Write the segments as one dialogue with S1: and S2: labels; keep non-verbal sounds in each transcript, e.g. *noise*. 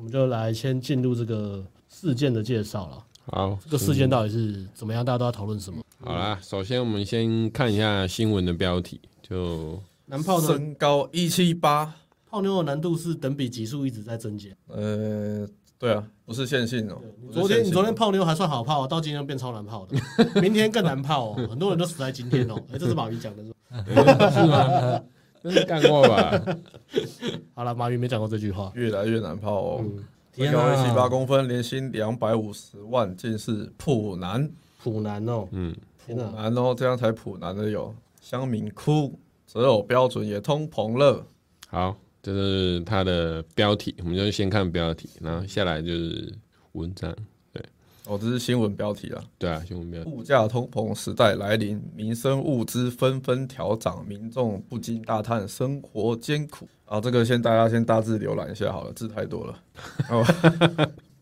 S1: 们就来先进入这个事件的介绍了。
S2: 好，
S1: 这个事件到底是怎么样？大家都在讨论什么？
S2: 好啦，首先我们先看一下新闻的标题，就
S1: 男炮呢？
S3: 身高一七八，
S1: 泡妞的难度是等比级数一直在增减。
S3: 呃，对啊，不是线性哦、不是
S1: 昨天
S3: 线
S1: 你
S3: 性
S1: 昨天泡妞还算好泡、啊到今天变超难泡的，明天更难泡哦。很多人都死在今天哦。哎、这是马云讲的是吧。
S2: 那是干过吧？
S1: 好了，马云没讲过这句话。
S3: 越来越难泡哦、
S1: 嗯
S3: 身
S4: 天
S3: 高一七八
S4: 啊！
S3: 公分，年薪两百五十万，竟是普男，
S1: 普男哦，
S2: 嗯，
S1: 天哪、
S3: 男哦，这样才普男的有。乡民哭，择偶标准也通膨了。
S2: *laughs* 好，这是它的标题，我们就先看标题，然后下来就是文章，
S3: 哦，这是新闻标题啊！
S2: 对啊，新闻标题，
S3: 物价通膨时代来临，民生物资纷纷调涨，民众不禁大叹生活艰苦。啊，这个先大家先大致浏览一下好了，字太多了。哦，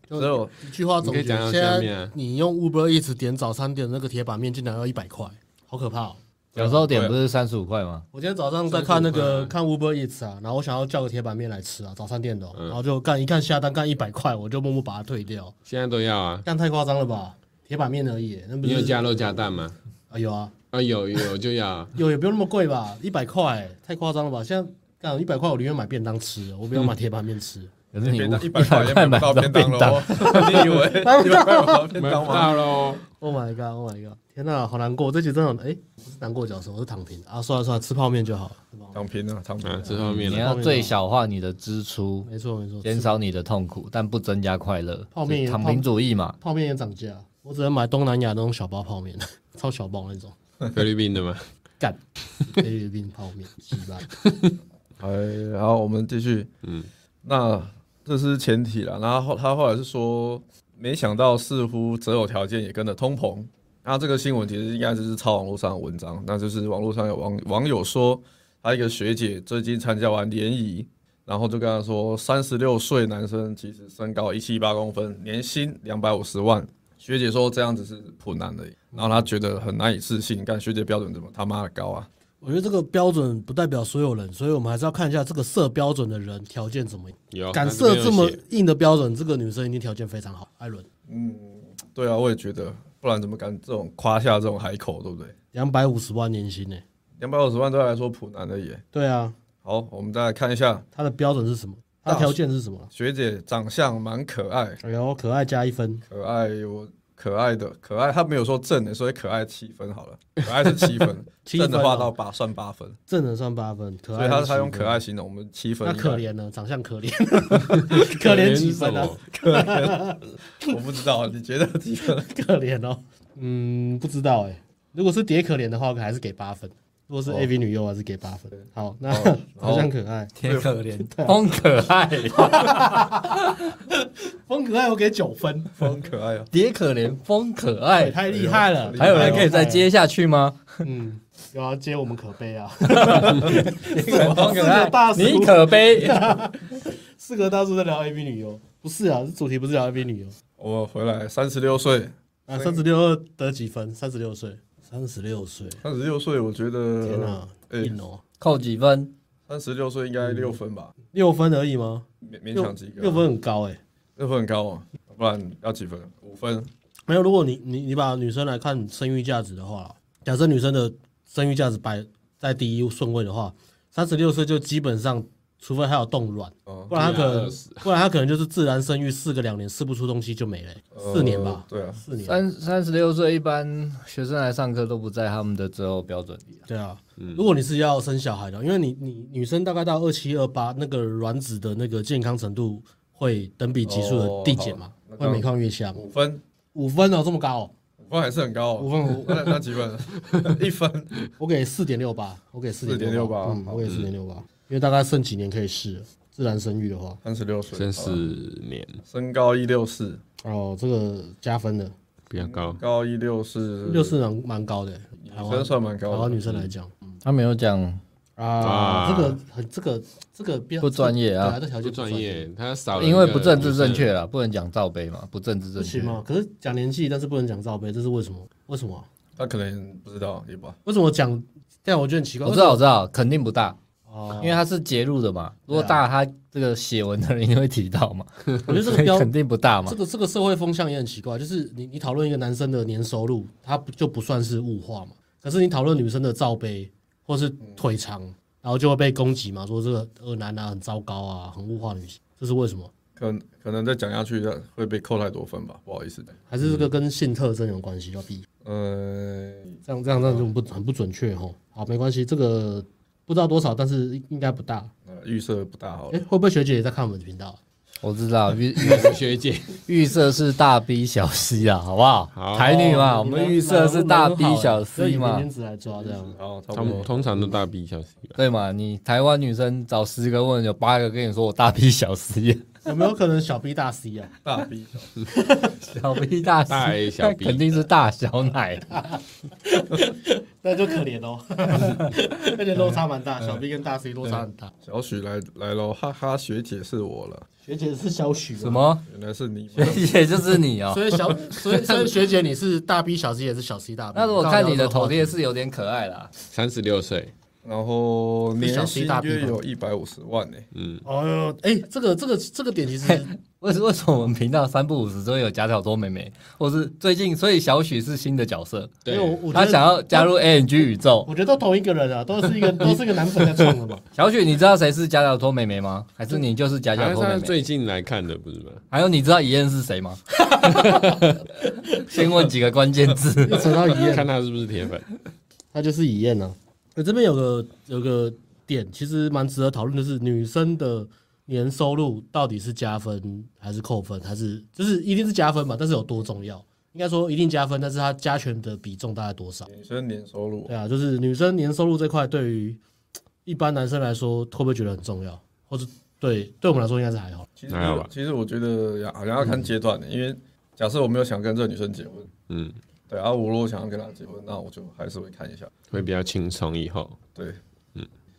S1: 就
S3: 择偶
S1: 一句话总结，
S2: 你可以讲到
S1: 现
S2: 下面啊
S1: 在你用 Uber 一直点早餐点那个铁板面，竟然要一百块，好可怕哦！
S4: 有时候点不是三十五块吗？
S1: 我今天早上在看那个看 Uber Eats 啊，然后我想要叫个铁板面来吃啊，早餐店的哦、然后就干一看下单干一百块，我就默默把它退掉，
S2: 现在都要啊。
S1: 干太夸张了吧？铁板面而已，那不
S2: 你
S1: 是
S2: 有加肉加蛋吗？
S1: 啊有啊，
S2: 啊，有有就要 *laughs* 啊，
S1: 有也不用那么贵吧，一百块太夸张了吧？现在干一百块我宁愿买便当吃，我不要买铁板面吃。
S4: 可是你
S3: 便
S4: 无
S3: 当一百块也买不到便当哦喽， *laughs* 你以为
S1: 买不
S3: 你以为买不到
S2: *laughs*
S3: 便
S2: 买
S3: 当
S2: 不
S3: 吗？
S2: 到喽。
S1: *laughs* Oh my god! Oh my god! 天哪，好难过！这集真的很哎，不是难过角色，我是躺平啊。算了算了，吃泡面就好了，是吧？
S3: 躺平啊，躺平、
S2: 啊，
S3: 啊。
S2: 这方面
S4: 你
S3: *laughs*
S2: 了，
S4: 要最小化你的支出，
S1: 没错没错，
S4: 减少你的痛苦，但不增加快乐。
S1: 泡面也
S4: 躺平主义嘛，
S1: 泡面也涨价，我只能买东南亚那种小包泡面， *laughs* 超小包那种
S2: 菲律宾的吗？
S1: 干菲律宾泡面，鸡巴。
S3: 哎，然后我们继续，
S2: 嗯，
S3: 那这是前提啦。然后后他后来是说，没想到似乎择偶条件也跟着通膨。那这个新闻其实应该就是抄网络上的文章，那就是网络上有网网友说，他一个学姐最近参加完联谊，然后就跟他说，三十六岁男生其实身高一七八公分，年薪两百五十万。学姐说这样子是普男的，然后他觉得很难以置信，干学姐标准怎么他妈的高啊？
S1: 我觉得这个标准不代表所有人，所以我们还是要看一下这个设标准的人条件怎么样。
S2: 有
S1: 敢
S2: 它
S1: 设
S2: 边有
S1: 这么
S2: 写
S1: 硬的标准，这个女生一定条件非常好。艾伦
S3: 对啊，我也觉得，不然怎么敢这种夸下这种海口，对不对？
S1: 两百五十万年薪呢、
S3: 两百五十万对他来说普男的耶。
S1: 对啊，
S3: 好，我们再来看一下
S1: 她的标准是什么？她条件是什么？
S3: 学姐，长相蛮可爱，
S1: 哎呦，可爱加一分，
S3: 可爱我可爱的可爱，他没有说正的，所以可爱七分好了，可爱是七分，
S1: *laughs* 七分
S3: 正的话
S1: 哦
S3: 到八算八分，
S1: 正能算八分，可
S3: 所
S1: 爱
S3: 以他
S1: 是
S3: 他
S1: 七
S3: 用可
S1: 分
S3: 爱形容我们七分
S1: 那
S3: 以外。
S1: 可怜呢？长相可怜， *laughs* 可怜几分啊？
S3: 我不
S1: *laughs*
S3: 知道，你觉得几分？
S1: 可怜哦，嗯，不知道哎、如果是叠可怜的话，我还是给八分；如果是
S4: 哦
S1: AV 女优，还是给八分。 *laughs* 好，那长相可爱，
S4: 天可怜，
S1: 啊
S4: 风可
S1: *laughs*
S4: 爱，
S1: 风可爱我给九分，
S3: 很可爱啊！
S4: 蝶可怜，风可
S1: 哎，
S4: 爱。哦
S1: 太厉害了！
S4: 还有人可以再接下去吗？
S1: 嗯，有要接我们可悲
S4: *laughs*
S1: 啊，
S4: 风可
S1: 四个大
S4: 爱，
S1: 叔
S4: 你
S1: *laughs*
S4: 可悲。
S1: 四个大叔在聊 AV 女优，不是啊，这主题不是聊 AV 女优
S3: 我回来三十六岁，
S1: 啊，三十六二得几分？三十六岁，三十六岁，
S3: 三十六岁，我觉
S1: 天
S3: 得
S1: 哪，
S3: 呃
S1: 硬哦，
S4: 扣几分？
S3: 三十六岁应该六分吧，
S1: 六分而已吗？
S3: 勉勉
S1: 六
S3: 强及格。啊
S1: 六分很高哎。
S3: 六分很高哦，不然要几分？五分。
S1: 没有，如果你你你把女生来看生育价值的话，假设女生的生育价值摆在第一顺位的话，三十六岁就基本上，除非她有冻卵，
S3: 哦
S1: 不然她可能
S2: 对啊
S1: 不然她可能就是自然生育四个两年试不出东西就没了、欸四年吧
S3: 呃，对啊，
S1: 四年，
S4: 三三十六岁，一般学生来上课都不在他们的择偶标准里啊。
S1: 对啊。如果你是要生小孩的，因为你你女生大概到二七二八那个卵子的那个健康程度会等比级数的递减嘛，
S3: 哦好
S1: 会每况愈下嘛。
S3: 五分，
S1: 五分哦，这么高、哦，
S3: 五分还是很高、哦。
S1: 五分五
S3: *laughs* 那那几分？一分。
S1: 我给四点六八，我给四点八，
S3: 4.68
S1: 嗯，我给四点六八，因为大概剩几年可以试了，自然生育的话，
S3: 三十六岁，
S2: 啊真
S3: 好了
S2: 是年
S3: 身高一六四，
S1: 哦，这个加分的，
S2: 比较高，
S3: 高一六四，
S1: 六四蛮蛮高的，
S3: 女
S1: 台
S3: 生
S1: 湾
S3: 算蛮
S1: 台
S3: 高
S1: 湾
S3: 的。
S1: 女生来讲
S4: 他没有讲，
S1: 啊，这个很这个这个比较
S4: 不专业啊
S1: 对这条
S2: 不
S1: 件
S2: 专，业，他少了
S4: 因为
S2: 一个
S4: 不政治
S2: 女生
S4: 正，确了，不能讲罩杯嘛，不政治
S1: 不
S4: 正确
S1: 行。吗？可是讲年纪，但是不能讲罩杯，这是为什么？为什么啊？
S3: 他可能不知道，也吧。
S1: 为什么讲？但我觉得很奇怪，
S4: 我知道，我知道，肯定不大。
S1: 为什么哦
S4: 因为它是截录的嘛。如果大，他这个写文的人一定会提到 *laughs* 嘛。
S1: 我觉得这
S4: 所
S1: 个
S4: 以
S1: 标
S4: 肯定不大嘛
S1: 这。个这个社会风向也很奇怪，就是你你讨论一个男生的年收入，他不就不算是物化嘛？可是你讨论女生的罩杯或是腿长，
S4: 嗯
S1: 然后就会被攻击嘛，说这个恶男啊很糟糕啊，很物化女性，这是为什么？
S3: 可能可能再讲下去会被扣太多分吧，不好意思。
S1: 还是这
S4: 嗯
S1: 个跟性特征有关系？要避
S3: 呃，
S1: 这样这样这样就不很不准确吼。好，没关系，这个不知道多少，但是应应该不大。
S3: 呃预设不大好
S1: 哎、
S3: 了。
S1: 会不会学姐也在看我们的频道啊？
S4: 我知道预预
S2: 学姐，
S4: 预设是大 B 小 C 啊，好不好？
S2: 好
S4: 台女嘛，我
S1: 你
S4: 们预设是大 B 小 C
S1: 以
S4: 嘛
S1: 年，子来抓这样。
S3: 好，差不
S2: 通
S3: 多。
S2: 通常都大 B 小 C 吧。
S4: 对嘛？你台湾女生找十个问，有八个跟你说我大 B 小 C，
S1: 有没有可能小 B 大 C 啊？
S3: 大 B 小
S4: 小 B 大 C，
S2: 大 A 小 B
S4: 肯定是大小奶。啊
S1: 那就可怜
S4: *laughs*
S1: 哦，而且落差蛮
S4: 嗯
S1: 大，小 B 跟大 C 落差很大。
S3: 小许来来喽，哈哈，学姐是我了，
S1: 学姐是小许
S4: 什？么？
S3: 原来是你。
S1: *laughs*
S4: 也就是你哦。
S1: 所以小，所以所以学姐你是大 B 小 C 也是小 C 大 B？
S4: 那如果看你的头贴是有点可爱啦，
S2: 三十六岁，
S3: 然后
S1: 小
S3: 年
S1: C
S3: 薪
S1: 大 B
S3: 约
S1: 吧
S3: 有一百五十万呢、
S2: 嗯，
S1: 哦哟，哎、这个这个这个点其实
S4: 为什为什么我们频道三不五时都会有假小多妹妹，或是最近，所以小许是新的角色，
S1: 因
S2: 对
S1: 为，我我觉
S4: 他
S1: 得
S4: 想要加入 ANG 宇宙。
S1: 我觉得都同一个人啊，都是一
S4: *laughs*
S1: 个都是一个男粉在创的嘛。
S4: 小雪，你知道谁是假小托妹妹吗？还是你就是假
S2: 好
S4: 小
S2: 像
S4: 托妹
S2: 是
S4: 妹？
S2: 最近来看的，不是吗？
S4: 还有你知道遗燕是谁吗？ *laughs* 先问几个关键字。
S1: 又扯到一
S2: 看他是不是铁粉。
S1: 他就是啊乙燕呢。我欸这边有个有个点，其实蛮值得讨论的是，女生的年收入到底是加分还是扣分，还是就是一定是加分嘛？但是有多重要？应该说一定加分，但是它加权的比重大概多少？
S3: 女生年收入
S1: 对啊，就是女生年收入这块，对于一般男生来说，会不会觉得很重要？或者对对我们来说应该是还好。
S3: 其实
S2: 还好吧
S3: 其实我觉得呀好像要看阶段的、因为假设我没有想跟这个女生结婚，
S2: 嗯，
S3: 对啊，我如果想要跟她结婚，那我就还是会看一下。
S2: 会比较轻松。以后
S3: 对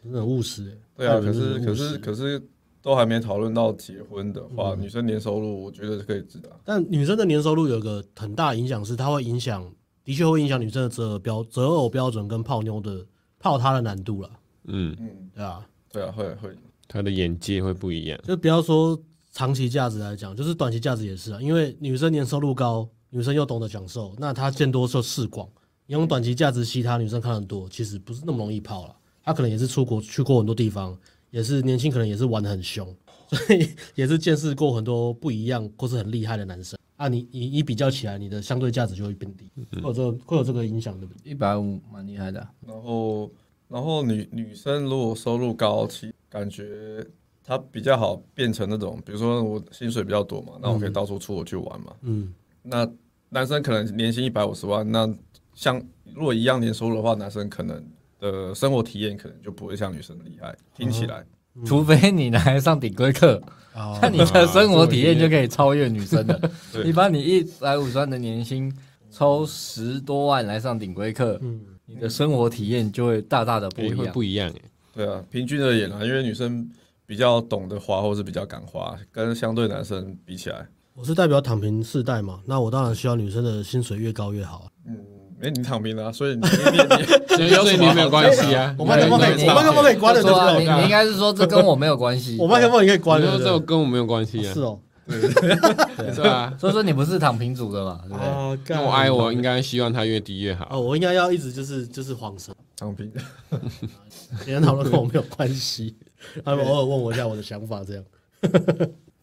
S1: 真的很务实欸、
S3: 对
S1: 看
S3: 啊，可
S1: 人
S3: 是
S1: 很
S3: 可
S1: 务
S3: 是
S1: 实
S3: 可是都还没讨论到结婚的话，
S2: 嗯
S3: 女生年收入我觉得是可以知道。
S1: 但女生的年收入有一个很大的影响是，它会影响，的确会影响女生的择偶标择偶标准跟泡妞的泡她的难度了，
S2: 嗯，
S3: 嗯，
S1: 对吧？
S3: 对啊，会会
S2: 他的眼界会不一样。
S1: 就不要说长期价值来讲，就是短期价值也是啊，因为女生年收入高，女生又懂得享受，那她见多就识广，你用短期价值吸她，女生看很多，其实不是那么容易泡了。她可能也是出国去过很多地方，也是年轻，可能也是玩的很凶，所以 *laughs* 也是见识过很多不一样或是很厉害的男生啊你。你你比较起来，你的相对价值就会变低，会有这个会有这个影响，对不对？
S4: 一百五蛮厉害的、啊
S3: 然后，然后女女生如果收入高，其感觉她比较好变成那种，比如说我薪水比较多嘛，那我可以到处出国去玩嘛。
S1: 嗯，
S3: 那男生可能年薪一百五十万，那像如果一样年收入的话，男生可能的生活体验可能就不会像女生厉害。听起来，
S4: 除非你拿来上顶规课，
S1: 哦
S4: 那你的生活体验就可以超越女生的。一般你一百五十万的年薪，抽十多万来上顶规课，你的生活体验就会大大的不
S2: 也
S4: 一
S2: 哎会
S4: 样。
S2: 不一样欸耶，
S3: 对啊，平均而言啊，因为女生比较懂得花，或是比较敢花，跟相对男生比起来，
S1: 我是代表躺平世代嘛，那我当然希望女生的薪水越高越好啊。
S3: 嗯，哎，你躺平了啊、所以你你你
S2: 所以所以你没有关系啊。
S1: 我麦克风可以，
S4: 对
S1: 我麦克风可以关了，
S4: 就
S1: 对不
S4: 说啊你
S1: 对？
S4: 你应该是说这跟我没有关系。
S1: *laughs* 我麦克风也可以关
S2: 你
S1: 了，
S2: 说
S1: 对
S2: 这
S1: 不
S2: 跟我没有关系
S1: 对
S2: 啊
S1: 是，哦。
S2: 是吧？
S4: 所以 *laughs* 说你不是躺平族的嘛，对不对？
S1: 啊，
S2: 那我爱我应该希望他越低越好。
S1: 哦，我应该要一直就是 *laughs* 就是晃神，
S3: 躺平， *laughs*
S1: 别人讨论跟我没有关
S2: *laughs*
S1: 系，他们偶尔问我一下我的想法，这样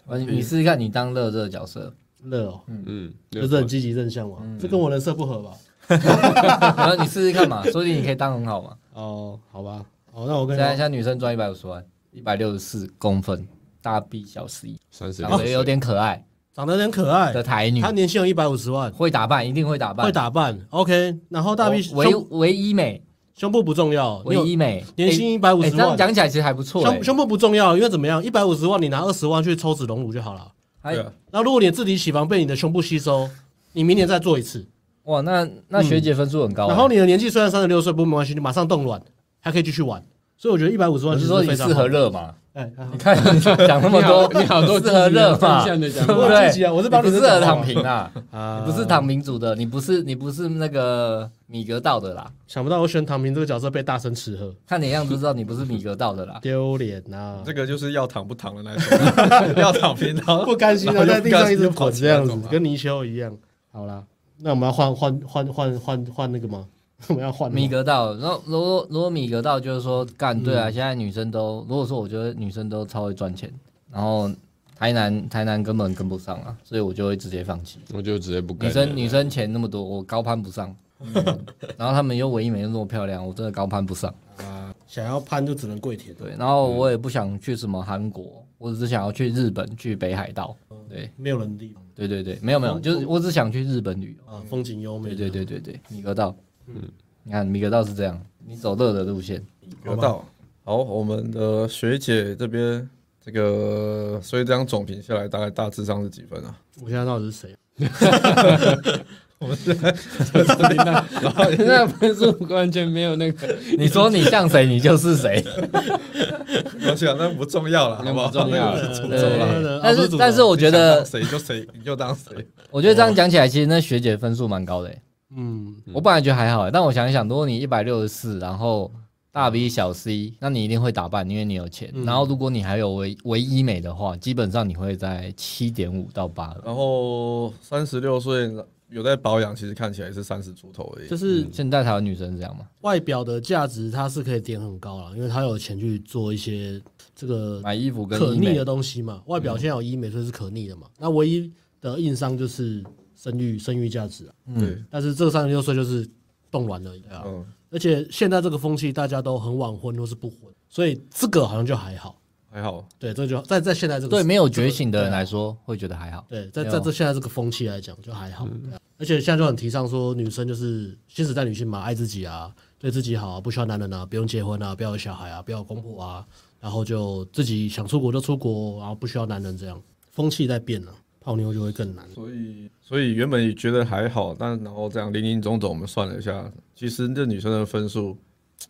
S4: 啊你你试试看，你当乐这个角色， *laughs*
S1: 乐哦，
S2: 嗯，
S1: 就是很积极正向嘛，这跟我人设不合吧？
S4: 然后你试试看嘛，说不定你可以当很好嘛。
S1: 哦，好吧，哦，那我跟
S4: 现在现
S1: 你
S4: 在女生赚一百五十万，一百六十四公分，大 B 小 C，
S2: 三十
S4: 长
S2: 六
S4: 得有
S2: 岁，
S4: 点可爱
S1: 长得有点可爱
S4: 的，台女
S1: 他，年薪有一百五十万，
S4: 会打扮，一定会打扮，
S1: 会打扮，OK，然后大 B
S4: 哦唯
S1: 胸
S4: 唯一美，
S1: 胸部不重要，你
S4: 唯
S1: 有
S4: 一美，
S1: 年薪一百五
S4: 哎
S1: 十
S4: 这样
S1: 万，
S4: 讲起来其实还不错哎
S1: 胸。胸部不重要，因为怎么样，一百五十万你拿二十万去抽脂隆乳就好了。
S4: 还
S3: 对啊，
S1: 那如果你自体脂肪被你的胸部吸收，你明年再做一次。
S4: 哇，
S1: 嗯
S4: 那那学姐分数很高哎，
S1: 然后你的年纪虽然三十六岁，不过没关系，你马上冻卵，还可以继续玩。所以我觉得一百五十万
S4: 我
S1: 其
S4: 是
S1: 实
S4: 说
S1: 非
S4: 你
S1: 常
S4: 适
S1: 好
S4: 合热嘛？
S1: 哎，还好
S4: 你看你讲那么多，
S2: 你好多
S4: *laughs* 适合热嘛？
S2: 正向的
S4: 对
S2: 讲
S4: 不
S2: 法
S1: 我自己
S4: 对？
S1: 啊我是帮
S4: 你
S1: 你
S4: 不
S1: 们
S4: 适合
S1: 找
S4: 躺
S1: 嘛
S4: 平
S1: *laughs*
S4: 啊，
S1: 啊
S4: 你不是躺平族的，你不是你不是那个米格道的啦。
S1: 想不到我选躺平这个角色被大声斥喝，。
S4: 看你的样子就知道你不是米格道的啦
S1: 丢脸啊呐！
S3: 这个就是要躺不躺的那种， *laughs* 要躺平然后
S1: 不甘心
S3: 然
S1: 的
S4: *laughs*
S3: 后就
S1: 在地上一直滚这样
S3: 不甘心就跑起来那种
S1: 子
S3: 嘛，
S1: 跟泥鳅一样。好啦，那我们要换换换换换换那个吗？ *laughs* 我们要换
S4: 米
S1: 格
S4: 格道，然后如果如果米格道就是说干对啊，现在女生都如果说我觉得女生都超会赚钱，然后台南台南根本跟不上啊，所以我就会直接放弃。
S2: 我就直接不跟
S4: 女
S2: 了
S4: 生女生钱那么多，我高攀不上， *laughs* 然后他们又唯一美又那么漂亮，我真的高攀不上。
S1: 啊，想要攀就只能跪舔，
S4: 对，然后我也不想去什么韩国，我只想要去日本，去北海道。对
S1: 没有人地方
S4: 对对对，没有没有，就是我只想去日本旅游。
S1: 啊，风景优美。
S4: 对对对对对，米格道，你看米格道是这样，你走热的路线，
S3: 有到。好，我们的学姐这边这个，所以这样总评下来，大概大致上是几分啊？ *laughs*
S1: 我现在到底是谁？
S2: *laughs* 那分数完全没有那个，
S4: *laughs* 你说你像谁，你就
S2: *laughs*
S4: 是谁。
S3: 没关系啊，那不重要了，
S2: 那
S3: 好
S2: 不
S3: 好？
S2: 重要
S3: 那个是主
S4: 对
S3: 轴啦
S1: 对对啊
S4: 但
S1: 不
S4: 是
S1: 是主
S4: 但是
S1: 流
S4: 我觉得，
S3: 你想当谁就谁，你就当谁。
S4: 我觉得这
S2: 哦
S4: 样讲起来，其实那学姐分数蛮高的欸、
S1: 嗯，
S4: 我本来觉得还好、欸，但我想一想，如果你一百六十四，然后大 B 小 C，那你一定会打扮，因为你有钱。
S2: 嗯
S4: 然后如果你还有唯唯医美的话，基本上你会在七点五到八了。
S3: 然后三十六岁有在保养，其实看起来是三十出头而已
S1: 就。是
S4: 现在台湾女生是这样吗？
S1: 外表的价值，它是可以点很高了，因为他有钱去做一些这个
S4: 买衣服跟
S1: 可
S4: 医
S1: 逆
S4: 美嗯
S1: 的，东西嘛。外表现在有医美，所以是可逆的嘛。那唯一的硬伤就是生育生育价值啊。
S3: 对，
S1: 但是这三十六岁就是冻卵而已啊。
S3: 嗯，
S1: 而且现在这个风气，大家都很晚婚或是不婚，所以这个好像就还好。
S3: 还好。
S1: 对，这就在在现在这个
S4: 对没有觉醒的
S1: 对
S4: 人
S1: 啊
S4: 来说会觉得还好。
S1: 对，在
S4: 没有
S1: 在这现在这个风气来讲就还好、对啊而且现在就很提倡说女生就是新时代女性嘛，爱自己啊，对自己好、啊，不需要男人啊，不用结婚啊，不要有小孩啊，不要有公婆啊，然后就自己想出国就出国，然后不需要男人这样，风气在变了、泡妞就会更难。
S3: 所以，所以原本也觉得还好，但然后这样林林总总，我们算了一下，其实这女生的分数，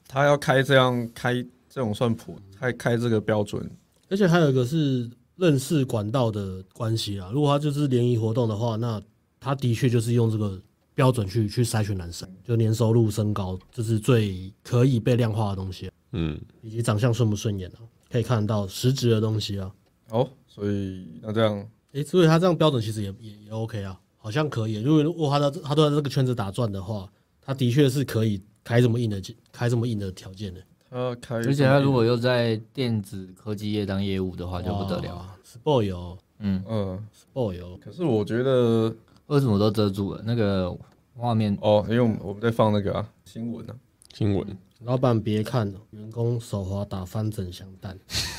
S3: 她要开这样开这种算普，开开这个标准，
S1: 而且还有一个是认识管道的关系啊，如果他就是联谊活动的话，那他的确就是用这个标准去去筛选男生，就年收入、身高，这是最可以被量化的东西啊、
S2: 嗯，
S1: 以及长相顺不顺眼啊，可以看得到实质的东西啊。
S3: 哦，所以那这样
S1: 诶，所以他这样标准其实也也也 OK 啊，好像可以。如果如果他在他都在这个圈子打转的话，他的确是可以开这么硬的开这么硬的条件的、
S3: 她开，
S4: 而且他如果又在电子科技业当业务的话，就不得了。
S1: 哇！Spoil 哦有
S4: 嗯，
S3: 嗯，
S1: Spoil 有
S3: 可是我觉得
S4: 为什么都遮住了？那个画面
S3: 哦，因为我们我们在放那个、啊、新闻啊，
S2: 新闻
S1: 老板别看了，员工手滑打翻整箱蛋，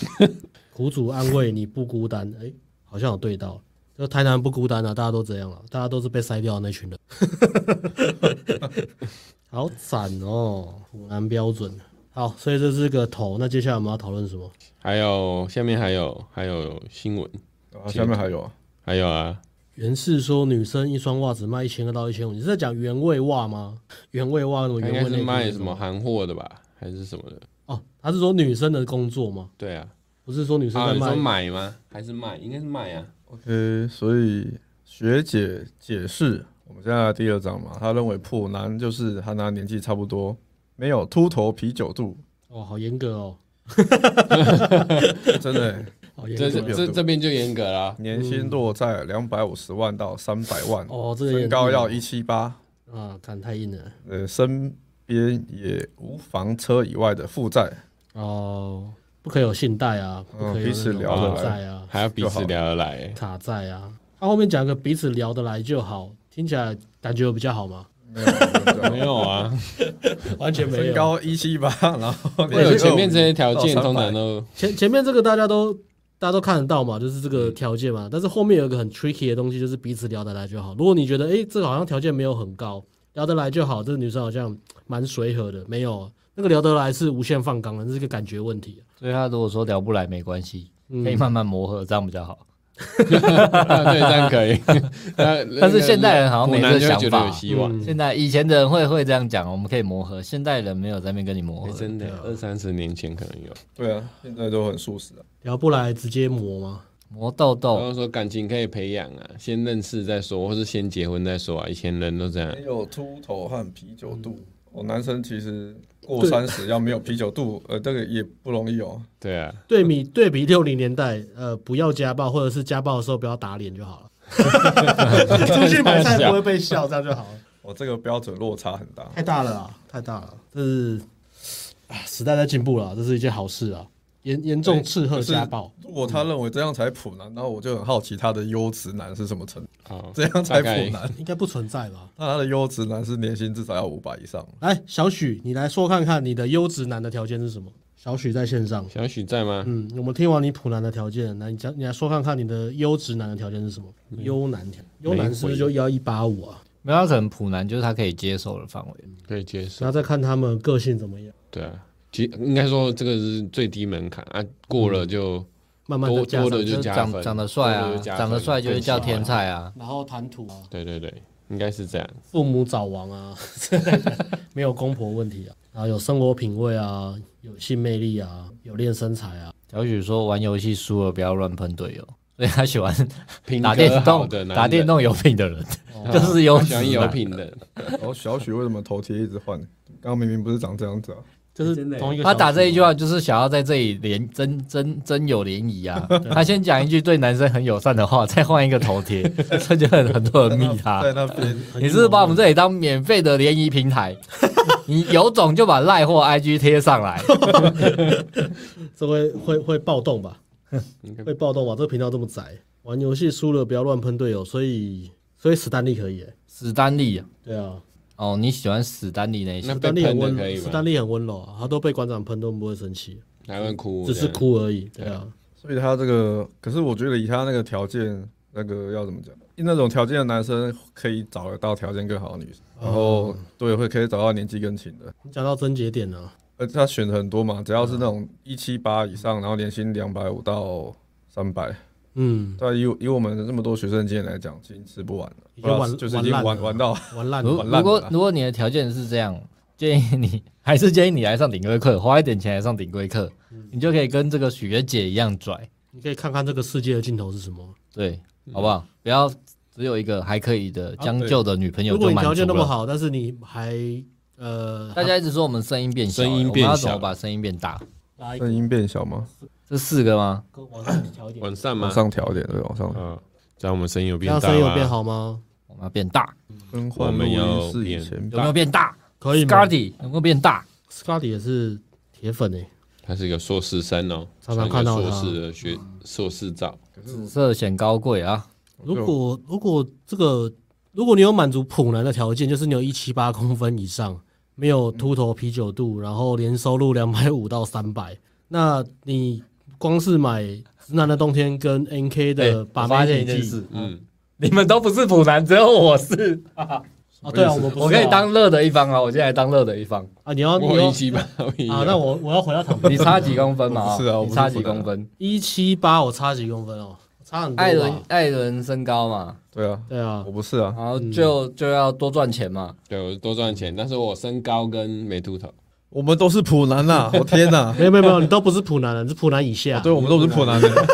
S1: *laughs* 苦主安慰你不孤单。诶，好像有对到，就台南不孤单啊，大家都这样了、大家都是被筛掉的那群人， *laughs* 好惨哦，湖南标准。好，所以这是个头，那接下来我们要讨论什么？
S2: 还有下面还有还有新闻，
S3: 然后下面还有啊，
S2: 还有啊，
S1: 袁氏说女生一双袜子卖一千二到一千五，你是在讲原味袜吗？原味袜什么
S2: 他应
S1: 原
S2: 该
S1: 味内
S2: 是
S1: 裤
S2: 卖
S1: 那
S2: 什
S1: 种
S2: 么韩货的吧，还是什么的？
S1: 哦，他是说女生的工作吗？
S2: 对啊，
S1: 不是说女生
S2: 啊，
S1: 在
S2: 你
S1: 卖
S2: 说买吗？还是卖？应该是卖啊。
S3: OK，所以学姐解释，我们现在的第二章嘛，她认为普男就是和她年纪差不多，没有秃头啤酒肚，
S1: 哦，好严格哦，
S3: 真的欸、
S1: 好严
S2: 这
S1: 格
S2: 这
S1: 哦
S2: 这这边就严格啦。
S3: 年薪落在两百五十万到三百万，
S1: 哦，这个也
S3: 身高
S1: 硬
S3: 要一七八，
S1: 啊，看太硬了
S3: 呃，身边也无房车以外的负债，
S1: 哦，不可以有信贷啊，不可以有
S3: 哦彼
S1: 那
S3: 此
S1: 种
S3: 聊
S2: 得
S1: 卡
S2: 来
S1: 债啊，
S2: 还要彼此聊得来、 *laughs* 欸
S1: 卡债啊。他后面讲个彼此聊得来就好，听起来感觉有比较好吗？
S3: 没有没有
S2: 没有 *laughs* 啊，
S1: 完全没
S3: 身
S1: 有。
S3: 高一七八，然后
S1: *laughs*
S2: 会有前面这些
S3: 些
S2: 条件，通常都 *laughs*
S1: 前前面这个大家都大家都看得到嘛，就是这
S3: 嗯
S1: 个条件嘛。但是后面有一个很 tricky 的东西，就是彼此聊得来就好。如果你觉得诶，这个好像条件没有很高，聊得来就好，这个女生好像蛮随和的，没有啊那个聊得来是无限放刚的，这是个感觉问题。啊
S4: 所以他如果说聊不来没关系，
S1: 嗯
S4: 可以慢慢磨合，这样比较好。
S2: 对，这样可 *laughs* 以。那
S4: 但是现代人好像没这
S2: 湖
S4: 个
S2: 南就会觉
S4: 想法
S2: 得有希望。
S1: 嗯
S4: 现在以前的人会会这样讲，我们可以磨合，现代人没有在那边跟你磨
S2: 哎
S4: 合。
S2: 真的，二三十年前可能有。
S3: 对啊，现在都很素食啊。
S1: 聊不来直接磨吗？
S4: 磨豆
S2: 然
S4: 豆，
S2: 后说感情可以培养啊，先认识再说，或是先结婚再说啊。以前人都这样
S3: 没。有秃头和啤酒肚，
S1: 嗯
S3: 哦，男生其实过三十要没有啤酒肚，呃，这个也不容易哦。
S2: 对啊，
S1: 对比对比六零年代，呃，不要家暴，或者是家暴的时候不要打脸就 *laughs* 好了。出去买菜不会被笑，这样就好了。
S3: 我、哦这个标准落差很大。
S1: 太大了啦，太大了，这是啊时代在进步了，这是一件好事啊。严严重斥喝家暴，
S3: 如果
S1: 嗯
S3: 他认为这样才普男，那我就很好奇他的优质男是什么程度，
S2: 好，
S3: 这样才
S2: 大概
S3: 普男。
S1: 应该不存在吧？
S3: 那他的优质男是年薪至少要五百以上。
S1: 来，小许，你来说看看你的优质男的条件是什么？小许在线上，
S2: 小许在吗？
S1: 嗯，我们听完你普男的条件，来你讲，你来说看看你的优质男的条件是什么？优男条，嗯优男是不是就要一八五啊？
S4: 没有他可能普男就是他可以接受的范围。
S2: 可以接受
S1: 然。后再看他们个性怎么样，
S2: 对啊，其应该说这个是最低门槛啊，过了就
S1: 慢慢
S2: 多
S1: 的加上
S2: 多的
S1: 去
S2: 就
S4: 就
S2: 加
S4: 长
S2: 分
S4: 长得帅
S2: 多的
S4: 啊，
S2: 就加分
S4: 长得帅就是叫天才啊。
S1: 然后谈吐啊，
S2: 对对对，应该是这样。
S1: 父母早亡啊 *laughs* 之类的，没有公婆问题啊，然后有生活品味啊，有性魅力啊，有练身材啊，
S4: 小许说玩游戏输了不要乱喷队友，所以他喜欢
S2: 品
S4: 打
S2: 格
S4: 电
S2: 好
S4: 动
S2: 的男人，
S4: 打电动有品的人，就是优
S2: 他
S4: 质
S2: 喜欢有
S4: 男。
S2: 品的，
S5: 哎
S3: 然后哦小许为什么头贴一直换？刚刚明明不是长这样子啊。
S1: 就是
S5: 真的欸
S1: 同一个小
S4: 他
S1: 组。
S4: 打
S2: 啊
S4: 这一句话就是想要在这里联真真真有联谊啊！他先讲一句对男生很友善的话，再换一个头贴，这就很很多人密他。
S3: 在那边
S1: 很
S4: 你是不是把我们这里当免费的联谊平台？ *laughs* 你有种就把赖或 IG 贴上来。
S1: 这会会会暴动吧？
S2: 应该
S1: 会暴动吧？这个频道这么窄，玩游戏输了不要乱喷队友，所以所以史丹利可以欸、
S4: 史丹利啊
S1: 对啊，
S4: 哦，你喜欢史丹利那一
S2: 那
S4: 些？
S1: 史
S2: 被
S1: 丹利很
S2: 喷的
S1: 温
S2: 可以
S1: 史丹
S2: 吗？
S1: 利很温柔啊，他都被馆长喷都不会生气，
S2: 还会啊哭，
S1: 只是
S2: 这样。
S1: 哭而已。对啊，
S3: *laughs* 所以他这个，可是我觉得以他那个条件，那个要怎么讲？那种条件的男生可以找得到条件更好的女生，然后
S1: 哦
S3: 对会可以找到年纪更轻的。
S1: 你讲到症结点了、啊，
S3: 而且他选很多嘛，只要是那种一七八以上，然后年薪两百五到三百，
S1: 嗯，
S3: 对啊，以我以我们这么多学生经验来讲，已经吃不完了，
S1: 已经玩
S3: 不知道就是已经
S1: 玩烂
S3: 玩
S1: 了
S3: 玩到
S1: 玩烂
S4: 如
S1: 了
S2: 哦
S3: 完。烂了
S4: 如果
S3: 啦
S4: 如果你的条件是这样，建议你 *laughs* 还是建议你来上顶规课，花一点钱来上顶规课，你就可以跟这个许愿姐一样拽，
S1: 你可以看看这个世界的尽头是什么。
S4: 对，
S1: 嗯
S4: 好不好？不要只有一个还可以的将就的女朋
S1: 啊
S4: 友
S1: 如果
S4: 就
S1: 你
S4: 满
S1: 条
S4: 足
S1: 件那么
S4: 了。
S1: 好，但是你还呃，
S4: 大家一直说我们声音变小，
S2: 声音
S4: 我们
S2: 变
S4: 要怎
S2: 小
S4: 么把声音变大？
S1: 拉一个
S3: 声音变小吗？
S4: 这四个吗？
S1: 往上调一点，
S2: 晚上
S3: 往
S2: 吗？
S3: 上调一点，对，往上调。
S2: 嗯，这样我们声音有
S1: 这
S2: 变
S1: 样
S2: 大啊
S1: 声音有
S2: 吗？
S1: 变好吗？
S4: 我们要变大，
S3: 更换
S2: 我
S3: 录
S2: 们要
S3: 音室以
S2: 变
S3: 前
S4: 有没有变大
S1: 可以
S4: s c
S1: 吗
S4: a r d y 有没有变大？
S1: ？Scotty 也是铁粉欸诶、
S2: 他是一个硕士生哦，
S1: 常常看到
S2: 穿一个
S1: 他
S2: 硕士的学硕士照，
S4: 紫色显高贵啊！
S1: 如果如果这个，如果你有满足普男的条件，就是你有一七八公分以上，没有秃头啤酒肚，然后年收入两百五到三百，那你光是买《直男的冬天》跟 NK 的把
S4: 哎我发
S1: 妹
S4: 现一
S1: 笔
S4: 件
S1: 记
S4: 事，
S2: 嗯，
S4: 你们都不是普男，只有我是。
S1: 啊，对啊，我们不是啊
S4: 我可以当乐的一方啊，我现在当乐的
S1: *laughs*
S4: 一方。
S1: 啊，你要你
S2: 我
S1: 要
S2: 一七八，我一
S1: 啊，那我我要回到躺平
S4: 你差几公分嘛？
S3: 我不是啊我
S4: 你
S3: 不是
S4: 差几
S3: 普男啊
S4: 公分？
S1: 一七八，我差几公分哦，差很多吧
S4: 艾伦，艾伦身高嘛，
S3: 对啊，
S1: 对啊
S3: 我，不是啊，
S4: 然后就
S1: 嗯
S4: 就要多赚钱嘛。
S2: 对我多赚钱，但是我身高跟没
S1: *laughs*
S2: 秃头，
S3: 我们都是普男
S4: *laughs*
S3: 呐，我天呐，
S1: 没有没有没有，你都不是普男了，你是普男以下。
S3: 对，我们都不是普男欸的。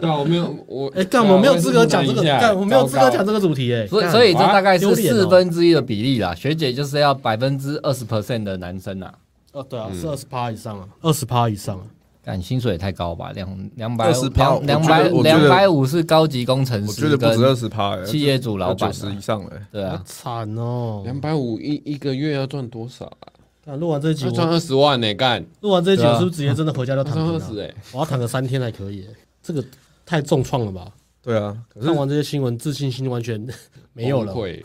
S2: 对啊，我没有我，
S1: 哎，干
S2: 对啊
S1: 我没有资格讲这个，
S2: 我也是
S1: 干我没有资格
S2: 糟糕
S1: 讲这个主题哎。
S4: 所以
S1: 干
S4: 所以这
S2: 哇
S4: 大概是
S1: 丢脸哦
S4: 四分之一的比例啦。学姐就是要百分之二十 percent 的男生啊，
S1: 哦，对
S2: 嗯
S1: 啊，是二十趴以上啊，二十趴以上啊。
S4: 干薪水也太高吧？两两百
S3: 20%
S4: 两两
S3: 我觉
S4: 百
S3: 得我觉得
S4: 两百五是高级工程
S3: 我觉得
S4: 师
S3: 不止二
S4: 跟
S3: 十趴，欸
S4: 企业主老板
S3: 九
S4: 啊、
S3: 十以上了、欸。
S4: 对
S1: 好
S4: 啊，
S1: 惨哦！
S2: 两百五一一个月要赚多少啊？
S1: 干录完这一集
S2: 要，赚
S1: 我
S2: 二十万呢，干，
S1: 录完这一集，
S4: 对啊
S1: 我是不是直接真的回家就
S2: 要
S1: 躺
S2: 赚二
S1: 平
S2: 十
S1: 了？
S2: 哎，
S1: 我要躺个三天才可以欸，这个太重创了吧？
S3: 对啊，可是
S1: 看完这些新闻，自信心完全 *laughs* 没有了
S2: 崩。溃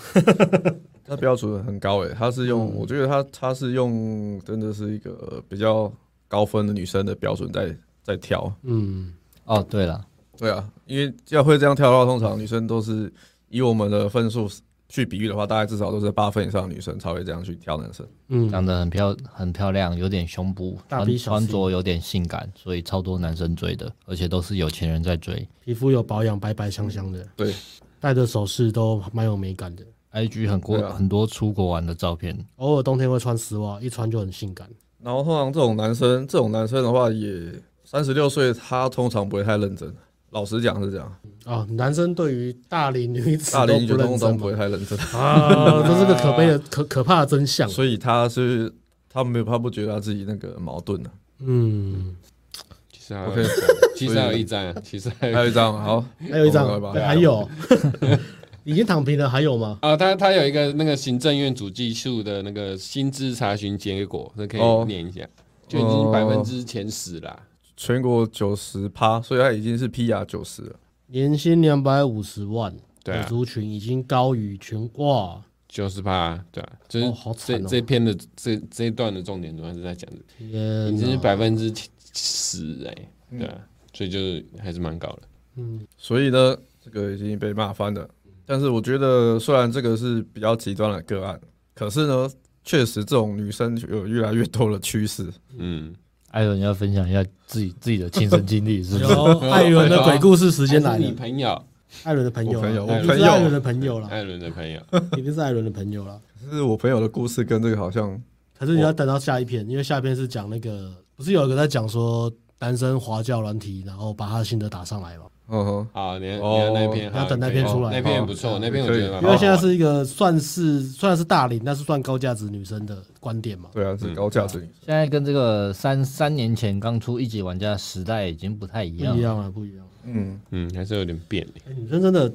S3: 他标准很高诶、欸，他是用，
S4: 嗯
S3: 我觉得他他是用真的是一个呃比较高分的女生的标准在在挑。
S1: 嗯，
S4: 哦对了，
S3: 对啊，因为要会这样挑的话，通常女生都是以我们的分数去比喻的话，大概至少都是八分以上的女生才会这样去挑男生。
S1: 嗯，
S4: 长得很漂很漂亮，有点胸部，
S1: 大
S4: 穿
S1: B 小 C
S4: 穿着有点性感，所以超多男生追的，而且都是有钱人在追。
S1: 皮肤有保养，白白香香的，
S3: 对，
S1: 戴的首饰都蛮有美感的。
S4: IG 很过、
S3: 对啊
S4: 很多出国玩的照片，
S1: 偶尔冬天会穿丝袜，一穿就很性感。
S3: 然后通常这种男生，这种男生的话也三十六岁，他通常不会太认真。老实讲是这样，
S1: 啊，男生对于大龄女子
S3: 大
S1: 都
S3: 龄
S1: 不
S3: 女
S1: 认
S3: 通常
S1: 真
S3: 不
S1: 嘛
S3: 会太认真，
S1: 啊，这是个可悲的、可可怕的真相。
S3: 所以他是他没有他不觉得他自己那个矛盾的、啊
S1: 嗯，
S2: 其实还有
S3: OK，
S2: 一张，
S1: *laughs*
S2: 其实还有一张啊，其实还有
S3: 还有
S2: 一
S3: 一张好，
S1: 还有一张哎
S3: 我们来吧，
S1: 还有 *laughs* 已经躺平了，还有吗？
S2: 啊，他他有一个那个行政院主计处的那个薪资查询结果，那可
S3: 哦
S2: 以念一下，就已经
S3: 哦
S2: 百分之前十啦。
S3: 全国九十趴，所以他已经是 PR 九十了。
S1: 年薪两百五十万
S2: 对
S1: 的
S2: 啊，
S1: 族群已经高于全哇，
S2: 九十趴，对啊，就
S1: 哦
S2: 是
S1: 好
S2: 这、
S1: 惨哦
S2: 这篇的这这一段的重点主要是在讲，
S1: 天
S2: 已经是
S1: 哪！
S2: 百分之十哎，对啊，所以就是还是蛮高的。
S1: 嗯，
S3: 所以呢，这个已经被骂翻了。但是我觉得，虽然这个是比较极端的个案，可是呢，确实这种女生有越来越多的趋势。
S2: 嗯，
S4: 艾伦你要分享一下自己自己的亲身经历，是不是？
S1: 有啊艾伦的鬼故事时间来
S2: 还是你
S1: 了，
S2: 朋友
S1: 艾伦的朋友
S3: 我
S1: 啦，你
S2: 我
S3: 朋友
S1: 是
S2: 朋哎
S3: 友
S1: 艾伦的朋友啦，
S2: 艾伦的朋友，
S1: *laughs* 一定是艾伦的朋友啦。
S3: 就是我朋友的故事跟这个好像，
S1: 可是你要等到下一篇，因为下一篇是讲那个，不是有一个在讲说男生滑教软体，然后把他的心得打上来嘛？
S3: 嗯哼，
S2: 好，你看
S3: 哦
S2: 你看那篇，
S1: 要
S2: 好
S1: 等那
S2: 可以哦
S1: 篇出来
S2: 那篇也
S3: 好
S2: 不错，
S1: 嗯
S2: 那篇我
S3: 可以
S2: 觉得
S1: 因
S2: 蛮好
S1: 为
S2: 玩
S1: 现在是一个算是虽然是大龄，但是算高价值女生的观点嘛。
S3: 对啊，
S2: 嗯
S3: 是高价值女生。
S4: 现在跟这个三三年前刚出一级玩家时代已经不太一
S1: 不
S4: 样
S1: 一
S4: 了。
S1: 样了，啊不一样。
S3: 嗯，
S2: 嗯，还是有点别扭。
S1: 哎女生真的，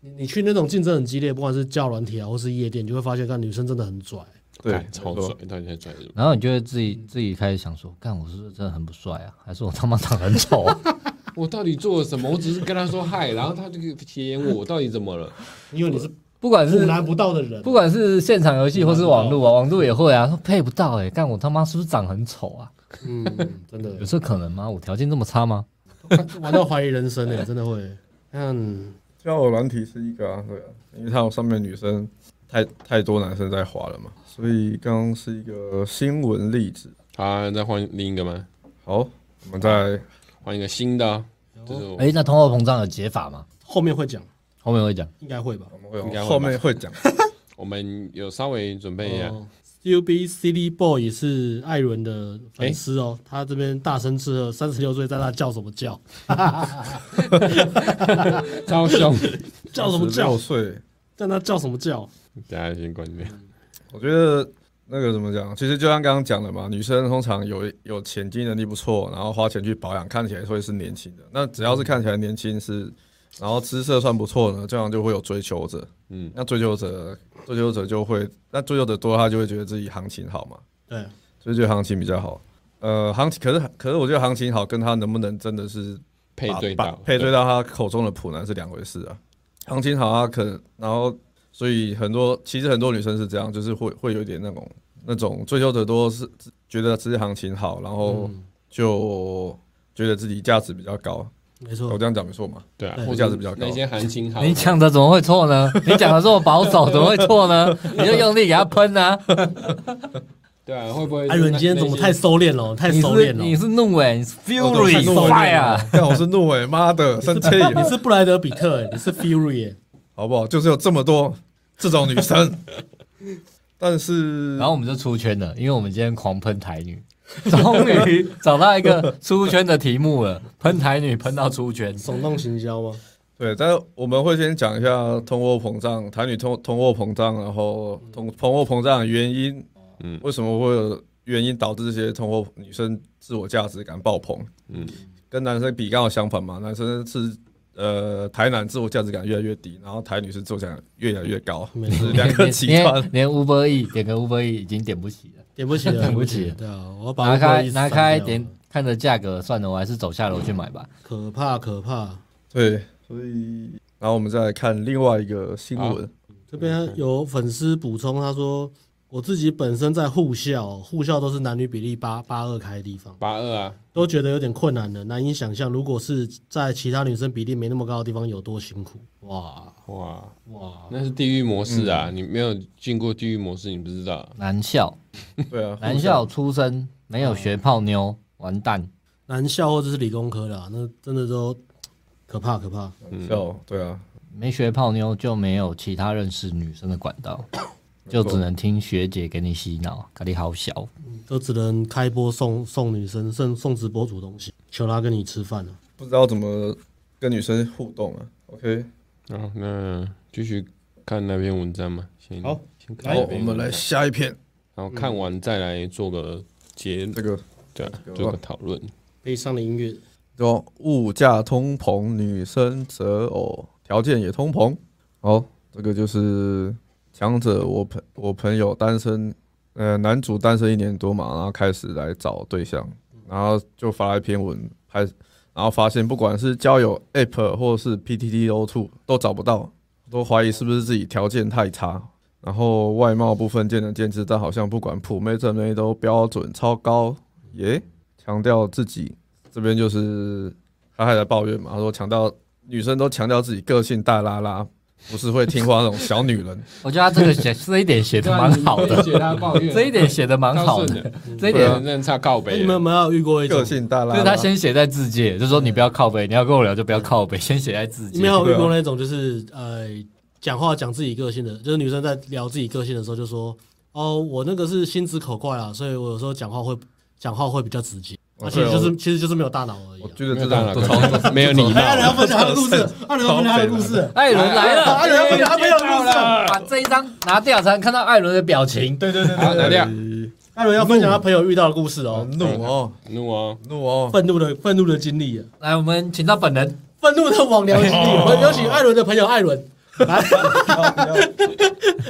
S1: 你你去那种竞争很激烈，不管是教软体啊，或是夜店，你就会发现，看女生真的很拽。
S3: 对
S2: 干，超
S3: 没错
S2: 拽，到底在拽什么？
S4: 然后你就会自己自己开始想说，干我是不是真的很不帅啊？ *laughs* 还是我他妈长得很丑啊？ *laughs*
S2: 我到底做了什么？我只是跟他说嗨，然后他就斜眼我，我到底怎么了？
S1: 因为你是
S4: 不管
S1: 不
S4: 是
S1: 拿不到的人，
S4: 不管是现场游戏或是网络啊，网络也会啊，说配不到哎、干我他妈是不是长很丑啊？
S1: 嗯，真的 *laughs*
S4: 有这可能吗？我条件这么差吗？
S1: 玩到怀疑人生呢、真的会。嗯，
S3: 交友软体是一个啊，对啊，因为它有上面女生太太多男生在滑了嘛，所以刚刚是一个新闻例子。
S2: 好、啊，再换另一个吗？
S3: 好，我们再
S2: 换一个新的哦、就是我
S4: 哎、那通货膨胀有解法吗？
S1: 后面会讲，
S4: 后面会讲。
S1: 应该会吧。
S3: 我们会有
S2: 应该会吧
S3: 后面会讲，
S2: 我们有稍微准备一下，
S4: 啊
S1: 哦 CUB City Boy 是艾伦的粉丝哦，他这边大声斥喝，三十六岁，在那叫什么
S4: *laughs*
S1: 叫？
S2: 超凶，
S1: 叫什么叫
S3: 六？岁，
S1: 在那叫什么叫？
S2: 大家先关掉。
S3: 我觉得那个怎么讲？其实就像刚刚讲的嘛，女生通常有有钱经济能力不错，然后花钱去保养，看起来会是年轻的。那只要是看起来年轻是，然后姿色算不错呢，这样就会有追求者。
S2: 嗯，
S3: 那追求者，追求者就会，那追求者多，他就会觉得自己行情好嘛，
S1: 对，
S3: 所以觉得行情比较好。呃，行情可是可是我觉得行情好跟他能不能真的是
S2: 配对
S3: 把
S2: 到，
S3: 哦配对到他口中的普男是两回事啊。行情好啊，可能然后所以很多其实很多女生是这样，就是会会有点那种那种追求者多是只觉得自己行情好，然后
S1: 嗯，
S3: 就觉得自己价值比较高。
S1: 没
S3: 我
S4: 哦
S1: 错。
S3: 这样讲没错嘛？
S2: 对啊，
S1: 对
S2: 或
S3: 价
S2: 者
S3: 值比较高
S2: 那些行情好，
S4: 你讲的怎么会错呢？你讲的这么保守，怎么会错呢？ *laughs* 你就用力给他喷啊！
S2: 对啊，会不会？
S1: 艾伦，你今天哎怎么太收敛了？太
S4: 你
S1: 收敛
S4: 是
S1: 了。
S4: 你是怒哎、你是啊
S3: 我都看
S4: fury
S3: 怒了
S4: fire，
S3: 但我是怒哎、妈的，生气，
S1: 你啊 *laughs* 是布莱德比特、欸，你是 Fury，、欸、
S3: 好不好？就是有这么多这种女生， *laughs* 但是
S4: 然后我们就出圈了，因为我们今天狂喷台女，终于找到一个出圈的题目了，喷台女喷到出圈。
S1: 耸动行销吗？
S3: 对，但是我们会先讲一下通货膨胀，台女通通货膨胀，然后通通货膨胀的原因，
S2: 嗯
S3: 为什么会有原因导致这些通货女生自我价值感爆棚，
S2: 嗯，
S3: 跟男生比刚好相反嘛，男生是呃台男自我价值感越来越低，然后台女是自我价值感越来越高，
S1: 没
S3: 就
S1: 错
S3: 是两个极端。
S4: 连连 Uber E 点个 Uber E 已经点不起了，
S1: 点不起
S4: *laughs*
S1: 了，
S4: 点不起
S1: 对啊，我要把
S4: 拿开
S1: Uber Eats
S4: 拿开
S1: 删掉
S4: 点，看着价格算了，我还是走下楼去买吧。
S1: 可怕可怕。
S3: 对，所以啊然后我们再来看另外一个新
S2: 好
S3: 闻，
S1: 这边有粉丝补充，他说我自己本身在护校哦，护校都是男女比例八八二开的地方，
S2: 八二啊，
S1: 都觉得有点困难了，难以想象，如果是在其他女生比例没那么高的地方有多辛苦。哇
S2: 哇，
S1: 哇，
S2: 那是地狱模式
S1: 嗯
S2: 啊！你没有进过地狱模式，你不知道。
S4: 男校，
S3: 对 *laughs* 啊，
S4: 男校出身没有学泡妞，完蛋。
S1: 男校或者是理工科的、啊，那真的都可怕可怕。
S3: 男校对啊，
S4: 没学泡妞就没有其他认识女生的管道，就只能听学姐给你洗脑，咖喱好小。
S1: 都只能开播送送女生，送送直播主东西，求她跟你吃饭了、
S3: 不知道怎么跟女生互动啊。OK，
S2: 好，那继续看那篇文章嘛。先
S3: 好，
S2: 先看
S3: 然
S2: 那
S3: 后
S2: 篇
S3: 我们
S2: 文章
S3: 来，下一篇，
S2: 然后看完再来做个结，
S3: 这个
S2: 对啊
S3: 这，个
S2: 做个讨论。
S1: 悲伤的音乐，
S3: 说物价通膨，女生择偶条件也通膨。好，这个就是强者我朋我朋友单身，呃，男主单身一年多嘛，然后开始来找对象，然后就发了一篇文拍，然后发现不管是交友 App 或是 PTT O two 都找不到，都怀疑是不是自己条件太差。然后外貌部分见仁见智，但好像不管普妹正妹都标准超高，耶，强调自己这边就是他还在抱怨嘛，他说强调女生都强调自己个性大拉拉，不是会听话那种小女人。
S4: 我觉得他这个
S1: *laughs*
S4: 写这一点写的蛮好的，
S2: 解他抱怨啊
S4: 这一点写的蛮好的，
S2: 的，
S4: 这
S2: 对
S4: 一点
S2: 啊，真的差靠
S1: 那
S2: 北
S1: 哎你们有
S2: 了。
S1: 没有遇过一种
S3: 个？性大拉
S4: 就是
S3: 拉，
S4: 他先写在字界，就说你不要靠背，你要跟我聊就不要靠背，先写在字
S1: 你
S4: 界
S1: 们。
S3: 啊
S1: 有遇过那种就是呃，讲话讲自己个性的，就是女生在聊自己个性的时候就说，哦，我那个是心直口快啦，所以我有时候讲话会讲话会比较直接，
S3: 哦
S1: 而且就
S3: 对
S1: 是
S3: 哦
S1: 其实就是没有大脑而已、
S3: 我
S1: 啊。
S3: 觉得
S2: 没
S3: 这
S2: 有大
S3: 种
S2: 脑
S3: 都超
S2: 可能没有礼
S1: 哎，阿
S2: 貌。
S1: 良分享他的故事，阿良分享他的故事，
S4: 艾伦来了，哎
S1: 艾伦艾伦
S4: 艾伦来了把这一张拿掉才能看到艾伦的表情。对对对
S2: 好，拿掉，
S1: 艾伦要分享他朋友遇到的故事哦，
S3: 怒哦，
S2: 怒哦，
S3: 怒哦，
S1: 愤怒的愤怒的经历啊，
S4: 来，我们请到本人，
S1: 愤怒的网聊经历，我
S3: 哦
S1: 们有请艾伦的朋友艾伦。
S3: *laughs*
S1: 来，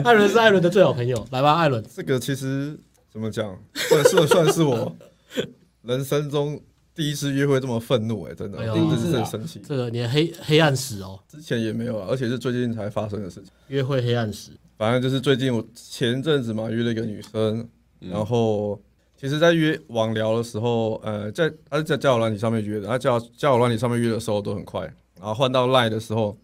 S1: 艾伦是艾伦的最好朋友，来吧，艾伦。
S3: 这个其实怎么讲，算算算是 *laughs* 我人生中第一次约会这么愤怒哎、真的，
S1: 哎呦
S3: 真的是很生气，
S1: 这个你的黑黑暗史哦，
S3: 之前也没有啊，而且是最近才发生的事情。
S1: 约会黑暗史，
S3: 反正就是最近我前阵子嘛约了一个女生，然后其实，在约网聊的时候，呃，在她是在交友软体上面约的，她交交友软体上面约的时候都很快，然后换到 Line 的时候，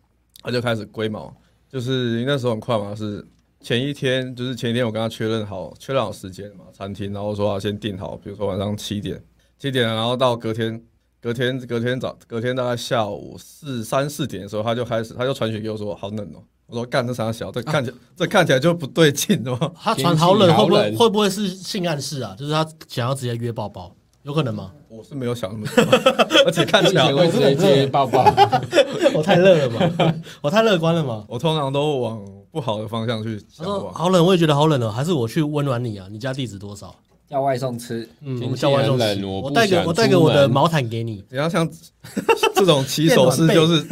S3: 她就开始龟毛，就是那时候很快嘛，是前一天，就是前一天我跟她确认好确认好时间嘛，餐厅，然后说要先定好，比如说晚上七点，七点，然后到隔天。隔天，隔天早，隔天大概下午四三四点的时候，她就开始，她就传讯给我说好冷哦、我说干这啥小，
S1: 啊
S3: 这看起来、这看起来就不对劲哦的嘛。
S1: 他传好冷，
S2: 天气
S1: 会不
S2: 好
S1: 会
S2: 冷
S1: 会不会是性暗示啊？就是他想要直接约抱抱，有可能吗？
S3: 我是没有想那么
S1: *laughs*
S3: 多，而且看起来
S2: 也会直接接抱抱。
S1: 我太热了吧， *laughs* 我太乐观了
S3: *laughs*
S1: 嘛。
S3: 我通常都往不好的方向去
S1: 他
S3: 想啊
S1: 说
S3: 吧。
S1: 好冷，我也觉得好冷哦，还是我去温暖你啊？你家地址多少？
S4: 叫外送吃。
S1: 嗯，我
S2: 天
S1: 们
S2: 气
S1: 叫外送
S2: 很冷
S1: 吃
S2: 我不
S1: 我带
S2: 想
S1: 个我带
S2: 出
S1: 个我的
S2: 门
S1: 毛毯给你。
S3: 你要像这种起手式，就是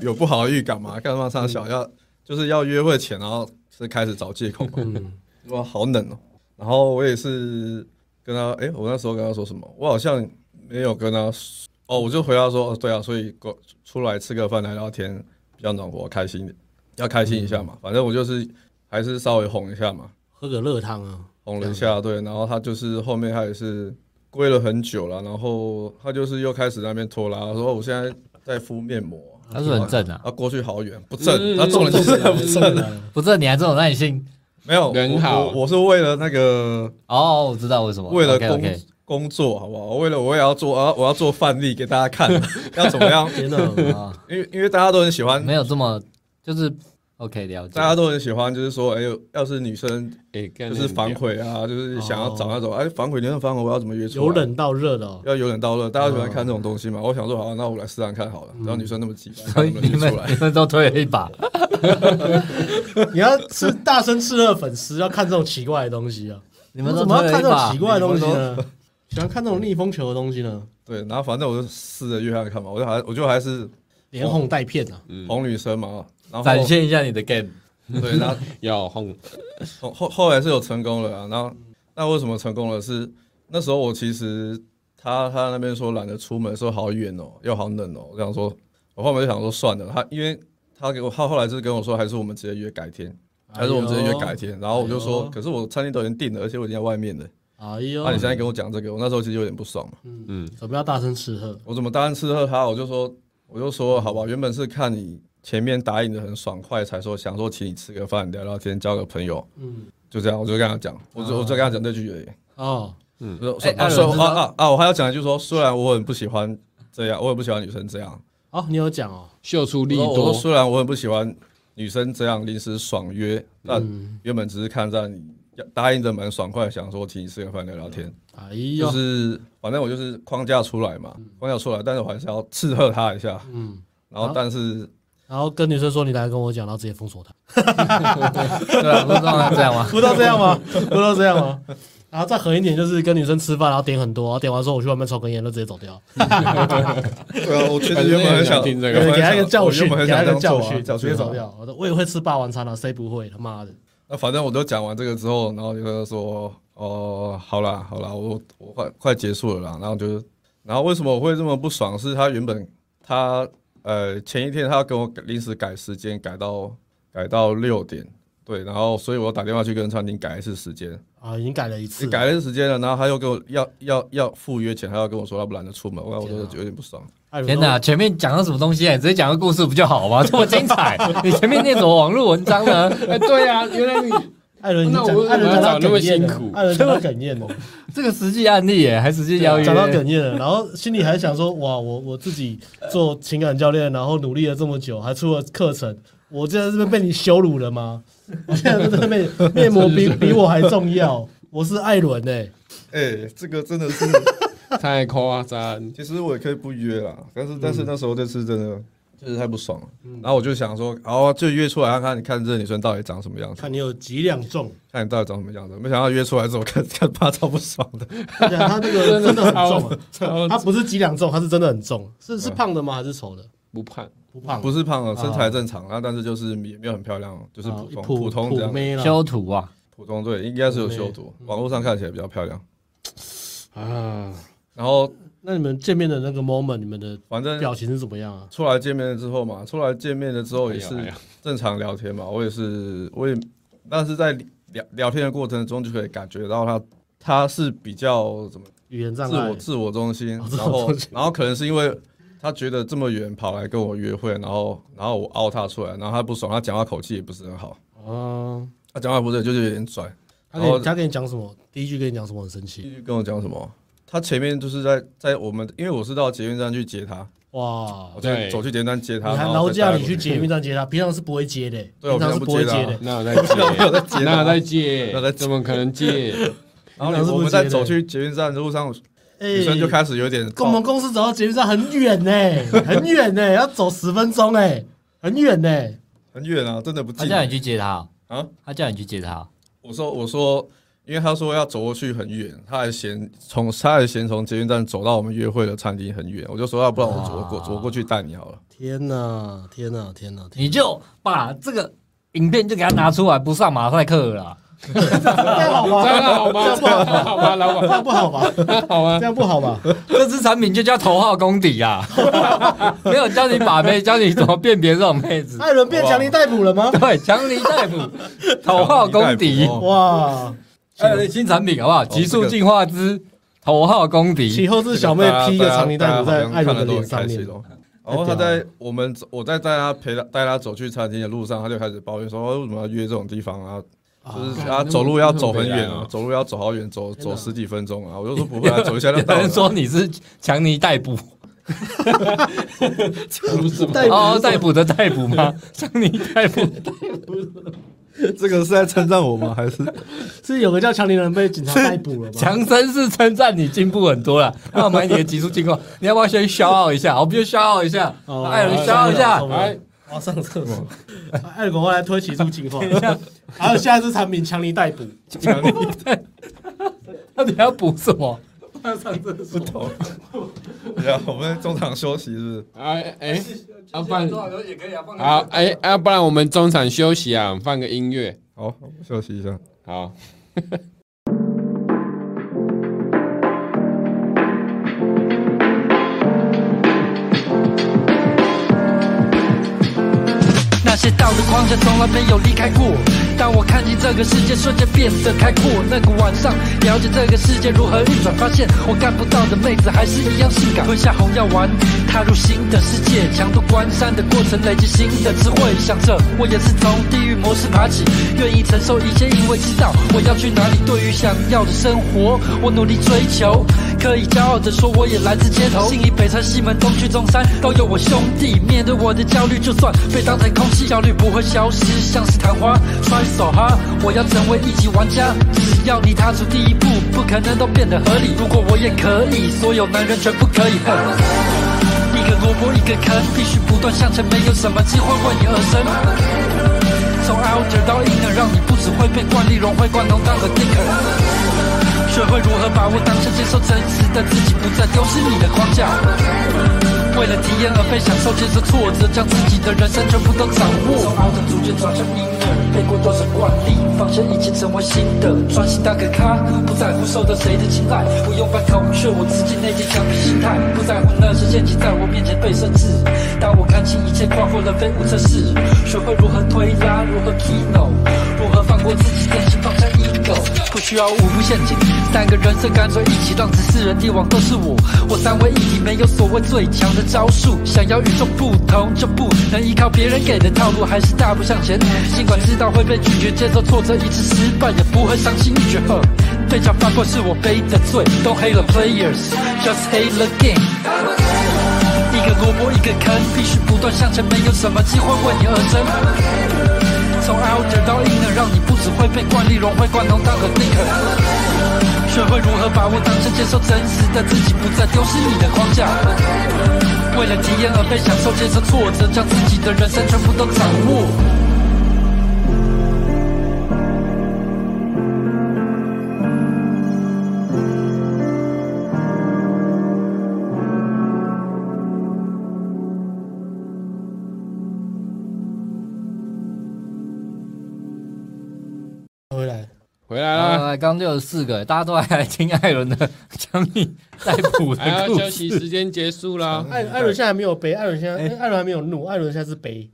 S3: 有不好的预感嘛？干嘛上小要就是要约会前，然后是开始找借口嘛？
S1: 嗯，
S3: 哇，好冷哦、然后我也是跟他，哎、我那时候跟他说什么？我好像没有跟他说哦，我就回答说，哦，对啊，所以过出来吃个饭聊聊天比较暖和，开心一点，要开心一下嘛。反正我就是还是稍微哄一下嘛，
S1: 喝个热汤啊。
S3: 哄了一下，对。然后他就是后面他也是跪了很久了，然后他就是又开始在那边拖拉，他说哦我现在在敷面膜。
S4: 他是不是很正啊，
S3: 他过去好远，不
S2: 嗯
S3: 正，他中了就是不正，
S4: 不正你还这种耐心？
S3: *laughs* 没有
S2: 人好
S3: 我我我是为了那个
S4: 哦，我知道为什么。
S3: 为了
S4: OK
S3: 工
S4: OK，
S3: 工作，好不好？为了我也要做，啊，我要做范例给大家
S4: *laughs*
S3: 看，要怎么样？
S1: *laughs* 天哪，
S4: 啊，
S3: 因为因为大家都很喜欢，
S4: 没有这么就是 OK 了解
S3: 大。家都很喜欢，就是说，哎、呦，要是女生
S2: 哎，干
S3: 就
S2: 得
S3: 是
S2: 很
S3: 反
S2: 屌，
S3: 悔啊，就是想要找那
S4: 哦
S3: 种，哎、反悔你很反悔，我要怎么约出来？
S1: 由冷到热的
S3: *laughs*
S1: 哦。
S3: 要有冷到热，大家喜欢看这种东西嘛？
S4: 嗯
S3: 我想说，好，那我来试试看好了。然后女生那么急，
S4: 所
S3: 看
S4: 以
S3: 能不能
S4: 你
S3: 约
S4: 们
S3: 出来？
S4: 你们都推了一把，
S1: 你要是大声炽热粉丝，要看这种奇怪的东西啊！
S4: 你们
S1: 怎
S4: 都
S1: 么要看
S4: 推了一
S1: 这种
S4: 把
S1: 奇。怪的东西呢？喜欢看这种逆风球的东西呢？
S3: 对，然后反正我就试着约她看嘛，我就还我就还是
S1: 连哄带骗啊！
S3: 哄女生嘛，然后
S4: 展现一下你的 game，
S3: 对，然后
S2: 要哄，
S3: 后后后来是有成功了啊。然后那为什么成功了是？那时候我其实他他那边说懒得出门，说好远哦，又好冷哦。我想说，我后面就想说算了，他因为他给我他后来就是跟我说，还是我们直接约改天。还是我们直接约改
S1: 天。
S3: 天？然后我就
S1: 哎
S3: 说，
S1: 呦
S3: 可是我餐厅都已经定了，而且我已经在外面了。
S1: 哎呦，
S3: 那啊你现在跟我讲这个，我那时候其实有点不爽嘛。
S2: 嗯，
S1: 准备要大声斥喝，
S3: 我怎么答应吃喝他？我就说，我就说，好吧，原本是看你前面答应的很爽快，才说想说请你吃个饭、聊聊天、交个朋友，
S1: 嗯，
S3: 就这样。我就跟他讲，我就我就跟他讲这句而已。
S1: 哦，
S3: 我
S4: 哎
S3: 说啊
S4: 艾伦
S3: 说
S4: 知道
S3: 啊啊啊！我还要讲一句说，虽然我很不喜欢这样，我很不喜欢女生这样。
S1: 哦，你有讲哦，
S2: 秀出
S3: 我
S2: 力
S3: 说我说
S2: 多，
S3: 虽然我很不喜欢女生这样临时爽约，但原本只是看在你答应的蛮爽快，想说请你吃个饭聊聊天，
S1: 哎呦，
S3: 就是反正我就是框架出来嘛，框架出来，但是我还是要斥喝他一下。
S1: 嗯，
S3: 然后但是
S1: 然后跟女生说你来跟我讲，然后直接封
S3: *laughs*
S1: 锁她，
S4: 对啊，不是通常这 *laughs* 样吗？
S1: 不都这样吗？ *laughs* 不都这样吗？然后再狠一点，就是跟女生吃饭，然后点很多，然后点完之后我去外面抽根烟，就直接走掉。
S3: 对啊，我 *laughs* 其
S2: 实原本很想听这个
S1: 给他一个教训，
S3: 我原本
S1: 给他
S3: 很想
S1: 一
S3: 这
S1: 个
S3: 样
S1: 教
S3: 做啊
S1: 训，
S3: 教
S1: 直接
S3: 训他
S1: 走掉。我说我也会吃霸王餐啊，谁不会？他妈的，
S3: 那反正我都讲完这个之后，然后就说哦，好啦好啦，我我快快结束了啦。然后就是，然后为什么我会这么不爽？是他原本他呃前一天他要跟我临时改时间，改到改到六点，对，然后所以我打电话去跟餐厅改一次时间，
S1: 啊，已经改了一
S3: 你
S1: 次，
S3: 改了一次时间了，然后他又跟我要要要赴约前，他要跟我说他不懒得出门，我我就
S1: 天啊
S3: 有点不爽。
S1: 艾伦
S4: 天
S1: 说
S4: 哪，前面讲到什么东西、哎直接讲个故事不就好吗？这 *laughs* 么精彩，你前面念什么网络文章 *laughs* 呢？
S2: 哎，对啊，原来你
S1: 艾伦已经
S2: 那我
S1: 讲，艾伦讲
S2: 我要
S1: 到
S2: 找那么
S1: 哽咽
S2: 辛
S1: 了
S2: 苦，
S1: 艾伦讲到哽咽了，
S4: 这个实际案例耶，还实际邀约，
S1: 啊讲到哽咽了，然后心里还想说，哇，我我自己做情感教练，然后努力了这么久，还出了课程，我现在这边被你羞辱了吗？ *laughs* 我现在这边被面膜比比我还重要，我是艾伦哎、
S3: 哎、这个真的
S1: *laughs*
S3: 是，
S2: 太夸张，
S3: 其实我也可以不约啦，但
S1: 嗯
S3: 是但是那时候这次真的。就是太不爽了，然后我就想说，好、啊，就约出来看看，你看这女生到底长什么样子。
S1: 看你有几两重，
S3: 看你到底长什么样子。没想到约出来之后，看看他超不爽的，
S1: 啊他那个真的很重、啊，
S2: 超
S1: 他不是几两重，他是真的很重，是是胖的吗？还是丑的？
S2: 不胖，
S1: 嗯不胖，
S3: 不是胖了，啊身材正常，然后但是就是也没有很漂亮，就是
S1: 啊
S3: 普通
S1: 普
S3: 普通这
S1: 普
S3: 样，
S1: 妹嗯了
S4: 修图啊，
S3: 普通对，应该是有修图，网络上看起来比较漂亮。
S1: 啊。
S3: 然后
S1: 那你们见面的那个 moment，你们的
S3: 反正
S1: 表情是怎么样啊？
S3: 出来见面了之后嘛，出来见面了之后也
S2: 哎呀哎
S3: 是
S2: 呀
S3: 正常聊天嘛，我也是我也，但是在聊聊天的过程中就可以感觉到他他是比较怎么
S1: 语言障
S3: 自
S1: 碍
S3: 我，自我中心，
S1: 哦自
S3: 然
S1: 我
S3: 后
S1: 中心
S3: 然后可能是因为他觉得这么远跑来跟我约会，然后然后我凹他出来，然后他不爽，他讲话口气也不是很好，
S1: 哦，
S3: 他讲话不是就是有点拽。
S1: 他跟
S3: 然后
S1: 你他跟你讲什么？第一句跟你讲什么？很生气
S3: 继续跟我讲什么？他前面就是在在我们，因为我是到捷运站去接他，
S1: 哇
S3: 我！
S2: 对
S3: 就走去捷运站接他，
S1: 你还
S3: 然
S1: 劳
S3: 后
S1: 驾
S3: 再
S1: 你去捷运站接他，平常是不会接的、
S3: 对我
S1: 平常是不会接
S3: 平常
S1: 的
S3: 不接。
S2: 那我在借，那我在借，
S3: 那我在借
S2: 怎么可能借？
S1: 平
S3: 带我去，
S1: 常
S3: 然
S1: 是
S3: 后我
S1: 不
S3: 们
S1: 接的
S3: 在走去捷运站的路上，
S1: 哎、
S3: 女生就开始有点
S1: 跟我们
S3: 暴，
S1: 公司走到捷运站很远呢、很远呢、要走十分钟哎、很远呢、
S3: 很远啊，真的不
S4: 他
S3: 近
S4: 叫你去接他
S3: 啊。
S4: 他叫你去接他，
S3: 我说我说，因为他说要走过去很远，他还嫌从他还嫌从捷运站走到我们约会的餐厅很远，我就说要不然我走过
S4: 哇
S3: 走过去带你好了。
S1: 天哪，天哪，天哪！
S4: 你就把这个影片就给他拿出来，不上马赛克了啦。啊
S1: 这样好
S2: 这
S1: 吗？
S2: 样好吗？这样好吗，老
S1: 这
S2: 板？
S1: 样不好吧？
S2: 好啊
S1: 这，样不好吧？
S4: *laughs* 这支产品就叫头号公敌 *laughs* 啊，没有教你把妹，教你怎么辨别这种妹子。
S1: 艾伦变强力逮捕了吗？
S4: 对，强尼戴普，头号公敌，
S3: 哦
S1: 哇！
S4: 哎，新产品好不好？极
S3: 这
S4: 速
S3: 个
S4: 进化之头号公敌
S1: 起，后是小妹披一个长领带骨在艾伦的脸上面。
S3: 哦。然后他在我们走我在带他陪他带他走去餐厅的路上，他就开始抱怨说哦为什么要约这种地方啊？就是
S2: 干
S3: 他
S2: 那
S3: 走
S2: 么
S3: 路要走很
S2: 那么北
S3: 远
S2: 啊
S3: 啊，走路要走好远，走
S1: 天哪
S3: 走十几分钟啊。我就说不会啊，走一
S1: *laughs*
S3: 下就
S4: 有
S3: 到了
S4: 人。说你是强尼戴普，
S2: 不是吗？
S1: 逮捕
S4: 哦，逮捕的逮捕吗？ *laughs* 强尼戴普，
S3: 这个是在称赞我吗？还是
S1: 是有个叫强林人被警察逮捕了吗？
S4: 强森是称赞你进步很多了，那我买你的极速进化， *laughs* 你要不要先消耗一下？我们就消耗一下，
S1: 哦
S4: 艾伦消耗一下
S1: 受，不了
S2: 哎，
S1: 我要哦上厕所。 *laughs* 艾伦赶快来推起出情 *laughs* 况，还有下一支产品强力逮捕，
S4: 到底要补什么？
S3: 不懂？对啊，我们中场休息是不是？
S2: 哎哎，要不然
S4: 多也可以啊，放
S2: 好，哎，要不然我们中场休息啊，放个音乐，
S3: 好，我们休息一下。
S2: 好。
S5: 那些道路框架从来没有离开过。当我看清这个世界瞬间变得开阔，那个晚上了解这个世界如何运转，发现我干不到的妹子还是一样性感。吞下红药丸，踏入新的世界，强度关山的过程累积新的智慧。想着我也是从地狱模式爬起，愿意承受一切，因为知道我要去哪里。对于想要的生活，我努力追求，可以骄傲的说我也来自街头。信义北山、西门、东区、中山都有我兄弟。面对我的焦虑，就算被当成空气，焦虑不会消失，像是昙花摔手哈。我要成为一级玩家，只要你踏出第一步，不可能都变得合理。如果我也可以，所有男人全部可以。哼一个萝卜一个坑，必须不断向前，没有什么机会为你而生。从 outer 到 inner，让你不只会被惯例融会贯通当个 thinker，学会如何把握当下，接受真实的自己，不再丢失你的框架。为了体验而被享受，接受挫折，将自己的人生全部都掌握。从 outer 逐渐转向 inner，背过多少惯例，放下一切，成为新的，专心当个咖，不在乎受到谁的青睐，不用扮孔雀，我自己内心强逼心态，不在乎那些陷阱在我面前被设置。当我看清一切，跨过了飞舞测试，学会如何推拉，如何 kino，如何放过自己，真心放下 ego，不需要五步陷阱，三个人生干脆一起，让只是人帝王都是我，我三位一体，没有所谓最强的招数，想要与众不同，就不能依靠别人给的套路，还是大步向前，尽管知道会被拒绝，接受挫折，一次失败也不会伤心欲绝。呵对角发过是我背的罪，Don't hate the players，just hate the game。一个萝卜一个坑，必须不断向前，没有什么机会为你而生。从 outer 到 inner，让你不只会被惯例融会贯通当个 thinker，学会如何把握当下，接受真实的自己，不再丢失你的框架。为了体验而被享受，接受挫折，将自己的人生全部都掌握。
S1: 回来，
S2: 回来啦，
S4: 啊，刚六十四个，大家都还来听艾伦的 *laughs* 讲你在补
S2: 还
S4: 的
S2: 要
S4: 故
S2: 哎休息
S4: 事。
S2: 时间结束啦。
S1: 艾艾伦现在还没有悲，艾伦现在嗯哎艾伦还没有怒，艾伦现在是 *laughs* 悲，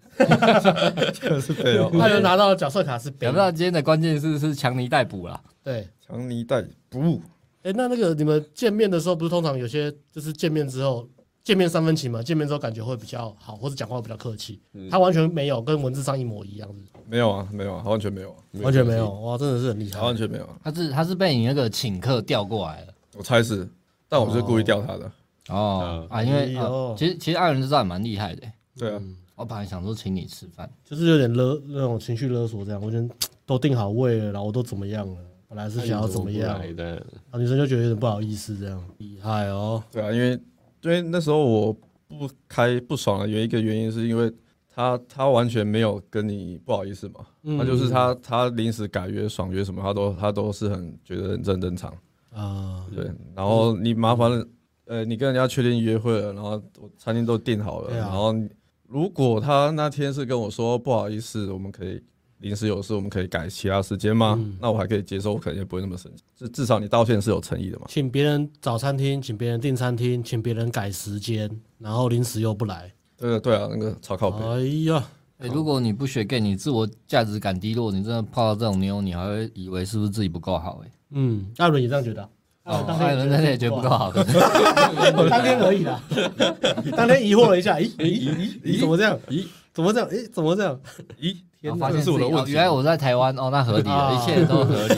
S3: 就是
S1: *laughs*
S3: 对哦，
S1: 艾伦拿到的角色卡是悲
S4: 想不。到今天的关键字是强尼逮捕啦，
S1: 对，
S3: 强尼戴不，
S1: 哎，那那个你们见面的时候，不是通常有些就是见面之后，见面三分情嘛，见面之后感觉会比较好，或者讲话会比较客气。他完全没有，跟文字上一模一样，是不是
S3: 没有啊，没有啊，完全没有啊，
S1: 完全没有，哇，哦真的是很厉害
S3: 他。完全没有啊，
S4: 他是他是被你那个请客调过来的。
S3: 我猜是，但我是故意钓他的，
S4: 哦啊，因为、
S1: 哎呦
S4: 呃其实其实艾伦知道也蛮厉害的欸。
S3: 对啊，
S4: 我本来想说请你吃饭，
S1: 就是有点勒那种情绪勒索这样，我觉得嗯都定好位了，然后我都怎么样了，本来是想要怎么样，
S2: 来
S1: 然
S2: 的？
S1: 后女生就觉得有点不好意思这样，厉害哦，
S3: 对啊，因为因为那时候我不开不爽的有一个原因是因为他他完全没有跟你不好意思嘛，
S1: 嗯
S3: 他就是他他临时改约爽约什么，他都他都是很觉得很正正常，
S1: 啊、
S3: 对，然后你麻烦了，呃，你跟人家确定约会了，然后我餐厅都订好了，
S1: 对啊
S3: 然后你如果他那天是跟我说不好意思，我们可以临时有事，我们可以改其他时间吗？那我还可以接受，我可能也不会那么生气，至至少你道歉是有诚意的嘛。
S1: 请别人找餐厅，请别人订餐厅，请别人改时间，然后临时又不来，
S3: 对啊，对啊，那个超靠背，
S1: 哎呀，
S4: 欸如果你不学 gay，你自我价值感低落，你真的泡到这种妞，你还会以为是不是自己不够好、欸？
S1: 嗯，艾伦也这样觉得啊，
S4: 哦
S1: 当
S4: 艾
S1: 天
S4: 伦真的也觉得不够好，
S1: 当天而已啦， *laughs* 当天疑惑了一下，咦咦咦咦，怎么这样？咦，怎么这样？咦，怎么这样？
S3: 咦，
S1: 天
S4: 然后
S1: 哪
S4: 发，
S1: 这
S4: 现
S1: 是我的
S4: 自己哦
S1: 问题，
S4: 原来我在台湾哦，那合理了，
S1: 啊
S4: 一切都合理。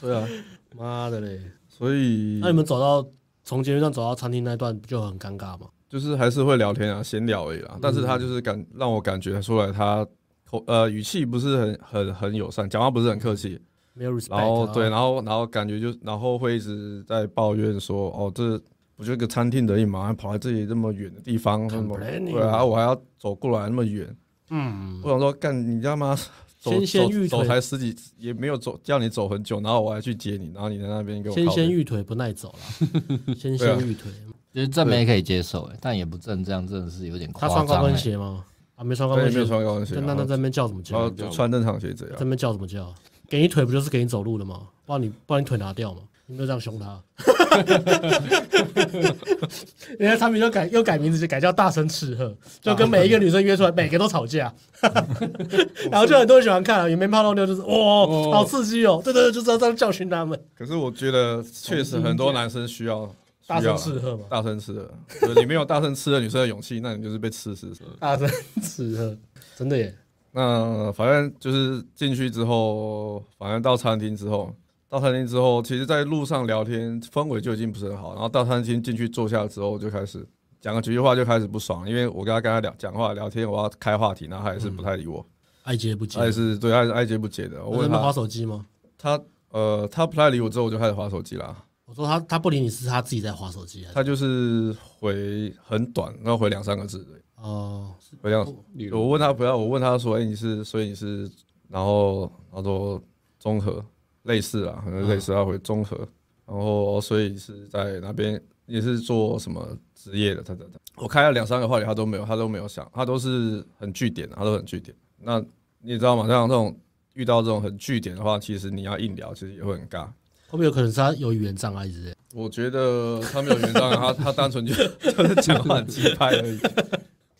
S3: 对啊，
S1: 妈的嘞！
S3: 所以
S1: 那你们走到从捷运站走到餐厅那一段，不就很尴尬吗？
S3: 就是还是会聊天啊，闲聊而已啦。但是他就是感让我感觉出来他口呃语气不是很很很友善，讲话不是很客气，
S1: 没有 respect，
S3: 然后
S1: 啊
S3: 对，然后然后感觉就然后会一直在抱怨说，哦，这不就一个餐厅而已嘛，还跑来这里这么远的地方，什么
S1: Complaining
S3: 对啊，我还要走过来那么远，
S1: 嗯，
S3: 我想说，干你他妈走
S1: 纤纤
S3: 走
S1: 玉
S3: 走
S1: 腿
S3: 才十几，也没有走叫你走很久，然后我还去接你，然后你在那边给我
S1: 纤
S3: 靠
S1: 纤
S3: 背
S1: 玉腿不耐走
S3: *laughs*
S1: 了，纤
S3: 啊
S1: 纤玉腿。
S4: 其实正妹可以接受、欸，但也不正，这样真的是有点夸
S1: 他
S4: 张、欸。
S1: 穿高跟鞋吗？啊，没穿高
S3: 对，
S1: 跟
S3: 没有
S1: 鞋。
S3: 穿高跟鞋，
S1: 那那
S3: 然
S1: 那
S3: 后
S1: 在那边叫怎么叫
S3: 然？后就穿正常鞋这
S1: 在
S3: 啊样，
S1: 那边叫怎么叫？给你腿不就是给你走路的吗？不然你不然你腿拿掉嘛？你没有这样凶他。人家产品就改又改名字，就改叫大声斥喝，就跟每一个女生约出来，每个都吵 *laughs* 架，然后就很多人喜欢看啊，也没泡到妞，就是哇、好刺激哦！对对对，就是要这样教训他们，
S3: 可是我觉得确实很多男生需要
S1: 大声
S3: 需要
S1: 斥
S3: 啦
S1: 喝嘛，
S3: 大声吃的，就是你没有大声吃的女生的勇气，那你就是被吃死。
S1: 大声斥喝，真的耶！
S3: 那反正就是进去之后，反正到餐厅之后，到餐厅之后，其实在路上聊天氛围就已经不是很好。然后到餐厅进去坐下之后，就开始讲了几句话就开始不爽，因为我跟他跟他聊讲话聊天，我要开话题，然后他也是不太理我，
S1: 爱接不接
S3: 他？也是对，他也是爱接不接的。
S1: 我
S3: 我
S1: 在
S3: 问
S1: 嗯那边划
S3: 他，
S1: 手机吗？
S3: 他呃他不太理我之后，我就开始划手机啦。
S1: 我说他他不理你是他自己在划手机还是？
S3: 他就是回很短，然后回两三个字而已，
S1: 哦，
S3: 回两
S2: 例如
S3: 我问他不要，我问他说：“哎、你是，所以你是，然后他说综合类似啊，可能
S2: 嗯
S3: 类似，他回综合，然后所以是在那边也是做什么职业的，他他他，我开了两三个话题，他都没有，他都没有想，他都是很据点，啊他都很据点。那你也知道嘛，像这种遇到这种很据点的话，其实你要硬聊，其实也会很尬。
S1: 会不会有可能是他有语言障碍之类的？
S3: 我觉得他没有原谅他，他单纯就 *laughs* 就是讲话很鸡掰而已。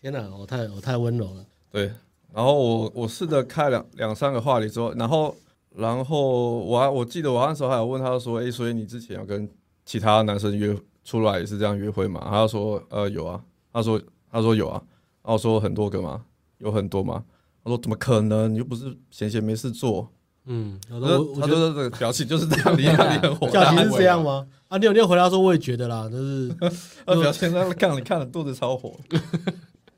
S1: 天哪，我太我太温柔了。
S3: 对，然后我我试着开两两三个话题之后，然后然后我还我记得我那时候还有问他说，诶，所以你之前有跟其他男生约出来也是这样约会吗？他说呃有啊，他说他说有啊，然后我说很多个吗？有很多吗？他说怎么可能？你又不是闲闲没事做。
S1: 嗯，我
S3: 他
S1: 说
S3: 说
S1: 我
S3: 他
S1: 觉得
S3: 说这个表情就是这样，你看你很火
S1: 假
S3: 大。
S1: 期是这样吗？啊，你有你有回答说我也觉得啦，就是
S3: *laughs* 他表情那样看，你看了肚子超火。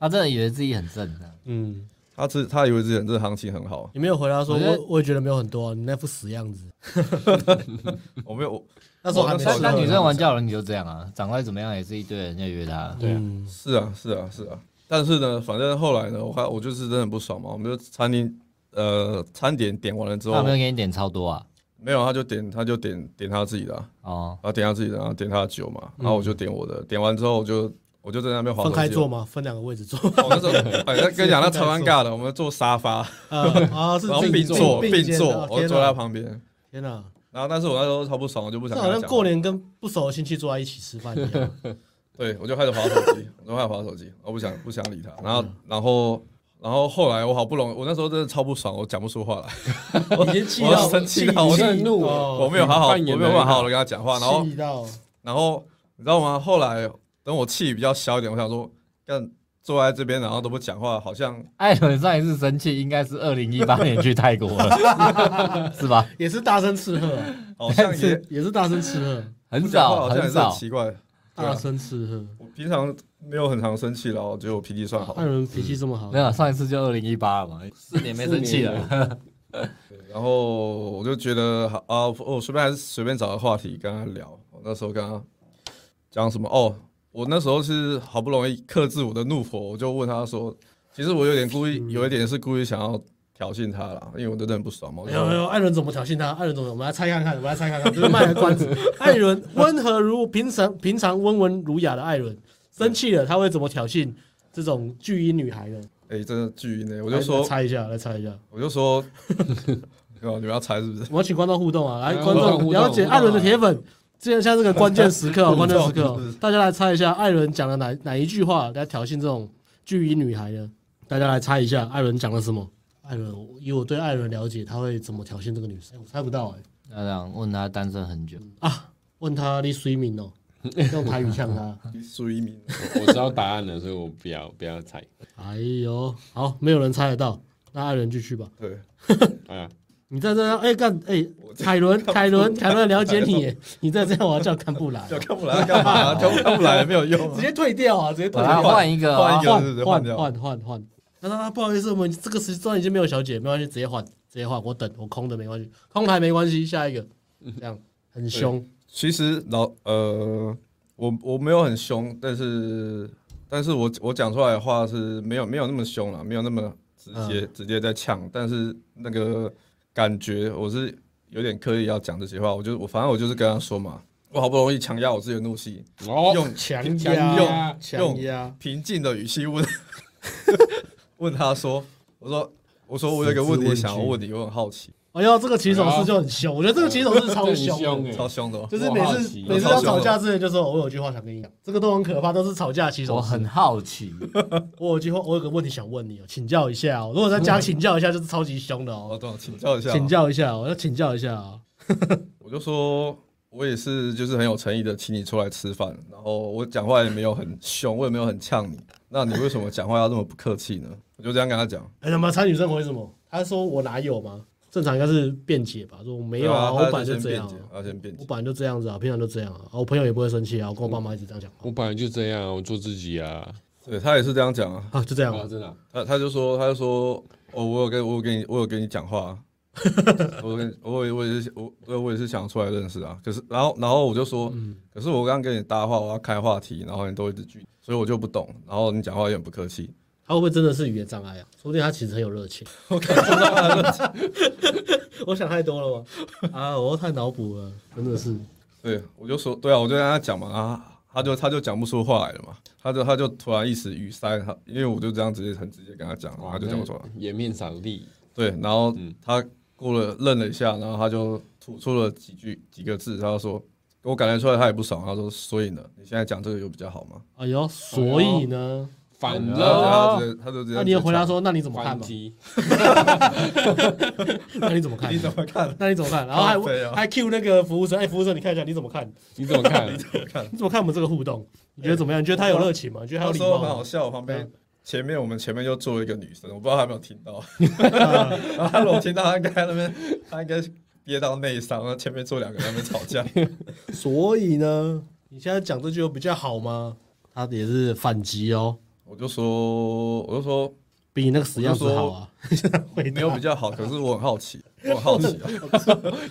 S4: 他真的以为自己很正 *laughs* 的。
S1: 嗯，
S3: 他自他以为自己这行情很好，
S1: 你没有回答说
S4: 我觉得
S1: 我我也觉得没有很多啊，你那副死样子。
S3: 我没有我
S1: 那时候还没
S3: 那
S1: 适
S3: 时候
S1: 合
S4: 但但女生
S3: 我
S4: 玩交友软体就这样啊，长得怎么样也是一堆人在约她。
S1: 对啊，
S3: 是啊，是啊，是啊。但是呢，反正后来呢，我还我就是真的很不爽嘛。我们就餐厅呃餐点点完了之
S4: 他
S1: 啊
S3: 后
S4: 没，有给你点超多啊？
S3: 没有他就点他就点点他自己的啊、
S4: 哦，
S3: 然后点他自己的，然后点他的酒嘛，然后我就点我的。点完之后我就我就在那边划手
S1: 嗯分
S3: 机
S1: 开坐吗？分两个位置 *laughs* 坐
S3: 哦，那时候哎，那跟你讲，那超尴尬的，我们坐沙发，
S1: 啊啊，是
S3: 然后并坐并
S1: 肩
S3: 坐
S1: 的，哦
S3: 我
S1: 天
S3: 就坐在他
S1: 哪，
S3: 旁边。
S1: 天哪，
S3: 然后，但是我那时候超不爽，我就不
S1: 这
S3: 想。
S1: 好像过。年跟不熟的亲戚坐在一起吃饭一
S3: *laughs*
S1: 样。
S3: 对，我就开始划手机，我就开始划手机，我不想不想理他。
S1: 嗯
S3: 然后，然后，然后后来我好不容易，我那时候真的超不爽，我讲不出话来。
S1: 已经气
S3: 我
S1: 到
S3: 生气到我
S1: 气
S3: 真
S2: 的怒
S1: 哦
S3: 我没有好好，我
S2: 扮
S3: 没
S2: 演
S3: 有
S2: 的
S3: 办法好好的跟他讲话，然后
S1: 气到
S3: 然后你知道吗？后来等我气比较消一点，我想说，干坐在这边然后都不讲话，好像
S4: 艾伦哎上一次生气应该是二零一八年去泰国了，是吧？
S1: 也是大声斥喝，啊
S3: 好像 *laughs* 也
S1: 也是大声斥喝，
S4: 很
S3: 不讲话
S4: 少
S3: 好像也
S4: 很
S3: 是很
S4: 少，
S3: 奇怪。对
S1: 大
S3: 啊
S1: 声斥喝。
S3: 我平常没有很常生气了，我觉得我脾气算好
S1: 艾。伦脾气这么
S3: 嗯
S1: 好
S4: 没，有上一次就二零一八了嘛，四年没生气了。
S3: 然后我就觉得好啊，我随便还是随便找个话题跟他聊。我那时候跟他讲什么？哦，我那时候是好不容易克制我的怒火，我就问他说，其实我有点故意，有一点是故意想要挑衅他啦，因为我真的很不爽嘛。我
S1: 没
S3: 就
S1: 有没有，哎艾伦怎么挑衅他？艾伦怎么？我们来猜看看，我们来猜看看，这是卖个关子。艾伦温和如平常平常温文儒雅的艾伦，生气了他会怎么挑衅这种巨婴女孩呢？
S3: 哎、真的巨婴呢，我就
S1: 来
S3: 说
S1: 来，猜一下，来猜一下。
S3: 我就 *laughs* 说，哦，你们要猜是不 *laughs* 是？
S1: 我们要请观众互动啊，来
S2: 来
S1: 观
S2: 互动
S1: 众
S2: 互动
S1: 了解艾伦的铁粉。这现在这个关键时刻哦，关键时刻哦
S3: 互动是不，
S1: 大家来猜一下艾伦讲了哪哪一句话来挑衅这种巨婴女孩呢？大家来猜一下艾伦讲了什么？艾伦，以我对艾伦了解，他会怎么挑衅这个女生？哎我猜不到哎、
S4: 那这样问他单身很久，
S1: 啊，问他你水敏哦， *laughs* 用台语呛他。
S3: 苏一鸣，
S2: 我知道答案了，所以我不要不要猜。
S1: 哎呦，好，没有人猜得到，那艾伦继续吧。
S3: 对， *laughs*
S2: 哎呀，
S1: 你再这样，哎干，哎，凯伦，凯伦，凯伦了解你耶，你再这样我要叫干部来，
S3: *laughs* 叫看不来干 *laughs* 嘛？叫看不来没有用
S1: 直接退掉啊，直接退
S4: 我要
S1: 掉，
S4: 换一个
S3: 换
S4: 啊
S3: 一，个是不是
S1: 换
S3: 换掉
S1: 换换换。那那不好意思，我们这个时段已经没有小姐，没关系，直接换，直接换，我等，我空的没关系，空台没关系，下一个，这样很凶，
S3: 其实老呃，我我没有很凶，但是但是我我讲出来的话是没有没有那么凶了，没有那么直接、
S1: 嗯
S3: 直接在呛，但是那个感觉我是有点刻意要讲这些话，我就我反正我就是跟他说嘛，我好不容易强压我自己的怒气，
S2: 哦，
S3: 用
S1: 强
S2: 强
S1: 压
S2: 压，
S1: 强压，
S3: 平静的语气问 *laughs* 问他说：“我说我说我有一个问题想要问你，我很好奇，
S1: 哎呦，这个起手式就很凶，我觉得这个起手式超
S2: 这很
S1: 凶
S2: 凶
S1: 的
S2: 欸，
S3: 超凶的哦。
S1: 就是每
S2: 我好
S1: 次
S2: 奇
S1: 每次要吵架之前就说，我有句话想跟你讲，这个都很可怕，都是吵架起手
S4: 我
S1: 式。
S4: 很好奇，
S1: 我有句话，我有个问题想问你哦，请教一下哦。如果在家请教一下，就是超级凶的
S3: 我
S1: 哦，
S3: 懂，请教一下，
S1: 请。教一下哦，我要请教一下哦。
S3: 我就说，我也是，就是很有诚意的请你出来吃饭，然后我讲话也没有很凶，我也没有很呛你，那你为什么讲话要这么不客气呢？我就这样跟他讲，
S1: 哎，他妈蔡女生回什么？他说我哪有吗？正常应该是辩解吧，说我没有啊，
S3: 对
S1: 我
S3: 他
S1: 本来就
S3: 先
S1: 这
S3: 辩
S1: 样
S3: 解
S1: 啊，，
S3: 他先辩
S1: 我
S3: 解。
S1: 本来就这样子啊，平常就这样啊，啊我朋友也不会生气啊，我跟我爸妈一直这样讲话
S2: 我本来就这样，我做自己啊。
S3: 对他也是这样讲啊，
S1: 啊，就这样啊。
S2: 真的啊，
S3: 他他就说，他就说，哦，我有跟我有跟你我有跟你讲话啊、 *laughs* 我跟我也我也是我对我也是想出来认识啊，可是然后然后我就说，
S1: 嗯
S3: 可是我刚刚跟你搭话，我要开话题，然后你都一直拒，所以我就不懂，然后你讲话有点不客气，
S1: 他会不会真的是语言障碍啊？说不定他其实很有热情。 *laughs* 我想太多了吗？啊，我又太脑补了，真的是。
S3: 对，我就说，对啊，我就跟他讲嘛，啊，他就他就讲不出话来了嘛，他就他就突然一时语塞，他因为我就这样直接很直接跟他讲，然后他就讲不出来，
S2: 颜面扫地，
S3: 对，然后他过了愣了一下，然后他就吐出了几句几个字，他就说，我感觉出来他也不爽，他说，所以呢，你现在讲这个有比较好吗？
S1: 哎呦，所以呢？
S2: 反
S3: 然后
S2: 了，
S3: 他就他就啊这样，
S1: 那你有回答，说，那你怎么哦看
S2: 反
S1: 嘛？
S2: 击，
S1: 那你怎么看？
S3: 你怎么看？
S1: 那你怎么看？然后还
S3: 靠北哦
S1: 还 Q 那个服务生，哎，服务生，你看一下，你怎么看？
S2: 你怎么
S3: *laughs*
S2: 看？
S1: 你怎么看我们这个互动？你觉得怎么样？你觉得他有热情吗？你觉得他有礼
S3: 他说
S1: 貌
S3: 很好
S1: 吗？
S3: 笑，我旁边
S1: 嗯
S3: 前面我们前面就坐了一个女生，我不知道她有没有听到。然后她如果听到，她应该在那边，她应该憋到内伤。然后前面坐两个人在那边吵架， *laughs*
S1: 所以呢，你现在讲这句有比较好吗？他也是反击哦，
S3: 我就说，我就说
S1: 比你那个死样子好啊。回
S3: 没有
S1: 答
S3: 比较好，可是我很好奇，我很好奇啊，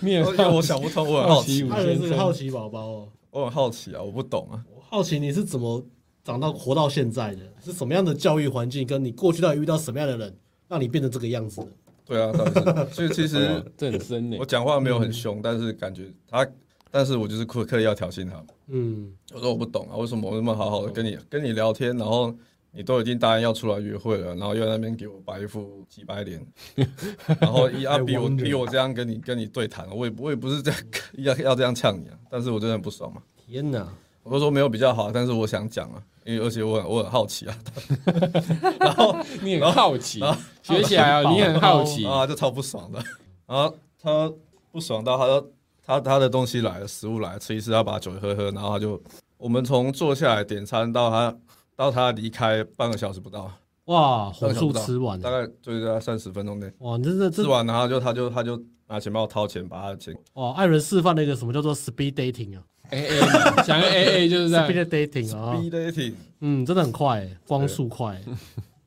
S2: 你也
S3: 因为我想不通，我很好
S2: 好奇
S3: 奇，
S1: 他人是个好奇宝宝哦，
S3: 我很好奇啊，我不懂啊。
S1: 我好奇你是怎么长到活到现在的，是什么样的教育环境，跟你过去到底遇到什么样的人，让你变成这个样子的？
S3: 对啊，到底是所以其
S2: 哎呦
S3: 实
S2: 这很深呢
S3: 我。讲话没有很凶，但是感觉她，但是我就是刻刻意要挑衅她。
S1: 嗯，
S3: 我说我不懂啊，为什么我那么好好的跟你跟你聊天，然后你都已经答应要出来约会了，然后又在那边给我摆一副几白脸，然后一啊逼我逼我这样跟你跟你对谈，我也我也不是这样要要这样呛你啊，但是我真的很不爽嘛。
S1: 天哪！
S3: 我就说没有比较好，但是我想讲啊，因为而且我很我很好奇啊，然后
S2: 你很好奇
S3: 然后，
S2: 学起来啊！你很好奇，
S3: 啊就超不爽的，然后他不爽到他说他他的东西来了，食物来了，吃一吃，他把酒喝喝，然后他就我们从坐下来点餐到他到他离开半个小时不到，
S1: 哇，
S3: 半
S1: 火
S3: 个小时
S1: 速
S3: 不到
S1: 吃完
S3: 大，概就是在三十分钟内
S1: 哇，你真的
S3: 吃
S1: 这
S3: 完，然后就他就他就拿钱包掏钱，把他的钱
S1: 哇，艾伦示范了一个什么叫做 speed dating 啊
S2: A A 想要 A A 就是这样，
S1: ，speed dating 啊，
S3: 逼的一挺。
S1: 嗯，真的很快欸，光速快欸，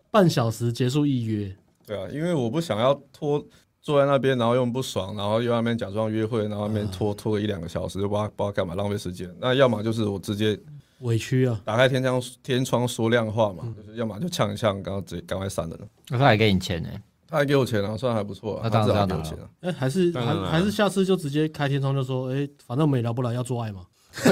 S1: 半小时结束预约，
S3: 对啊，因为我不想要拖坐在那边，然后又很不爽，然后又在那边假装约会，然后那
S4: 啊
S3: 边拖拖个一两个小时，不知道不知道干嘛，浪费时间。那要么就是我直接
S1: 委屈啊！
S3: 打开天窗天窗说亮话
S4: 嗯
S3: 嘛，就是要么就呛一呛，然后直接赶快闪人了。
S4: 那他还给你钱呢、哎
S3: 他还给我钱啊，算还不错、啊，
S4: 那
S3: 他
S4: 当
S3: 至少
S4: 然是要
S3: 给
S4: 拿
S3: 我
S4: 了
S3: 钱啊。
S1: 哎，还是
S2: 当
S1: 还
S2: 然啦
S1: 还是下次就直接开天窗就说，哎，反正我们也聊不来，要做爱嘛， *laughs*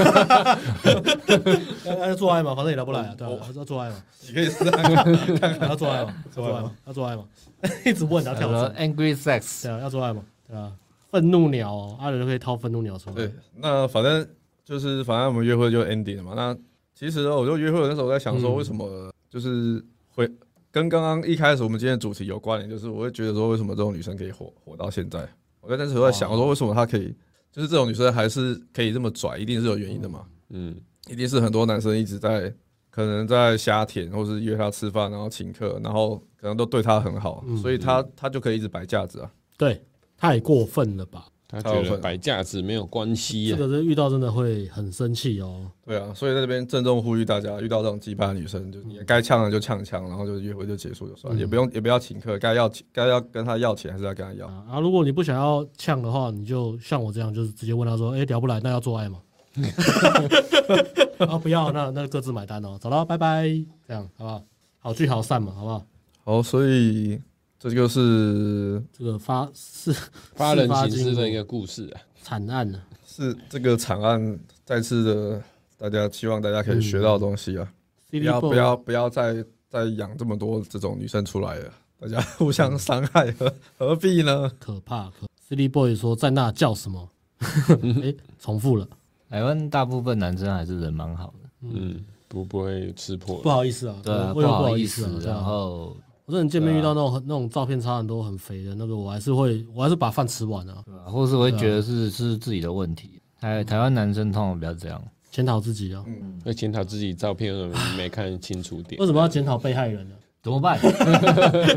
S1: 要要做爱嘛，反正也聊不来啊，对啊，要做爱嘛，
S3: 你可以试啊，
S1: 要做爱嘛，做爱嘛，要做爱嘛， *laughs* 一直问他
S4: 他
S1: 跳
S4: 说
S1: 绳，
S4: angry sex，
S1: 对啊，要做爱嘛，对啊，愤怒鸟哦，艾伦就可以掏愤怒鸟出来
S3: 对，，那反正就是反正我们约会就 ending 了嘛。那其实哦我就约会的那时候，我在想说，为什么就是会跟刚刚一开始我们今天的主题有关联，就是我会觉得说，为什么这种女生可以火火到现在？我在那时候在想，我说为什么她可以，就是这种女生还是可以这么拽，一定是有原因的嘛。
S2: 嗯，
S3: 一定是很多男生一直在可能在瞎舔，或是约她吃饭，然后请客，然后可能都对她很好，所以她她就可以一直摆架子啊。
S1: 对，太过分了吧？
S2: 他觉得摆架子没有关系
S1: 这
S2: 啊。
S1: 个是遇到真的会很生气哦。
S3: 对啊，所以在这边郑重呼吁大家，遇到这种鸡巴的女生，就你该呛的就呛呛，然后就约会就结束就
S1: 嗯
S3: 算，了，也不用也不要请客，该要该要跟她要钱还是要跟她要。
S1: 啊，啊如果你不想要呛的话，你就像我这样，就是直接问他说：“哎、聊不来，那要做爱吗？” *laughs* 啊，不要，那那各自买单哦，走了，拜拜，这样好不好？好聚好散嘛，好不好？
S3: 好，所以这就是
S1: 这个发是
S2: 发人行
S1: 事 *laughs*
S2: 事的一个故事啊，
S1: 惨案呢、
S3: 是这个惨案再次的，大家希望大家可以学到的东西啊，
S1: 啊，
S3: 不要不要不要再再养这么多这种女生出来了，大家互相伤害何何必呢？
S1: 可怕，可 City Boy 说在那叫什么？哎，重复了，
S4: 台湾大部分男生还是人蛮好的，
S2: 嗯，不不会吃破
S1: 不。好意思啊，
S4: 对啊，
S1: 我也不
S4: 好
S1: 好
S4: 意
S1: 意思啊
S4: 思。。
S1: 对啊
S4: 然后
S1: 我真的见面遇到那种很那种照片差很多很肥的那个，我还是会我还是把饭吃完啊，
S4: 对吧或是我会觉得是是自己的问题。台台湾男生通常比较这样，
S1: 检讨自己啊。
S2: 会检讨自己照片为什么没看清楚点
S1: 为，什么要检讨被害人啊呢？
S4: 怎么办？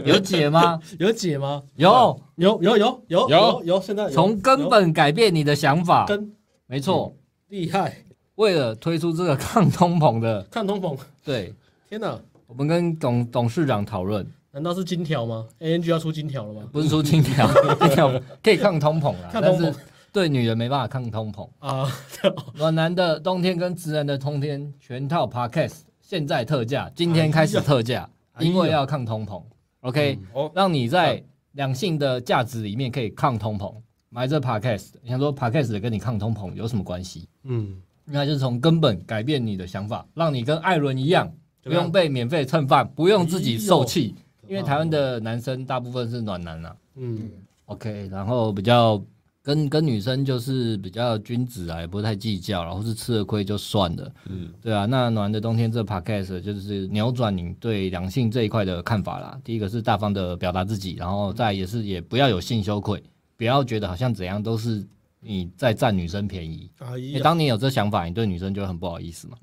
S4: 有解吗？
S1: 有解吗？
S4: 有，
S1: *laughs* 有有有有
S2: 有
S1: 有，现在有
S4: 从根本改变你的想法
S1: 有。嗯根
S4: 没错，
S1: 厉害，
S4: 为了推出这个抗通膨
S1: *laughs*
S4: 的，
S1: 看通膨，
S4: 对
S1: 天哪！
S4: 我们跟董董事长讨论，
S1: 难道是金条吗？A N G 要出金条了吗？
S4: 不是说啊
S1: *laughs*
S4: 金条，金条可以抗通膨啦，啊
S1: 抗通膨
S4: 但是对女人没办法抗通膨。
S1: 啊， *laughs*
S4: 暖男的冬天跟直男的冬天全套 podcast 现在特价，今天开始特价，
S1: 哎哎呀嗯
S4: 因为要抗通膨。OK，、
S3: 哦
S4: 让你在两性的价值里面可以抗通膨。买这 podcast，你想说 podcast 跟你抗通膨有什么关系？
S1: 嗯，
S4: 那就是从根本改变你的想法，让你跟艾伦一样，
S1: 怎
S4: 不
S1: 么样
S4: 用被免费蹭饭，不用自己受气。
S1: 哎呦
S4: 因为台湾的男生大部分是暖男啊。
S1: 嗯
S4: OK，然后比较跟跟女生就是比较君子啊，也不太计较，然后是吃了亏就算了。
S2: 嗯，
S4: 对啊，那暖的冬天这 podcast 就是扭转你对两性这一块的看法啦。第一个是大方的表达自己，然后再也是也不要有性羞愧，不要觉得好像怎样都是你在占女生便宜。
S1: 哎
S4: 因为
S1: 呀，
S4: 当你有这想法，你对女生就会很不好意思嘛。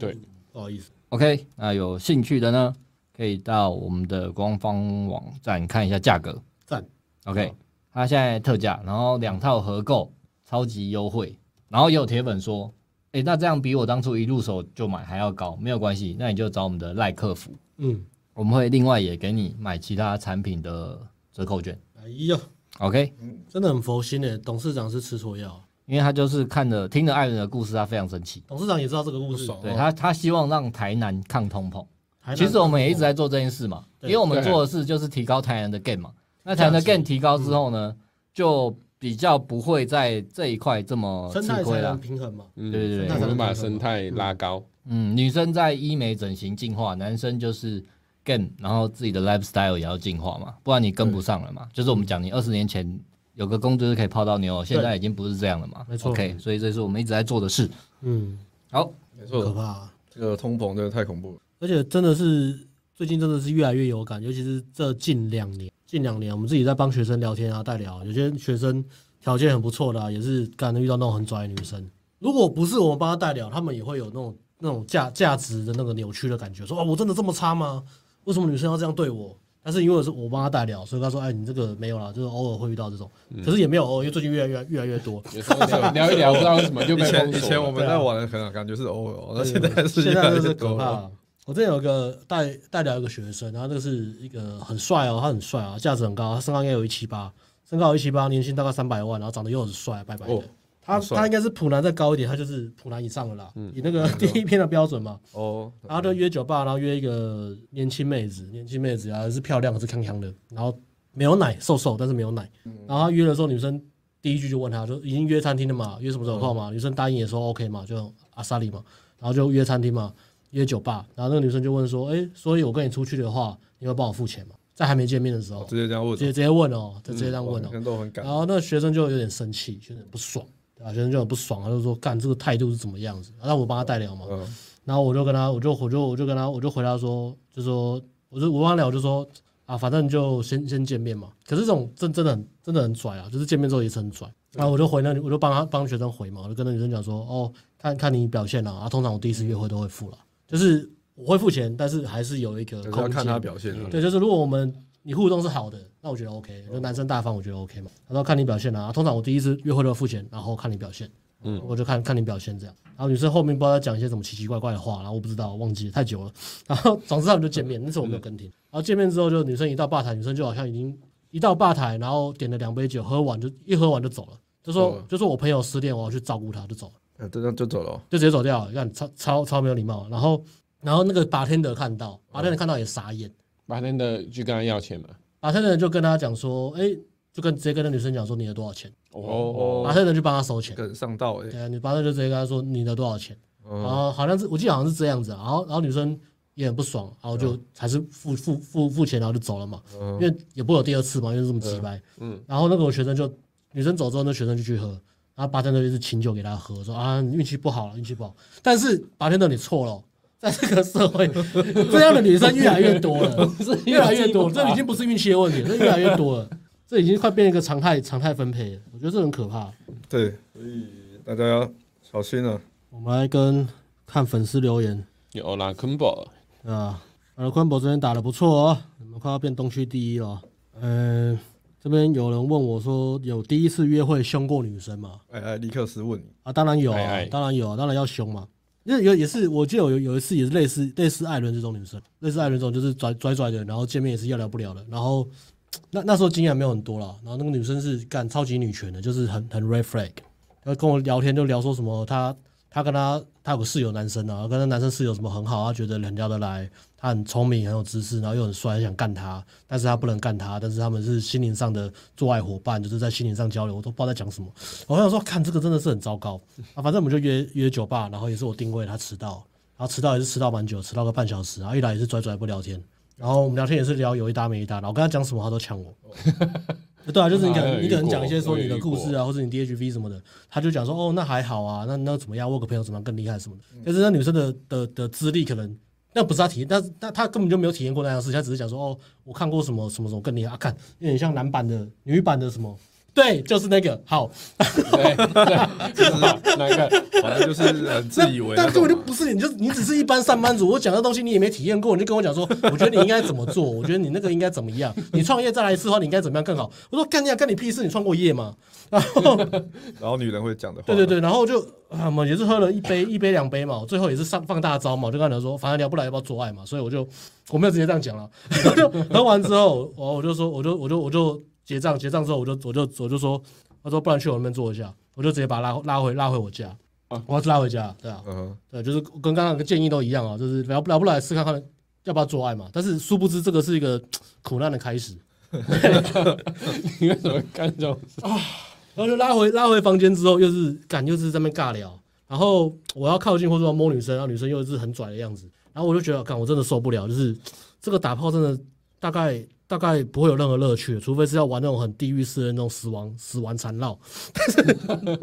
S1: 不好意思，
S4: OK，那有兴趣的呢，可以到我们的官方网站看一下价格。
S1: 赞。
S4: OK，它现在特价，然后两套合购，超级优惠。然后也有铁粉说，诶，那这样比我当初一入手就买还要高，没有关系，那你就找我们的赖客服，
S1: 嗯，
S4: 我们会另外也给你买其他产品的折扣券。
S1: 哎呀，
S4: OK，
S1: 真的很佛心诶，董事长是吃错药，
S4: 因为他就是看了听了艾伦的故事，他非常生气，
S1: 董事长也知道这个故事，
S4: 对他他希望让台南抗通膨。
S1: 哦台南
S4: 其实我们也一直在做这件事嘛，因
S1: 对
S4: 为我们做的事就是提高台南的 gain 嘛。那台南的
S1: 价值嗯
S4: gain 提高之后呢，就比较不会在这一块这么
S1: 生
S4: 哦吃
S1: 态才
S4: 亏了
S1: 能。平衡嘛，
S2: 嗯
S4: 对对对
S2: 我们把生态拉高，
S4: 嗯，女生在医美整形进化，男生就是 gain，然后自己的 lifestyle 也要进化嘛，不然你跟不上了嘛。就是我们
S1: 嗯
S4: 讲，你二十年前有个工就是可以泡到妞，现在已经不是这样了嘛。
S1: 没错
S4: OK，所以这是我们一直在做的事。
S1: 嗯，
S4: 好，
S3: 没
S1: 可
S3: 错，
S1: 怕啊。
S3: 这个通膨真的太恐怖了。
S1: 而且真的是最近真的是越来越有感，尤其是这近两年，近两年我们自己在帮学生聊天啊、代聊啊，有些学生条件很不错的、啊，也是干遇到那种很拽的女生。如果不是我们帮他代聊，他们也会有那种那种价价值的那个扭曲的感觉，说哦，我真的这么差吗？为什么女生要这样对我？但是因为是我帮他代聊，所以他说：“哎，你这个没有啦，就是偶尔会遇到这种，可是也没有偶哦尔，因为最近越来越越来越多。
S2: 有时候聊聊一聊，不知道为什么就
S3: 以
S2: 被封
S3: 前以前我
S2: 锁了。
S3: 们在玩的可能感觉是偶尔哦，那现在
S1: 对
S3: 是
S1: 现在真
S3: 就
S1: 的是可怕。我之前有一个带带聊一个学生，然后那个是一个很帅哦，他很帅啊，价值很高，他身高应该有一七八，身高有一七八，年薪大概三百万，然后长得又很帅，白白的。
S3: 哦
S1: 他
S3: 很帅嗯
S1: 他应该是普男再高一点，他就是普男以上了啦，以那个 *laughs* 第一篇的标准嘛。
S3: 哦，
S1: 然后就约酒吧，然后约一个年轻妹子，年轻妹子啊是漂亮，是康康的，然后没有奶，瘦瘦，但是没有奶。然后他约的时候，女生第一句就问他，就已经约餐厅了嘛，约什么时候有空嘛？女生答应也说 OK 嘛，就阿萨里嘛，然后就约餐厅嘛，约酒吧。然后那个女生就问说，哎，所以我跟你出去的话，你会帮我付钱吗？在还没见面的时候，
S3: 直接哦这样问
S1: 直接，直接问哦，直接这样问哦
S3: 哇，。人都很敢
S1: 然。后那个学生就有点生气，学生不爽，对吧、学生就很不爽，啊他就说干这个态度是怎么样子？让我帮他代聊嘛。
S3: 嗯
S1: 然后我就跟他，我就我就我就跟他，我就回答说，就说我就我帮他聊，我就说啊，反正就先先见面嘛。可是这种真真的很真的很拽啊，就是见面之后也是很拽。然后我就回那，我就帮他帮学生回嘛，我就跟那女生讲说，哦，看看你表现啦、啊。通常我第一次约会都会付了，就是我会付钱，但是还是有一个
S3: 就是
S1: 空嗯
S3: 要
S1: 间。
S3: 看他表现啊，
S1: 对，就是如果我们你互动是好的，那我觉得 OK，就男生大方，我觉得 OK 嘛。然后看你表现啊，通常我第一次约会都要付钱，然后看你表现，嗯，我就看看你表现这样。然后女生后面不知道讲一些什么奇奇怪怪的话，然后我不知道，忘记了太久了。然后总之他们就见面，那次我没有跟听。然后见面之后，就女生一到吧台，女生就好像已经一到吧台，然后点了两杯酒，喝完就一喝完就走了，就说、
S3: 嗯
S1: 就说我朋友失恋，我要去照顾他，就走了。
S3: 嗯这样就走了哦。
S1: 就直接走掉了，看超超超没有礼貌。然后，然后那个 bartender 看到，bartender 看到也傻眼，
S2: 把那的去跟他要钱嘛。
S1: 马特人就跟他讲说，哎、就跟直接跟那女生讲说你的多少钱，
S3: 哦
S1: 马特人就帮他收钱，
S3: 梗上道哎，
S1: 对，啊你马特就直接跟他说你的多少钱，然
S3: 嗯，
S1: 后好像是我记得好像是这样子啊，然后然后女生也很不爽，然后就还是付付付付钱，然后就走了嘛，因为也不会有第二次嘛，因为这么直白，嗯，然后那个我学生就女生走之后，那学生就去喝，然后八天的就是请酒给他喝，说啊你运气不好了，运气不好。但是八天的你错了哦。在这个社会，这样的女生越来越多了，越来越多，这已经不是运气的问题了，这越来越多了，这已经快变一个常态常态分配了。我觉得这很可怕。
S3: 对，所以大家要小心啊。
S1: 我们来跟看粉丝留言，
S2: 有哦欧拉昆博，
S1: 啊，呃，昆博这边打的不错哦，你们快要变东区第一了哦。嗯、这边有人问我说，有第一次约会凶过女生吗？
S3: 哎哎，尼克斯问你，
S1: 啊，当然有啊，
S2: 哎哎
S1: 当然有啊，当然要凶嘛。因为有也是，我记得有有一次也是类似类似艾伦这种女生，类似艾伦这种就是拽拽拽的，然后见面也是要聊不聊的。然后那那时候经验没有很多啦，然后那个女生是干超级女权的，就是很很 red flag。她跟我聊天就聊说什么她她跟她她有个室友男生啊，跟她男生室友什么很好，她啊觉得很聊得来，他很聪明很有知识，然后又很帅，很想干他，但是他不能干他，但是他们是心灵上的做爱伙伴，就是在心灵上交流，我都不知道在讲什么。我想说，看这个真的是很糟糕啊！反正我们就约约酒吧，然后也是我定位，他迟到，然后迟到也是迟到蛮久，迟到个半小时，啊然后一来也是拽拽不聊天，然后我们聊天也是聊有一搭没一搭，然后我跟他讲什么他都抢我。对啊，就是你可
S2: 我有
S1: 能
S2: 遇
S1: 你可能讲
S2: 过
S1: 一些说
S2: 我有
S1: 你的
S2: 遇
S1: 故事啊，或者你 DHV 什么的，他就讲说哦，那还好啊，那那怎么样？我有个朋友怎么样更厉害什么的。
S2: 嗯
S1: 但是那女生的的的资历可能那不是她体验，但是但她根本就没有体验过那样的事，她只是讲说哦，我看过什么什么什么更厉害啊，看有点像男版的女版的什么，对，就是那个好，
S2: 对对，就是那个
S3: 反正就是很自以为
S1: 但
S3: 那
S1: 但根
S3: 种啊
S1: 本就
S3: 嘛。
S1: 不是，你就你只是一般上班族。我讲的东西你也没体验过，你就跟我讲说，我觉得你应该怎么做，我觉得你那个应该怎么样，你创业再来一次的话，你应该怎么样更好。我说干呀，干你屁事，你创过业吗？然后
S3: 然后女人会讲的话，
S1: 对对对，然后就啊我们也是喝了一杯一杯两杯嘛，我最后也是上放大招嘛，我就跟他讲说，反正聊不来要不要做爱嘛，所以我就我没有直接这样讲了， *laughs* 我就喝完之后，哦我我就说我就我就我就结账结账之后，我就我就我就说，他说不然去我那边坐一下，我就直接把他拉拉回拉回我家，我要拉回家，对啊。
S3: 嗯哼，
S1: 对，就是跟刚刚的建议都一样啊，就是聊不聊不来试看看要不要做爱嘛。但是殊不知这个是一个苦难的开始。
S2: 你为什么干这种事？
S1: 然后就拉回拉回房间之后，又是感又是在那边尬聊，然后我要靠近或者要摸女生，然后女生又是很拽的样子，然后我就觉得，干我真的受不了，就是这个打炮真的大概大概不会有任何乐趣，啊除非是要玩那种很地狱式的那种死亡死亡缠绕，但是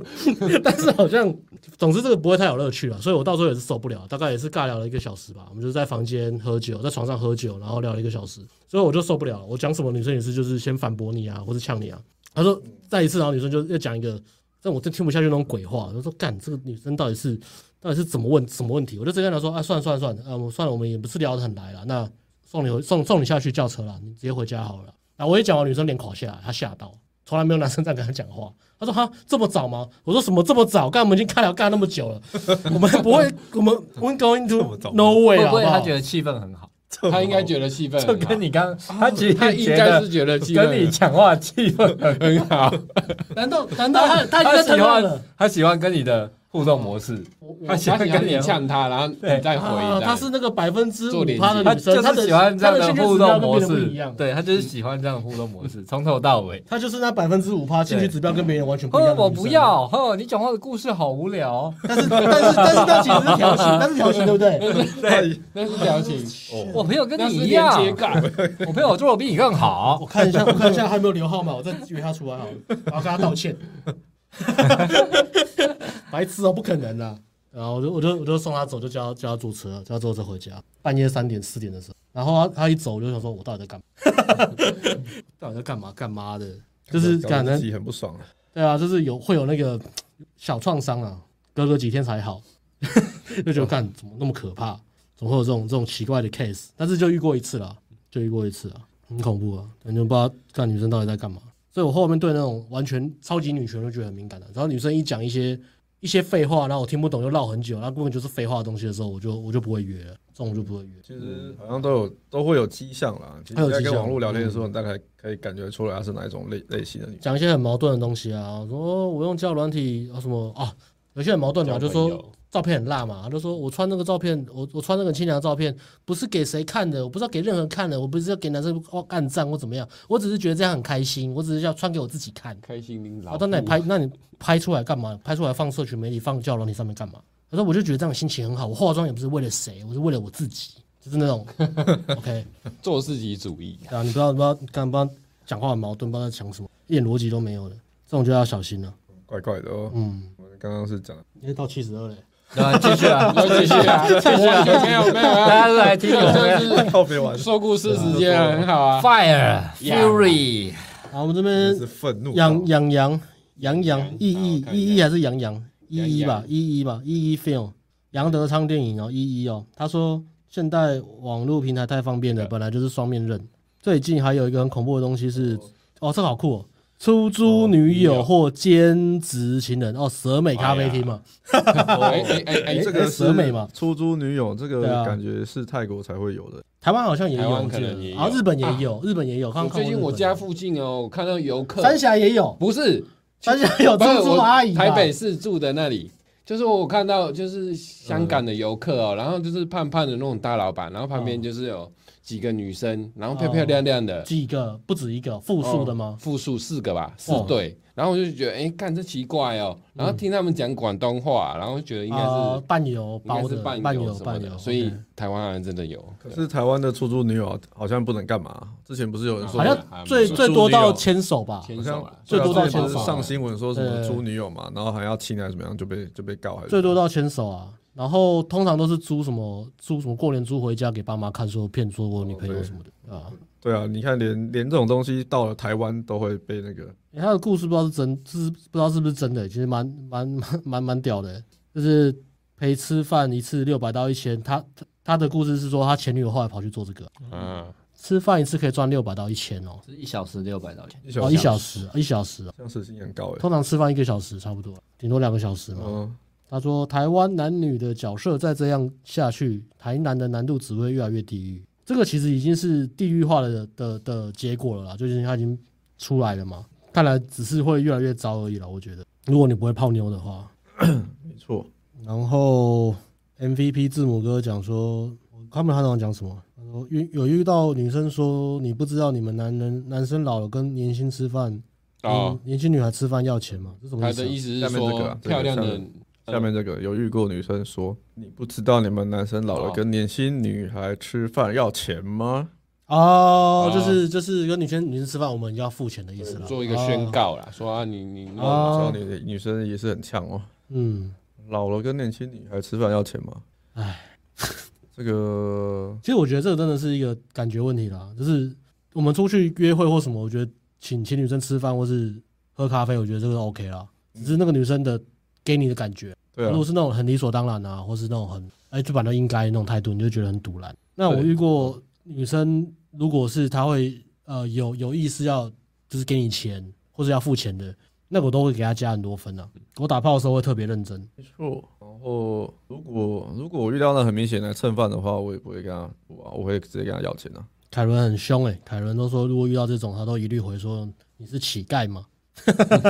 S1: 但是好像总之这个不会太有乐趣了，所以我到时候也是受不了，大概也是尬聊了一个小时吧，我们就在房间喝酒，在床上喝酒，然后聊了一个小时，所以我就受不了了，我讲什么女生也是就是先反驳你啊，或是呛你啊，他说再一次，然后女生就又讲一个，但我真听不下去那种鬼话。我说干，这个女生到底是到底是怎么问什么问题？我就直接跟她说啊，算了算了算了，啊，我算了，我们也不是聊得很来了，那送你回送送你下去叫车了，你直接回家好了。然后我一讲完，女生脸垮下来，她吓到，从来没有男生这样跟她讲话。她说哈这么早吗？我说什么这么早？干我们已经开聊干那么久
S3: *laughs*
S1: 了，我们不会，我们 we going
S3: 么早
S1: to
S3: 吗
S1: no way
S4: 会
S1: 好
S4: 不
S1: 不
S4: 会他
S1: 啊好？
S4: 觉得气氛很好？
S2: 他应该觉得气氛
S4: *laughs* 就
S2: 很好
S4: 跟你
S1: 哦
S4: 刚他其实
S2: 他应
S4: 觉
S2: 该
S4: 得
S2: 是觉得气氛
S4: 跟你讲话气氛很
S2: 很好，
S1: 难道难道 *laughs* 他他已经在
S4: 喜
S1: 谈恋爱
S4: 欢
S1: 了？
S4: 他喜欢跟你的互动模式，他
S2: 他
S4: 喜
S2: 想
S4: 欢
S2: 跟
S4: 跟
S2: 你
S4: 你
S2: 呛他，然后你再回
S1: 啊，
S2: 答。
S1: 他是那个百分之
S2: 做
S1: 五
S2: 连
S1: 趴的
S2: 接
S1: 女生，
S4: 就
S1: 她
S4: 是
S1: 的
S4: 喜欢这样
S1: 她的兴趣指
S4: 互
S1: 标跟别
S4: 动模
S1: 人不
S4: 式
S1: 一样，，
S4: 对他就是喜欢这样的互
S1: *laughs*
S4: 动模式，从头到尾。
S1: 她就是那百分之五趴兴趣指标跟别人完全不一
S4: 呵，
S1: 样。
S4: 呃我不，要，呵，你讲话的故事好
S1: *laughs*
S4: 无聊。
S1: 但是但是但是她其实是
S4: *laughs*
S1: 调情，她是调情，对不对？
S3: 对，
S2: 那是表情，
S4: 我朋友跟
S2: 那
S4: 你
S2: 是
S4: 一
S2: 连
S4: 样，
S2: 接感。
S4: *laughs* 我朋友做的比你
S1: *laughs*
S4: 更好。
S1: 我看一下，我看一下还有没有留号码，我再约她出来好了，然后跟她道歉。 *laughs* 白痴哦，不可能的。然后我就我就我就送她走，就叫她叫她坐车，叫她坐车回家。半夜三点四点的时候，然后她她一走，我就想说，我到底在干嘛？
S4: *laughs*
S1: 到底在干嘛？干嘛的？就是
S3: 搞
S1: 感
S3: 得
S1: 觉
S3: 自己很不爽啊。
S1: 对啊，就是有会有那个小创伤啊，隔个几天才好， *laughs* 就觉得看怎么那么可怕，怎么会有这种这种奇怪的 case？但是就遇过一次啦，就遇过一次啊，很恐怖啊，感觉不知道看女生到底在干嘛。所以我后面对那种完全超级女权都觉得很敏感的、然后女生一讲一些一些废话，然后我听不懂又唠很久，然后根本就是废话的东西的时候，我就我就不会约了，这种我就不会约。
S3: 其实好像都有都会有迹象啦。其实
S1: 会有迹
S3: 在
S1: 象嗯
S3: 跟网络聊天的时候，你大概可以感觉出来她是哪一种类类型的女。
S1: 讲一些很矛盾的东西啊，我说哦我用胶软体啊什么啊，有些很矛盾的、啊，就
S2: 交朋友
S1: 说照片很辣嘛，他就说我穿那个照片，我我穿那个清凉照片不是给谁看的，我不是要给任何人看的，我不是要给男生哦暗赞或怎么样，我只是觉得这样很开心，我只是要穿给我自己看。
S2: 开心领
S1: 啊
S2: 导，，
S1: 但那你拍，那你拍出来干嘛？拍出来放社群媒体、放交友软体上面干嘛？他说我就觉得这样心情很好，我化妆也不是为了谁，我是为了我自己，就是
S2: *laughs*
S1: 那种 OK。
S2: 做自己主义，
S1: 对啊，你不知道，不知道，刚不知道讲话很矛盾，不知道在讲什么，一点逻辑都没有的。这种就要小心了。
S3: 怪怪的哦。
S1: 嗯，
S3: 我们刚刚是讲
S1: 因为到七十二嘞，
S4: 那继续啊，
S2: 要继续啊，继续啊，没有没有
S4: 大家 *laughs*
S2: 啊，
S4: 都来听
S1: *laughs*
S4: 我们
S2: 这
S3: 靠别玩
S1: 嗯
S2: 是说故事时间啊很好啊。
S4: Fire Fury，
S1: 好，我们这
S3: 是
S1: 边
S3: 愤怒啊
S1: 养养羊羊羊
S2: 羊
S1: 一
S2: 好
S1: 一
S2: 看一下
S1: 一一 E，还是杨洋一一
S2: 羊
S1: 吧一一吧一一 film 杨德昌电影哦一一哦，他说现代网络平台太方便了，本来就是双面刃。最近还有一个很恐怖的东西是，哦，这个好酷哦。出租女友或兼职情人哦，蛇美咖啡厅嘛，
S2: 哎哎哎哎，
S3: 这个
S1: 哎
S3: 是
S1: 蛇美嘛
S3: 出租女友，这
S1: 对
S3: 个
S1: 啊
S3: 感觉是泰国才会有的。
S1: 台湾好像也有，
S2: 台
S1: 我
S2: 湾
S1: 记
S2: 可
S1: 得
S2: 能也有
S1: 啊，日本也有，日本也有。看
S2: 我最近我家附近哦，我看到游客
S1: 三峡也有，
S2: 不是
S1: 三峡有
S2: 不是
S1: 珍珠
S2: 我
S1: 阿姨吧，啊
S2: 台北市住的那里，就是我看到就是香港的游客哦，然后就是胖胖的那种大老板，然后旁边就是有几个女生，然后漂漂亮亮的，
S1: 几个不止一个复数的吗？
S2: 复数四个吧，四
S1: 哦
S2: 对。然后我就觉得，哎，看这奇怪哦。然后听他们讲广东话，然后觉得应该
S1: 啊
S2: 是
S1: 伴游
S2: 应该
S1: 包
S2: 是
S1: 的
S2: 伴游
S1: 游
S2: 什么
S1: 伴
S2: 的，
S1: 游，
S2: 所以
S1: OK
S2: 台湾好像真的有。
S3: 可是台湾的出租女友啊好像不能干嘛？之前不是有人说
S1: 好像最最多到牵手吧，
S2: 牵
S3: 好
S2: 手
S3: 像
S2: 啦
S1: 最多到
S3: 对啊之前不
S1: 牵手
S3: 是上新闻说什么
S1: 对
S3: 租女友嘛，然后还要亲啊还是怎么样就被就被告还是
S1: 最多到牵手啊。然后通常都是租什么租什么过年租回家给爸妈看，说骗说我有女
S2: 哦
S1: 朋友什么的啊。
S3: 对啊，你看连连这种东西到了台湾都会被那个
S1: 欸他的故事不知道是真，是不知道是不是真的、其实蛮蛮蛮蛮蛮屌的、欸就是陪吃饭一次六百到一千，他他他的故事是说他前女友后来跑去做这个，
S2: 啊，
S1: 吃饭一次可以赚六百到一千哦，
S4: 一小时六百刀钱，
S3: 一
S1: 哦
S3: 小
S1: 一小时一小时哦，
S3: 像时薪很高哎、
S1: 通常吃饭一个小时差不多，顶多两个小时嘛。
S3: 嗯，
S1: 他说台湾男女的角色再这样下去，台南的难度只会越来越地狱。这个其实已经是地域化的的的结果了啦，就是它已经出来了嘛。看来只是会越来越糟而已了，我觉得。如果你不会泡妞的话，
S3: 没错，
S1: 然后 MVP 字母哥讲说，他们他常讲什么？他说遇有遇到女生说你不知道你们男人男生老了跟年轻吃饭，
S2: 哦，
S1: 年轻女孩吃饭要钱嘛？嗯这什么
S2: 他
S1: 意思、
S2: 的
S1: 啊
S2: 意？思是
S3: 下面这个
S2: 说
S3: 啊这个
S2: 漂亮
S3: 下
S2: 的
S3: 面下面这个有遇过女生说，你不知道你们男生老了
S2: 哦
S3: 跟年轻女孩吃饭要钱吗？
S1: 哦，就
S2: 哦
S1: 是就是跟女生女生吃饭，我们要付钱的意思了。
S2: 做一个宣
S1: 哦。
S2: 告啦，说啊，你你你
S1: 哦
S3: 知道你的女生也是很呛哦，
S1: 嗯，
S3: 老了跟年轻女孩吃饭要钱吗？
S1: 哎，
S3: 这个
S1: 其实我觉得这个真的是一个感觉问题啦，就是我们出去约会或什么，我觉得请请女生吃饭或是喝咖啡，我觉得这个 OK 啦。只是那个女生的给你的感觉，
S3: 对
S1: 如
S3: 啊
S1: 果，是那种很理所当然啊，或是那种很哎就本来应该那种态度，你就觉得很堵然。那我
S3: 对
S1: 遇过女生，如果是她会呃有有意思要就是给你钱或者要付钱的，那个我都会给她加很多分啊。我打炮的时候会特别认真。
S3: 没错。然后如果如果我遇到那很明显来蹭饭的话，我也不会跟他，我我会直接跟他要钱啊。
S1: 凯伦很凶哎、凯伦都说如果遇到这种，他都一律回说你是乞丐吗？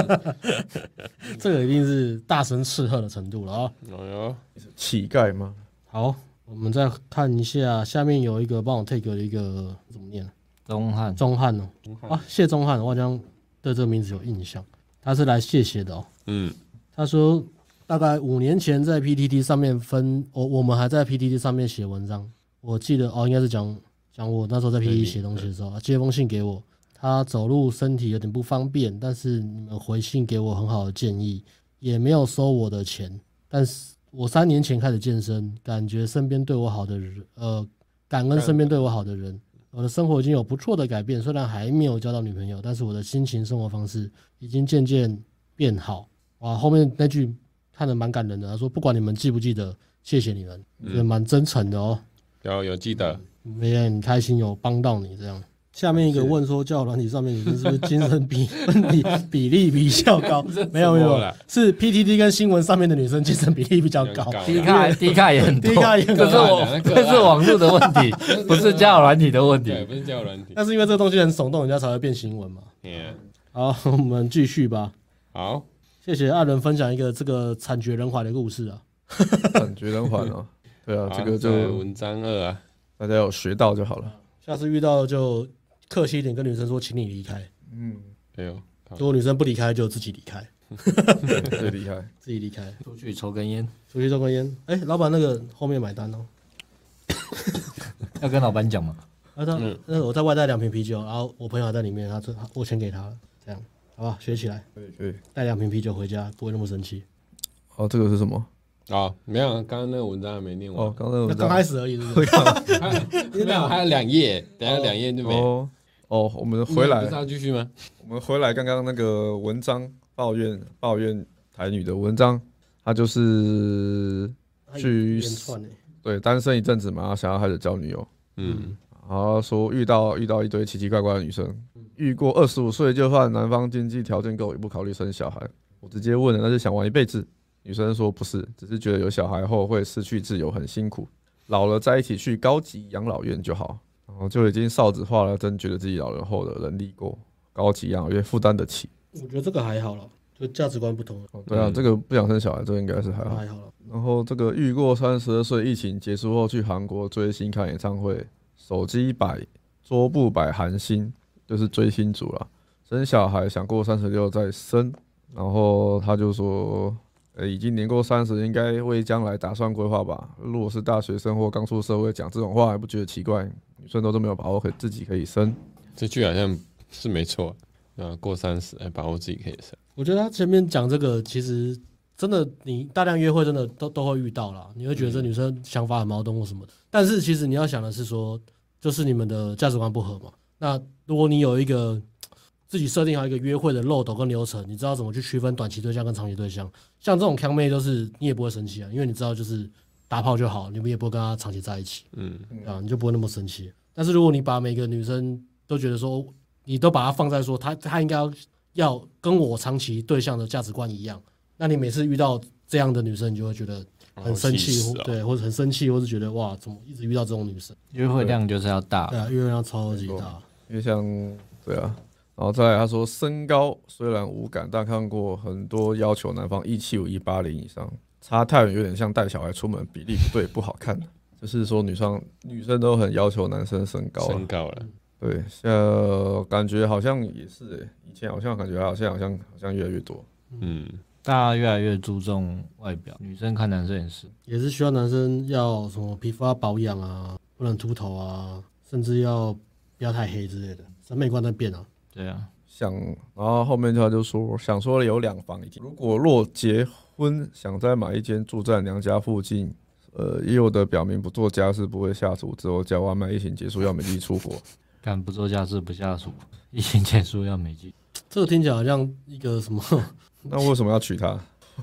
S1: *laughs* 这个一定是大声斥喝的程度了啊、
S2: 哎呦，
S3: 乞丐吗？
S1: 好，我们再看一下，下面有一个帮我 take 的一个怎么念？啊
S4: 钟汉
S1: 钟汉哦，啊，谢钟汉，我好像对这个名字有印象，他是来谢谢的哦。
S2: 嗯，
S1: 他说大概五年前在 PTT 上面分，我我们还在 PTT 上面写文章，我记得哦，应该是讲讲我那时候在 PTT 写东西的时候，他寄封信给我，他走路身体有点不方便，但是你们回信给我很好的建议，也没有收我的钱，但是我三年前开始健身，感觉身边对我好的人，呃，感恩身边对我好的人。我的生活已经有不错的改变，虽然还没有交到女朋友，但是我的心情、生活方式已经渐渐变好。哇，后面那句看的蛮感人的，他说不管你们记不记得，谢谢你们，也蛮真诚的哦，
S2: 有有记得，
S1: 也很开心有帮到你这样。下面一个问说，教软体上面你是不是精神比 *laughs* 比比例比较高？没有没
S2: 什么
S1: 有
S2: 啦，
S1: 是 PTT 跟新闻上面的女生精神比例比较
S2: 有
S1: *laughs* 高。
S4: 低卡低卡也很多，
S1: 低卡也很
S4: 这
S1: 多
S4: 是
S1: *laughs*
S4: 我
S2: 个案啊那个案
S4: 这是网络的问题，不是交友软体的问
S2: 对，
S4: 题。
S2: 不是叫软体。
S1: 但是因为这个东西很耸动，人家才会变新闻嘛。
S2: Yeah
S1: 好，我们继续吧。
S2: 好，
S1: 谢谢艾伦分享一个这个惨绝人寰的故事啊。
S3: 感觉人缓 *laughs* 啊。对啊，
S2: 好
S3: 这个
S2: 再来
S3: 就
S2: 文章二啊，
S3: 大家有学到就好了。
S1: 下次遇到就客气一点，跟女生说，请你离开。
S3: 嗯，
S2: 哎呦，好
S1: 如果女生不离开，就自己离开，
S3: 最厉害。
S1: 自己离开，
S4: 出去抽根烟，
S1: 出去抽根烟。哎、老板那个后面买单哦。
S4: 要跟老板讲吗？
S1: 啊，他那、我在外带两瓶啤酒，然后我朋友还在里面，他这我钱给他了，这样好吧，学起来，
S3: 对，
S1: 带两瓶啤酒回家，不会那么生气。
S3: 哦，这个是什么？
S2: 啊，没有，刚刚那个文章还没念完
S3: 哦，，刚才我
S1: 那
S3: 们
S1: 刚
S3: 讲
S1: 开始而已，是不是？ *laughs*
S2: 没有，还有两页，等一下两页就没。
S3: 哦哦，我们回来
S2: 不是，要继续吗？
S3: 我们回来刚刚那个文章抱怨抱怨台女的文章，她就是去
S1: 一连串欸
S3: 对单身一阵子嘛，想要开始交女友，
S2: 嗯，
S3: 然后说遇到遇到一堆奇奇怪怪的女生，遇过二十五岁就算男方经济条件够，也不考虑生小孩。我直接问了，那是想玩一辈子？女生说不是，只是觉得有小孩后会失去自由，很辛苦，老了在一起去高级养老院就好。然后就已经少子化了，真觉得自己老了后的能力够，高级养老院负担得起。
S1: 我觉得这个还好了，就价值观不同，
S3: 哦对啊，
S2: 嗯
S3: 这个不想生小孩，这个应该是还好。
S1: 还好了。
S3: 然后这个遇过三十二岁，疫情结束后去韩国追星看演唱会，手机摆桌布摆韩星，就是追星族了。生小孩想过三十六再生，然后他就说，呃，已经年过三十，应该为将来打算规划吧。如果是大学生或刚出社会讲这种话，还不觉得奇怪？女生都这么有把握，可以自己可以生。
S2: 这句好像是没错。啊，过三十，哎，把握自己可以生。
S1: 我觉得他前面讲这个，其实真的你大量约会，真的都都会遇到啦。你会觉得这女生想法很矛盾或什么的，但是其实你要想的是说，就是你们的价值观不合嘛。那如果你有一个自己设定好一个约会的漏斗跟流程，你知道怎么去区分短期对象跟长期对象。像这种强妹，就是你也不会生气啊，因为你知道就是打炮就好，你们也不会跟她长期在一起。
S2: 嗯，
S1: 啊，你就不会那么生气。但是如果你把每个女生都觉得说，你都把她放在说她她应该要要跟我长期对象的价值观一样，那你每次遇到这样的女生，你就会觉得很生气，
S2: 好气死
S1: 或
S2: 啊
S1: 对，或者很生气，或是觉得哇，怎么一直遇到这种女生？
S4: 约会量就是要大
S1: 对，啊，月亮超级大，
S3: 因为像对啊，然后再来他说身高虽然无感，但看过很多要求男方一七五一八零以上，差太远有点像带小孩出门，比例不对，不好看。 *laughs* 就是说女生女生都很要求男生身高啊
S2: 身，高了，
S3: 对，现在感觉好像也是、欸，以前好像感觉还好，现在好像好像越来越多。
S2: 嗯，
S4: 大家越来越注重外表，女生看男生也是。
S1: 也是需要男生要什么皮肤要保养啊，不能秃头啊，甚至要不要太黑之类的，审美观在变啊。
S4: 对啊，
S3: 想，然后后面他就说想说有两房一厅，如果若结婚，想再买一间住在娘家附近。呃，也有的表明不做家事，不会下厨，只有叫外卖。疫情结束要美丽出国，
S4: 干不做家事不下厨， *laughs* 疫情结束要美剧。
S1: 这个听起来好像一个什么 *laughs*
S3: 那为什么要娶她？ *laughs*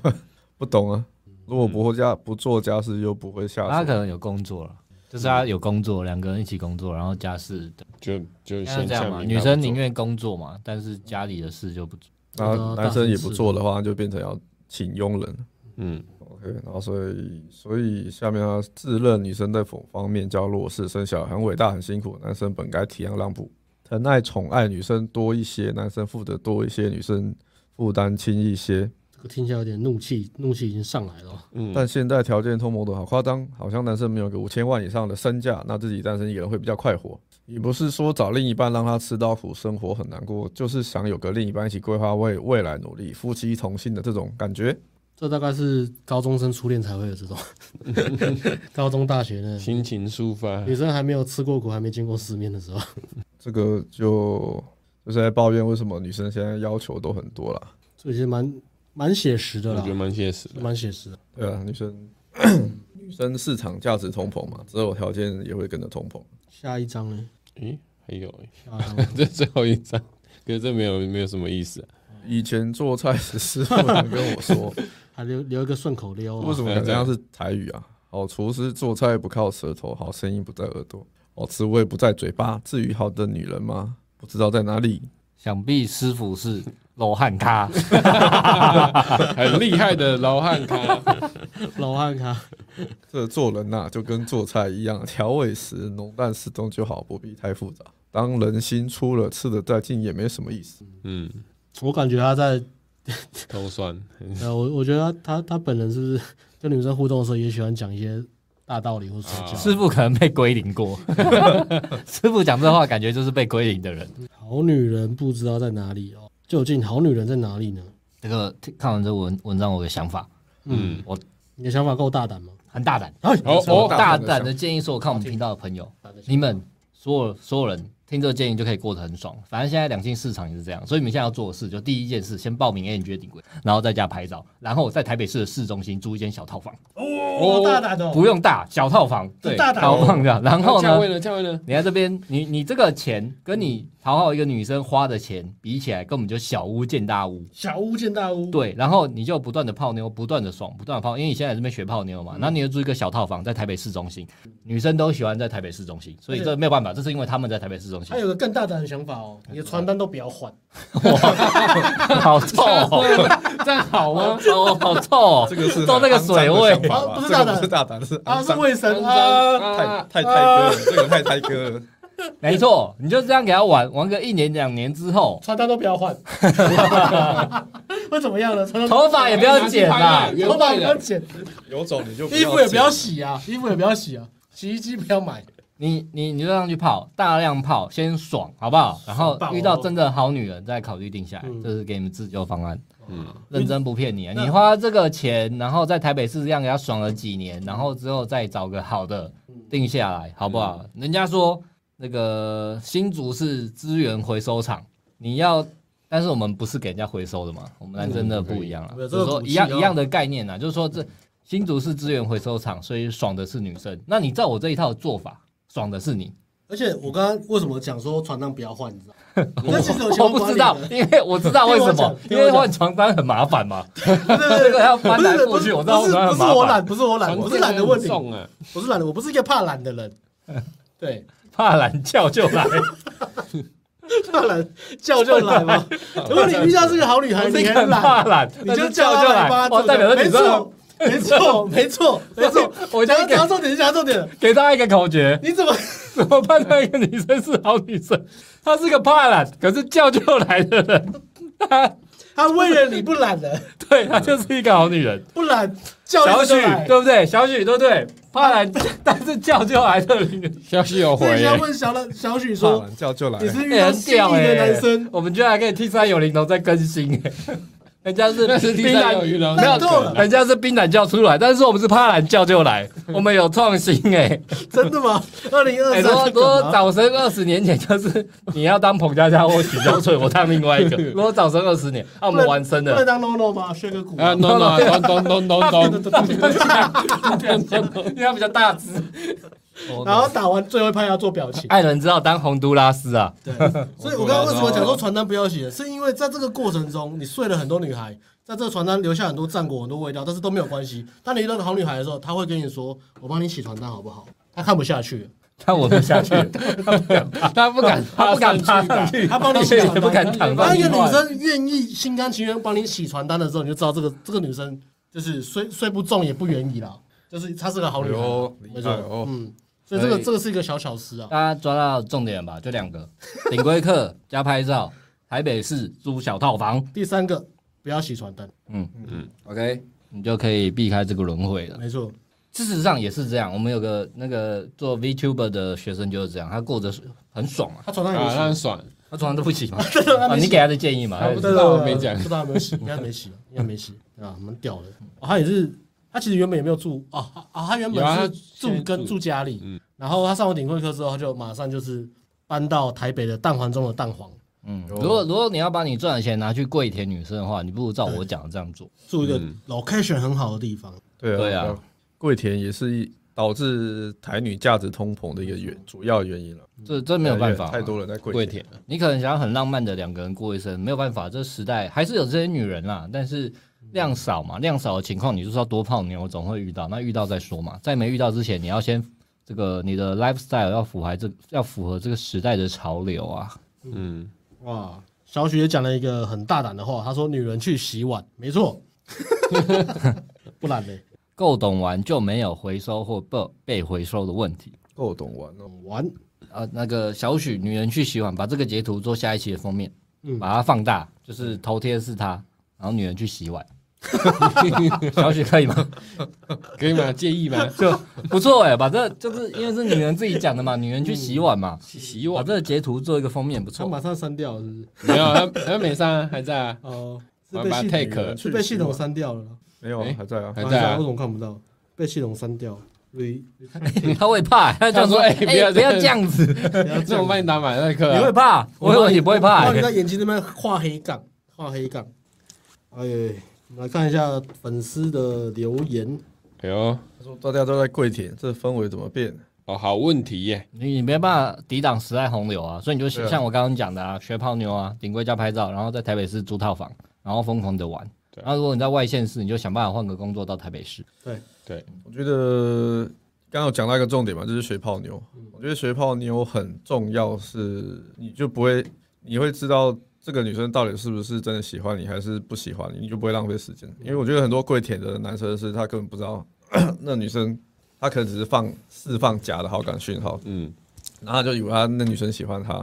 S3: 不懂啊。如果不做家不做家事，又不会下
S4: 他
S3: 厨
S4: 可，能有工作了，就是他有工作，两个人一起工作，然后家事的。
S2: 就就
S4: 像
S2: 先
S4: 这样嘛，
S2: 像
S4: 女生宁愿工作嘛，但是家里的事就不做。
S3: 那男生也不做的话，就变成要请佣人。
S2: 嗯，
S3: OK，然后所以所以下面他自认女生在某方面较弱势，生小孩很伟大很辛苦，男生本该体谅让步，疼爱宠爱女生多一些，男生负责多一些，女生负担轻一些。
S1: 这个听起来有点怒气，怒气已经上来了。
S3: 但现在条件通谋的好夸张，好像男生没有个五千万以上的身价，那自己单身一个人会比较快活。也不是说找另一半让他吃到苦，生活很难过，就是想有个另一半一起规划为未来努力，夫妻同心的这种感觉。
S1: 这大概是高中生初恋才会有这种，高中大学呢，
S2: 心情抒发，
S3: 嗯
S1: 女生还没有吃过苦，还没见过世面的时候，
S3: 这个就就是在抱怨为什么女生现在要求都很多啦。
S1: 这也是蛮蛮写实的
S2: 我
S1: 啦
S2: 觉得，蛮现实的。
S1: 蛮写实的。
S3: 对啊，女生女生市场价值通膨嘛，择偶条件也会跟着通膨。
S1: 下一章呢？
S2: 咦，还有欸
S1: 下一章呢
S2: *laughs* 这最后一张，可是这没有没有什么意思啊。
S3: 以前做菜时师傅常跟我说，
S1: *laughs* 还留留一个顺口溜、
S3: 为
S1: 啊
S3: 什，么这样是台语啊？好厨师做菜不靠舌头，好声音不在耳朵，好滋味不在嘴巴。至于好的女人吗？不知道在哪里。
S4: 想必师傅是 *laughs* 罗汉 *laughs* 咖，
S2: 很厉害的老汉啊咖，
S1: 老汉卡
S3: 这做人呐、就跟做菜一样，调味时浓淡适中就好，不必太复杂。当人心出了，吃的再劲也没什么意思。
S2: 嗯，
S1: 我感觉他在，
S2: *laughs* 偷酸，
S1: 呃，我我觉得他他他本人是不是跟女生互动的时候也喜欢讲一些大道理或说教？
S4: 师傅可能被归零 *laughs* 过。师傅讲这话，感觉就是被归零的人。
S1: 好女人不知道在哪里哦，究竟好女人在哪里呢？
S4: 这个看完这文文章，我有个想法
S2: 嗯，
S1: 你的想法够大胆吗？
S4: 很大胆，
S1: 哎，
S2: 好
S3: 哦
S2: 哦，
S4: 大胆的建议所有看我们频道的朋友，你们所有所有人听这个建议就可以过得很爽。反正现在两性市场也是这样，所以你们现在要做的事，就第一件事，先报名 A N G 的顶规，然后在家拍照，然后在台北市的市中心租一间小套房，
S1: 哦，大胆哦，
S4: 不用大，小套房，对，
S1: 大胆哦
S4: 套
S1: *laughs*
S4: 房这样。然后
S2: 价
S4: 呢
S2: 位，呢？价位呢？
S4: 你在这边，你你这个钱跟你讨好一个女生花的钱比起来，根本就小巫见大巫。
S1: 小屋见大屋，
S4: 对，然后你就不断的泡妞，不断的爽，不断的泡，因为你现在在这边学泡妞嘛，然后你就住一个小套房，在台北市中心，女生都喜欢在台北市中心，所以
S1: 而且
S4: 这没有办法，这是因为他们在台北市中
S1: *laughs*
S4: 心
S1: 还，有个更大胆的想法哦，
S4: 哎
S1: 你的传单都不要换，
S4: 好臭、哦，
S2: 这样好吗？
S4: 哦，好臭、哦，
S3: 这个
S4: *laughs*
S3: 是
S4: 都那个
S3: 很肮脏的
S4: 水味
S3: 想法吧
S1: 啊不是
S3: 这个
S1: 大胆
S3: 不是大胆，是肮
S1: 啊，是
S3: 脏
S1: 卫生
S2: 肮
S1: 啊，
S2: 脏
S3: 太
S2: 啊
S3: 太太哥了，这个太太哥了。
S4: 没错，你就这样给他玩，玩个一年两年之后，
S1: 传单都不要
S4: *laughs*
S1: 换，会怎么样呢？传单
S4: 头发也不要剪啦
S2: 拿去拍，
S1: 头发不要剪，
S3: 有种你就
S1: 衣服也不要
S3: 洗，
S1: 洗啊，衣服也不要洗啊，洗衣机不要买，
S4: 你你你就上去泡，大量泡，先爽，好不好？然后
S1: 爽爆哦
S4: 遇到真的好女人再考虑定下来，
S1: 嗯
S4: 这是给你们自救方案。
S2: 嗯
S4: 认真不骗你啊！
S1: 那
S4: 你花这个钱，然后在台北市这样给他爽了几年，然后之后再找个好的定下来，好不好？嗯人家说那个新竹是资源回收厂，你要，但是我们不是给人家回收的嘛，我们男生的不一样啊
S1: 嗯
S4: 了，就是
S1: 这个
S4: 说
S1: 骨气
S4: 一样
S1: 哦
S4: 一样的概念啊，就是说这新竹是资源回收厂，所以爽的是女生。那你照我这一套做法，爽的是你，
S1: 而且我刚刚为什么讲说传单不要换，你知道
S4: *laughs*
S1: 吗？那其实有
S4: *laughs* 我
S1: 钱
S4: 不知道，因为我知道为什 *laughs* 么，因
S1: 听我讲
S4: 为换床单很麻烦嘛，
S1: 对对
S4: 这个
S1: 对。
S4: 要搬
S1: 不
S4: 来
S1: 是不
S4: 过去，
S1: 是
S4: 我知道
S1: 不
S4: 换
S1: 是不
S4: 床单很
S1: 是
S4: 麻烦
S1: 我。懒，不是我懒，
S2: 床
S1: 我是
S2: 垫
S1: 懒的问题
S2: 很，重啊，
S1: 我是懒的，我不是一个怕懒的
S4: *laughs*
S1: 人。对， *laughs*
S4: 怕懒觉就来，
S1: 怕懒叫就来
S4: *laughs*
S1: 嘛。如果你遇到是个好女孩，
S4: 不
S1: 啊你
S4: 啊是
S1: 很
S4: 很怕
S1: 懒，
S4: 懒，
S1: 你
S4: 但
S1: 就是叫
S4: 叫
S1: 她
S4: 就
S1: 来帮她
S4: 来。
S1: 做
S4: 哇，代表
S1: 没
S4: 女生，
S1: 错，没错，没错，没错。
S4: 我
S1: 讲
S4: 先
S1: 到
S4: 给
S1: 讲到重点，你讲到重点了，
S4: 给大家一个口诀：
S1: 你怎么？
S4: 怎么判断一个女生是好女生？她是个怕懒，可是叫就来的人，她
S1: 他为了你不懒了，
S4: 对她就是一个好
S1: *laughs*
S4: 女人。
S1: 不懒叫
S4: 小
S1: 一
S4: 许
S1: 声来。
S4: 对不对？小许对不对？怕懒， *laughs* 但是叫就来的女人，
S2: 消息有回欸
S1: 所以
S2: 耶
S1: 要，问小懒小许
S3: 怕
S1: 说，
S3: 懒觉就来
S1: 你。 *laughs* 是遇
S4: 哎
S1: 到
S4: 很
S1: 心仪
S4: 屌
S1: 的
S4: 哎！
S1: 男生，
S4: 我们居然还可以 T 三有零头在更新 *laughs* 哎，人家是
S2: 那是第
S4: 冰
S2: 三
S4: 蓝
S1: *laughs*
S2: 有鱼了，
S1: 那够了
S4: 人家是冰懒叫出来，但是我们是怕懒叫就来，我们有创新哎、欸！
S1: 真的吗？二零二
S4: 哎、
S1: 三
S4: 说说早生二十年前，就是你要当彭佳佳或许孝顺，我当另外 *laughs* 一个。如果早生二十年，啊那、我们完生
S1: 不能
S4: 了。
S1: 当 Lolo 吗？削个骨
S2: 啊
S1: 啊，
S2: ，no
S4: *laughs*
S2: no，咚咚咚咚
S1: *laughs*
S2: 咚，
S4: *laughs* 因为他比较大只。
S1: 然后打完最后一拍要做表情。
S4: 爱人知道当洪都拉斯啊，
S1: 对，所以我刚刚为什么讲说传单不要写，是因为在这个过程中，你睡了很多女孩，在这个传单留下很多战果、很多味道，但是都没有关系。当你遇到个好女孩的时候，她会跟你说：“我帮你洗传单好不好？”她看不下去，
S4: 但我不下去，
S2: 他不敢，
S4: *laughs* 他不敢爬上
S2: 吧。
S4: 去，
S1: 她帮你洗
S4: 也
S1: 传单
S4: 不敢躺
S1: 当
S4: 上
S1: 一
S4: 去
S1: 个。女生愿意心甘情愿帮你洗传单的时候，你就知道这个这个女生就是虽虽不重也不远矣啦，就是她是个好女
S3: 哎
S1: 孩
S3: 呦，
S1: 没
S3: 厉害
S1: 错
S3: 哦，
S1: 嗯，所以这个
S4: 所以
S1: 这个是一个小巧思啊，
S4: 大家抓到重点吧，就两个：顶规客加拍照，台北市租小套房，
S1: 第三个不要洗传单，
S2: OK，
S4: 你就可以避开这个轮回了。
S1: 没错，
S4: 事实上也是这样，我们有个那个做 VTuber 的学生就是这样，他过着很爽啊，
S1: 她传单
S2: 啊，
S1: 也
S2: 那
S1: 没
S2: 很
S1: 洗，
S2: 爽，
S4: 他从来都不洗嘛。
S1: *laughs* 她
S4: 啊，
S1: 没洗
S4: 你给他的建议嘛？
S2: 他
S4: 哎
S2: 不
S1: 对
S2: 知道
S1: 对
S2: 我
S1: 对
S2: 没讲
S1: 不知道有没有洗，应该没洗，应该没洗啊，蛮屌的。哦他也是，他其实原本也没有住啊啊啊，他原
S2: 有啊
S1: 本
S2: 他
S1: 是住
S2: 现在
S1: 跟
S2: 住
S1: 住家里
S2: 嗯，
S1: 然后他上完顶会课之后，他就马上就是搬到台北的蛋黄中的蛋黄，
S4: 嗯，
S2: 哦
S4: 如果如果你要把你赚的钱拿去跪舔女生的话，你不如照我讲的这样做。
S1: 住一个
S2: 嗯
S1: location 很好的地方。
S3: 对啊，
S4: 对
S3: 对
S4: 啊
S3: 啊，跪舔也是一导致台女价值通膨的一个原主要原因了，
S4: 这这没有办法嘛，
S3: 太多人在跪
S2: 跪
S3: 舔
S2: 舔，
S4: 你可能想要很浪漫的两个人过一生，没有办法，这时代还是有这些女人啦，但是量少
S3: 嗯
S4: 嘛，量少的情况你就是要多泡妞，总会遇到，那遇到再说嘛，在没遇到之前，你要先这个你的 lifestyle 要符合这要符合这个时代的潮流啊，
S2: 嗯，
S1: 哇，小许也讲了一个很大胆的话，他说女人去洗碗，没错， *laughs* 不然呢？
S4: 够懂玩就没有回收或被被回收的问题。
S3: 够懂玩哦。
S1: 玩
S4: 啊，那个小许女人去洗碗，把这个截图做下一期的封面，
S1: 嗯
S4: 把它放大，就是头贴是她，然后女人去
S3: *laughs*
S4: 洗碗。小许可以吗？
S2: 可以吗？介意吗？
S4: 就不错哎、把这就是因为是女人自己讲的嘛，女人去洗碗嘛，
S2: 洗
S4: 把
S2: 碗
S4: 这个截图做一个封面不
S1: 他
S4: 错。 *laughs*
S1: 马上删掉了，是不是？
S2: 没有，他他没上啊，还在啊，
S1: 哦，是
S2: 我
S1: 被
S2: 把
S1: 系
S2: 它 take 了
S1: 是被系统删掉了。
S3: 没有啊
S2: 哎，
S3: 还在啊，
S2: 还
S1: 不
S2: 在
S1: 然
S2: 啊
S1: 我怎么看不到？被系统删掉。你
S4: 他会怕，他就
S2: 他说
S4: 说：“
S2: 哎
S4: 哎，
S2: 不要
S4: 不要
S2: 这样
S4: 这样子，
S2: 这我帮你打马赛克
S4: 你会
S2: 啊，
S4: 怕？”我
S1: 让
S4: 说：“
S1: 你
S4: 你不会
S1: 我
S4: 怕
S1: 让你
S4: 欸。
S1: 在眼睛那边画黑杠，画黑杠。哎呦，我们来看一下粉丝的留言。
S2: 哎呦，
S3: 他说大家都在跪舔，这氛围怎么变？
S2: 哦，好问题耶，
S4: 你”你没办法抵挡时代洪流啊，所以你就
S3: 对啊
S4: 像我刚刚讲的啊，学泡妞啊，顶规家拍照，然后在台北市租套房，然后疯狂的玩。
S2: 对啊
S4: 然后如果你在外县市，你就想办法换个工作到台
S2: *laughs*
S4: 北市。
S2: 对，
S3: 我觉得刚刚有讲到一个重点嘛，就是学泡妞。我觉得学泡妞很重要，是你就不会，你会知道这个女生到底是不是真的喜欢你，还是不喜欢你，你就不会浪费时间。因为我觉得很多跪舔的男生是他根本不知道 *clears throat* 那女生，他可能只是放释放假的好感讯号，
S2: 嗯，
S3: 然后他就以为他那女生喜欢他，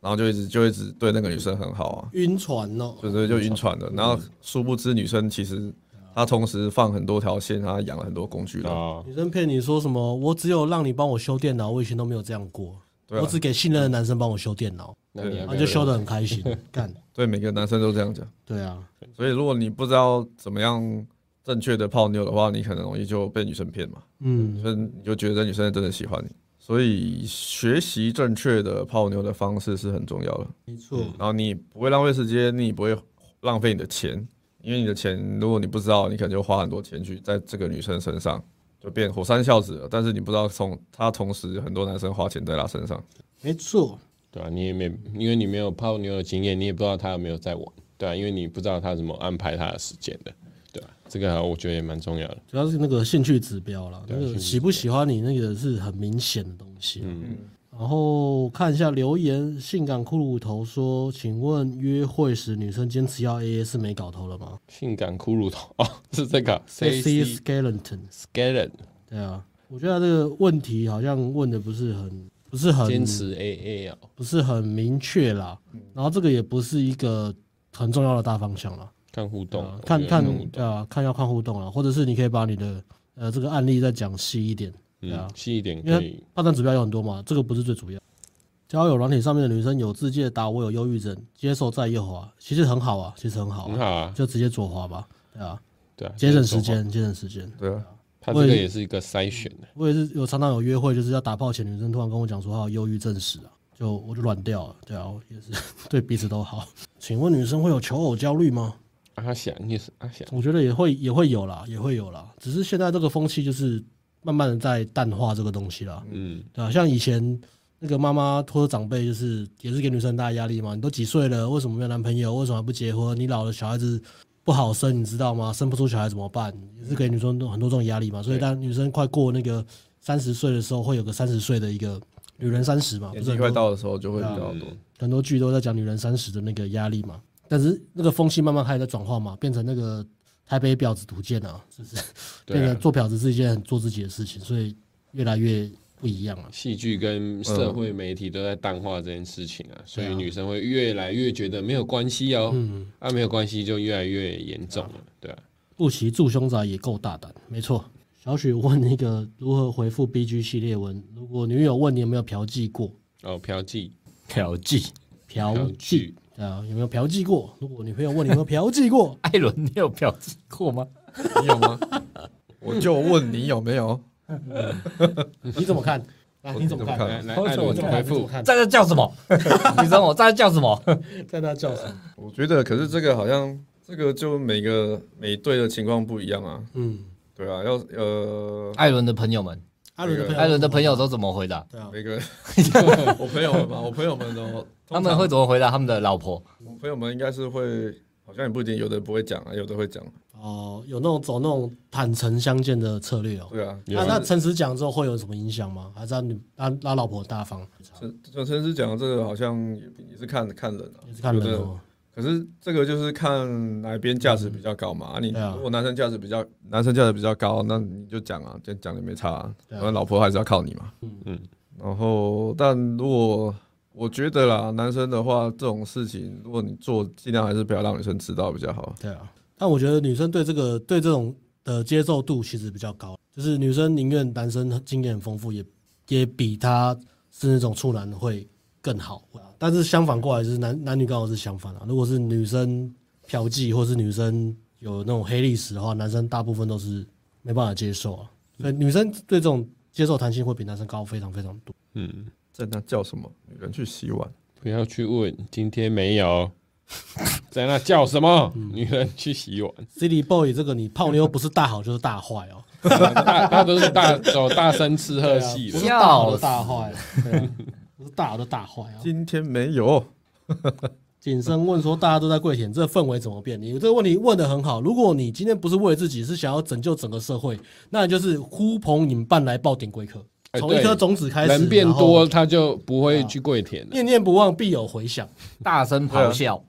S3: 然后就一直就一直对那个女生很好啊。
S1: 晕船哦，
S3: 对对，就晕船了。然后殊不知，女生其实她同时放很多条线，她养了很多工具了。
S2: 哦，
S1: 女生骗你说什么？我只有让你帮我修电脑，我以前都没有这样过。
S3: 对啊
S1: 我只给信任的男生帮我修电脑，
S2: 那你还
S1: 然
S2: 没
S1: 后
S4: 啊
S2: 有
S1: 就修得很开心。干，
S3: 对，每个男生都这样讲。
S1: 对啊，
S3: 所以如果你不知道怎么样正确的泡妞的话，你很容易就被女生骗嘛。
S1: 嗯，
S3: 所以你就觉得女生真的喜欢你。所以学习正确的泡妞的方式是很重要的。
S1: 没错，
S3: 然后你不会浪费时间，你也不会浪费你的钱，因为你的钱如果你不知道，你可能就花很多钱去在这个女生身上，就变火山孝子了。但是你不知道从她同时很多男生花钱在她身上，
S1: 没错，
S2: 对啊，你也没，因为你没有泡妞的经验，你也不知道他有没有在玩，对啊，因为你不知道他怎么安排他的时间的，对啊，这个我觉得也蛮重要的，
S1: 主要是那个兴趣指标啦，那
S2: 兴
S1: 个
S2: 趣
S1: 喜不喜欢你那个是很明显的东西。嗯，然后看一下留言，性感骷髅头说：“请问约会时女生坚持要 A A 是没搞头了吗
S2: 性感骷髅头哦，是这个 C
S1: ？”C
S2: C
S1: skeleton，
S2: skeleton
S1: 对啊，我觉得他这个问题好像问的不是很，不是很
S2: 坚持 A A 哦，
S1: 不是很明确啦。然后这个也不是一个很重要的大方向啦，
S2: 看互动
S1: 啊
S2: 啊，
S1: 看
S2: 我觉得
S1: 看
S2: 互
S1: 对
S2: 动，
S1: 啊，看要看互动啦，或者是你可以把你的呃这个案例再讲细一点，对啊
S2: 嗯，，细一点
S1: 因
S2: 可
S1: 为
S2: 以，
S1: 发展指标有很多嘛，这个不是最主要。交友软体上面的女生有自介打我有忧郁症，接受再右滑，其实很好啊，其实很好、
S2: 很
S1: 啊，
S2: 好啊，
S1: 就直接左滑吧，对啊，
S2: 对啊，
S1: 节省
S2: 这
S1: 时
S2: 个说法，
S1: 间，节省时间。
S3: 对啊，
S2: 他这
S1: 我
S2: 个
S1: 也
S2: 也是一个筛选的，
S1: 我也是有常常有约会，就是要打炮前，女生突然跟我讲说她有忧郁症史啊，就我就软掉了，对啊，我也是 *laughs* 对彼此都好。请问女生会有求偶焦虑吗？
S2: 阿翔也是阿翔，
S1: 我觉得也会也会有啦，也会有啦，只是现在这个风气就是慢慢的在淡化这个东西啦，
S2: 嗯，
S1: 对啊，像以前那个妈妈拖着长辈，就是也是给女生很大的压力嘛，你都几岁了，为什么没有男朋友？为什么还不结婚？你老了小孩子。不好生，你知道吗？生不出小孩怎么办？也是给女生很多这种压力嘛。所以，
S2: 对
S1: 当女生快过那个三十岁的时候，会有个三十岁的一个女人三十嘛，
S3: 年
S1: 不是
S3: 纪
S1: 很
S3: 快
S1: 多
S3: 到的时候就会比较多。
S2: 嗯
S1: 很多剧都在讲女人三十的那个压力嘛，但是那个风气慢慢开始在转化嘛，变成那个台北婊子图鉴啊，是不是？变
S2: 对
S1: 成
S2: 啊，
S1: 做婊子是一件很做自己的事情，所以越来越不一样啊。
S2: 戏剧
S3: 嗯
S2: 跟社会媒体都在淡化这件事情啊，所以女生会越来越觉得没有关系哦，
S1: 嗯，
S2: 啊，没有关系就越来越严重了，对啊，
S1: 不骑助凶宅也够大胆，没错。小许问那个如何回复 B G 系列文，如果女友问你有没有嫖妓过，
S2: 哦，嫖妓，
S4: 嫖妓，，
S1: 嫖
S2: 嫖
S1: 妓
S2: 妓，
S1: 对啊，有没有嫖妓过？如果女朋友问你有没有嫖妓 *laughs* 过
S4: 艾伦，你有嫖妓过吗？
S3: 你有吗？我就问你有没有？
S1: 你怎么看？来，
S3: 我
S1: 你怎么
S3: 怎么
S1: 看？
S2: 来来，
S4: 好
S2: 艾
S4: 久
S2: 伦
S1: 你怎么
S2: 回
S4: 没
S1: 看？你怎
S2: 复
S1: 么，看？
S4: 在这叫什么？你知道我在这叫什么？
S1: 在那叫什么？
S3: 我觉得，可是这个好像这个就每个每对的情况不一样啊。
S1: 嗯，
S3: 对啊，要呃
S4: 艾伦的朋友们，
S1: 艾伦的朋友，
S4: 艾伦的朋友都怎么回答？
S1: 对啊，
S3: 每个我朋友们嘛，我朋友们都
S4: 他们会怎么回答他们的老婆？
S3: 我朋友们应该是会，好像也不一定，有的不会讲啊，有的会讲。
S1: 哦，有那种走那种坦诚相见的策略哦。
S3: 对啊，
S1: 那那诚实讲之后会有什么影响吗？还是他女他他老婆大方？
S3: 陈陈陈师讲的这个好像也也是看看人啊，
S1: 也是看人
S3: 有的
S1: 哦。
S3: 可是这个就是看哪边价值比较高嘛。啊你
S1: 对啊
S3: 如果男生价值比较男生价值比较高，那你就讲啊，这样讲也没差、啊，
S1: 对啊
S3: 反正老婆还是要靠你嘛。
S1: 嗯
S2: 嗯。
S3: 然后，但如果我觉得啦，男生的话，这种事情如果你做，尽量还是不要让女生知道比较好。
S1: 对啊，但我觉得女生对这个对这种的接受度其实比较高，就是女生宁愿男生经验很丰富，也也比他是那种处男会更好。啊但是相反过来，就是男男女刚好是相反啊。如果是女生嫖妓，或是女生有那种黑历史的话，男生大部分都是没办法接受啊。所以女生对这种接受弹性会比男生高非常非常多。
S2: *laughs* 嗯，
S3: 在那叫什么？女人去洗碗，
S2: 不要去问，今天没有。 *laughs* 在那叫什么？
S3: 嗯
S2: 女人去洗碗，
S1: City Boy 这个你泡妞不是大好就是大坏哦，
S2: 大大都是大走大声吃喝戏
S3: 啊
S1: 不是。大好
S2: 的
S1: 的大坏，对啊不是大好的大坏啊。
S3: 今天没有。
S1: 景深问说：“大家都在跪舔，这氛围怎么变？”你这个问题问得很好。如果你今天不是为了自己，是想要拯救整个社会，那你就是呼朋引伴来抱顶龟壳，
S2: 哎
S1: 从
S2: 对
S1: 一颗种子开始，
S2: 人变
S1: 然后
S2: 多，他就不会去跪舔
S3: 啊
S2: 了。
S1: 念念不忘，必有回响。
S4: 大声咆哮，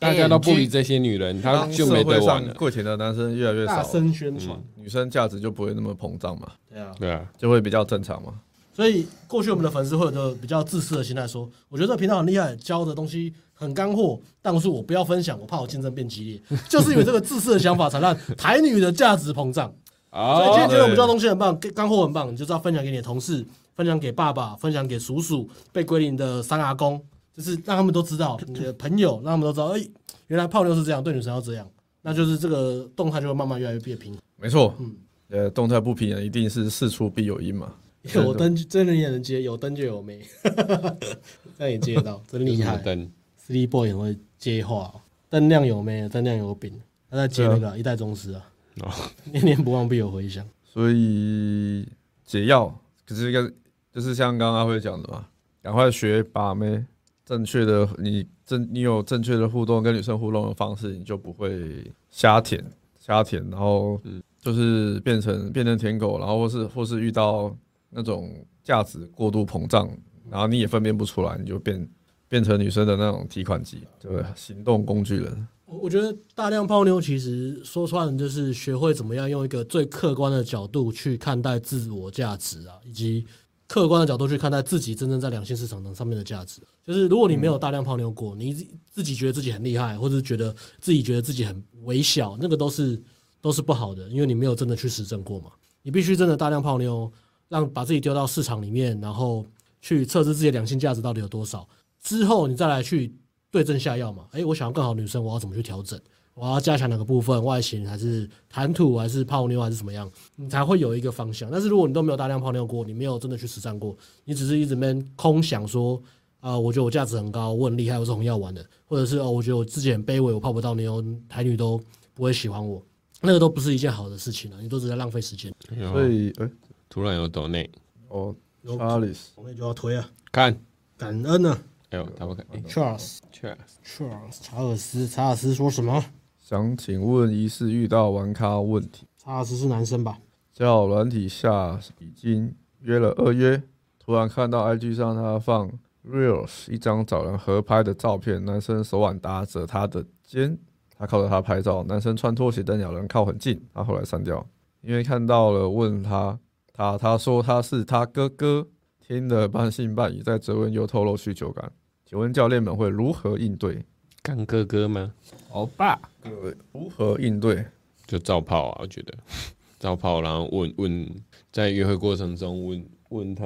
S2: 大家都不理这些女人，他
S3: 当
S2: 就
S3: 社
S2: 没
S3: 会
S2: 得玩
S3: 上
S2: 了。
S3: 跪舔的男生越来越少
S1: 大
S3: 了，
S1: 声宣
S2: 嗯
S1: 传。
S3: 女生价值就不会那么膨胀嘛，
S1: 对啊，
S2: 对啊，
S3: 就会比较正常嘛。
S1: 所以过去我们的粉丝会有个比较自私的心态，说：“我觉得这频道很厉害，教的东西很干货，但是我不要分享，我怕我竞争变激烈。” *laughs* 就是因为这个自私的想法，才让台女的价值膨胀。所以今天
S2: 哦，
S1: 觉得我们这东西很棒，干干货很棒，你就知道分享给你的同事，分享给爸爸，分享给叔叔，被归零的三阿公，就是让他们都知道你的朋友，让他们都知道，哎、原来泡妞是这样，对女生要这样，那就是这个动态就会慢慢越来越变平 *laughs* 衡。
S3: 没错
S1: 嗯，
S3: 呃，动态不平衡一定是事出必有因嘛。
S1: 有灯真人也能接，有灯就有妹， *laughs* 这样也接得到，真厉害。
S2: 灯
S1: Three Boy 很会接话、哦，灯亮有妹，灯亮有饼，他在接那个啊、一代宗师啊，
S2: 哦
S1: *laughs* 念念不忘必有回响。
S3: 所以解药可是一个，就是像刚刚阿辉讲的嘛，赶快学把妹，正确的你正你有正确的互动跟女生互动的方式，你就不会瞎舔瞎舔，然后就是变成变成舔狗，然后或是或是遇到那种价值过度膨胀，然后你也分辨不出来，你就变变成女生的那种提款机，对不对？行动工具人，
S1: 我我觉得大量泡妞其实说穿了就是学会怎么样用一个最客观的角度去看待自我价值啊，以及客观的角度去看待自己真正在两性市场上面的价值。啊就是如果你没有大量泡妞过，你自自己觉得自己很厉害，或者是觉得自己觉得自己很微小，那个都是都是不好的，因为你没有真的去实证过嘛。你必须真的大量泡妞，让把自己丢到市场里面，然后去测试自己的良性价值到底有多少，之后你再来去对症下药嘛。诶，我想要更好的女生，我要怎么去调整？我要加强哪个部分？外形还是谈吐，还是泡妞，还是怎么样？你才会有一个方向。但是如果你都没有大量泡妞过，你没有真的去实战过，你只是一直边空想说，啊、我觉得我价值很高，我很厉害，我是红药丸的，或者是哦，我觉得我自己很卑微，我泡不到妞，台女都不会喜欢我，那个都不是一件好的事情啊，你都只是在浪费时间。
S2: 哦
S3: 所以哎、
S2: 突然有抖内，
S3: 哦
S1: 有
S3: c h a r l e
S1: 我们就要推啊，
S2: 看，
S1: 感恩啊
S2: 哎呦，他不看，哎
S1: ，Charles。
S2: 确实
S1: Charles 查尔斯，查尔斯说什么？
S3: 想请问疑似遇到玩咖问题。
S1: 查尔斯是男生吧？
S3: 叫软体下已经约了二约，突然看到 IG 上他放 reels 一张找人合拍的照片，男生手腕搭着他的肩，他靠着他拍照，男生穿拖鞋但两人靠很近，他后来删掉，因为看到了问他，他他说他是他哥哥，听得半信半疑，在追问又透露需求感，请问教练们会如何应对？
S2: 干哥哥吗？
S4: 欧巴，
S3: 呃如何应对？
S2: 就照泡啊，我觉得 *laughs* 照泡，然后问问，在约会过程中问问他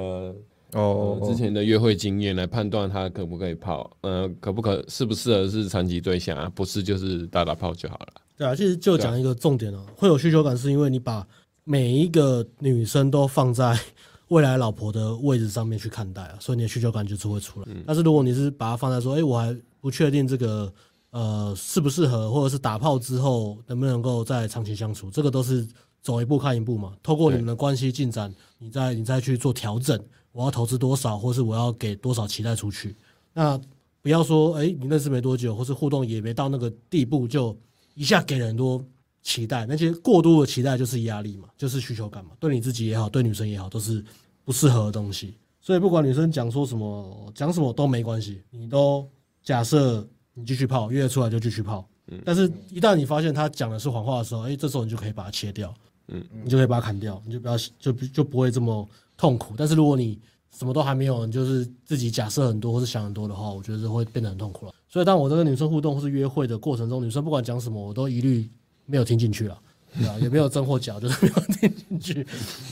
S3: 哦
S2: 呃，之前的约会经验来判断他可不可以泡，呃，可不可适不适合是长期对象啊？不是就是打打炮就好了。
S1: 对啊，其实就讲一个重点哦、会有需求感是因为你把每一个女生都放在 *laughs* 未来老婆的位置上面去看待啊，所以你的需求感就是会出来。但是如果你是把它放在说，哎、我还不确定这个呃适不适合，或者是打炮之后能不能够再长期相处，这个都是走一步看一步嘛。透过你们的关系进展，你再你再去做调整，我要投资多少，或是我要给多少期待出去。那不要说，哎、你认识没多久，或是互动也没到那个地步，就一下给了很多期待，那些过度的期待就是压力嘛，就是需求感嘛，对你自己也好，对女生也好，都是不适合的东西。所以不管女生讲说什么，讲什么都没关系，你都假设你继续泡，约得出来就继续泡。但是，一旦你发现她讲的是谎话的时候，哎、这时候你就可以把它切掉，嗯，你就可以把它砍掉，你就不要就不就不会这么痛苦。但是如果你什么都还没有，你就是自己假设很多或是想很多的话，我觉得是会变得很痛苦了。所以，当我在跟女生互动或是约会的过程中，女生不管讲什么，我都一律没有听进去了，对啊，也没有真或假，就是没有听进去。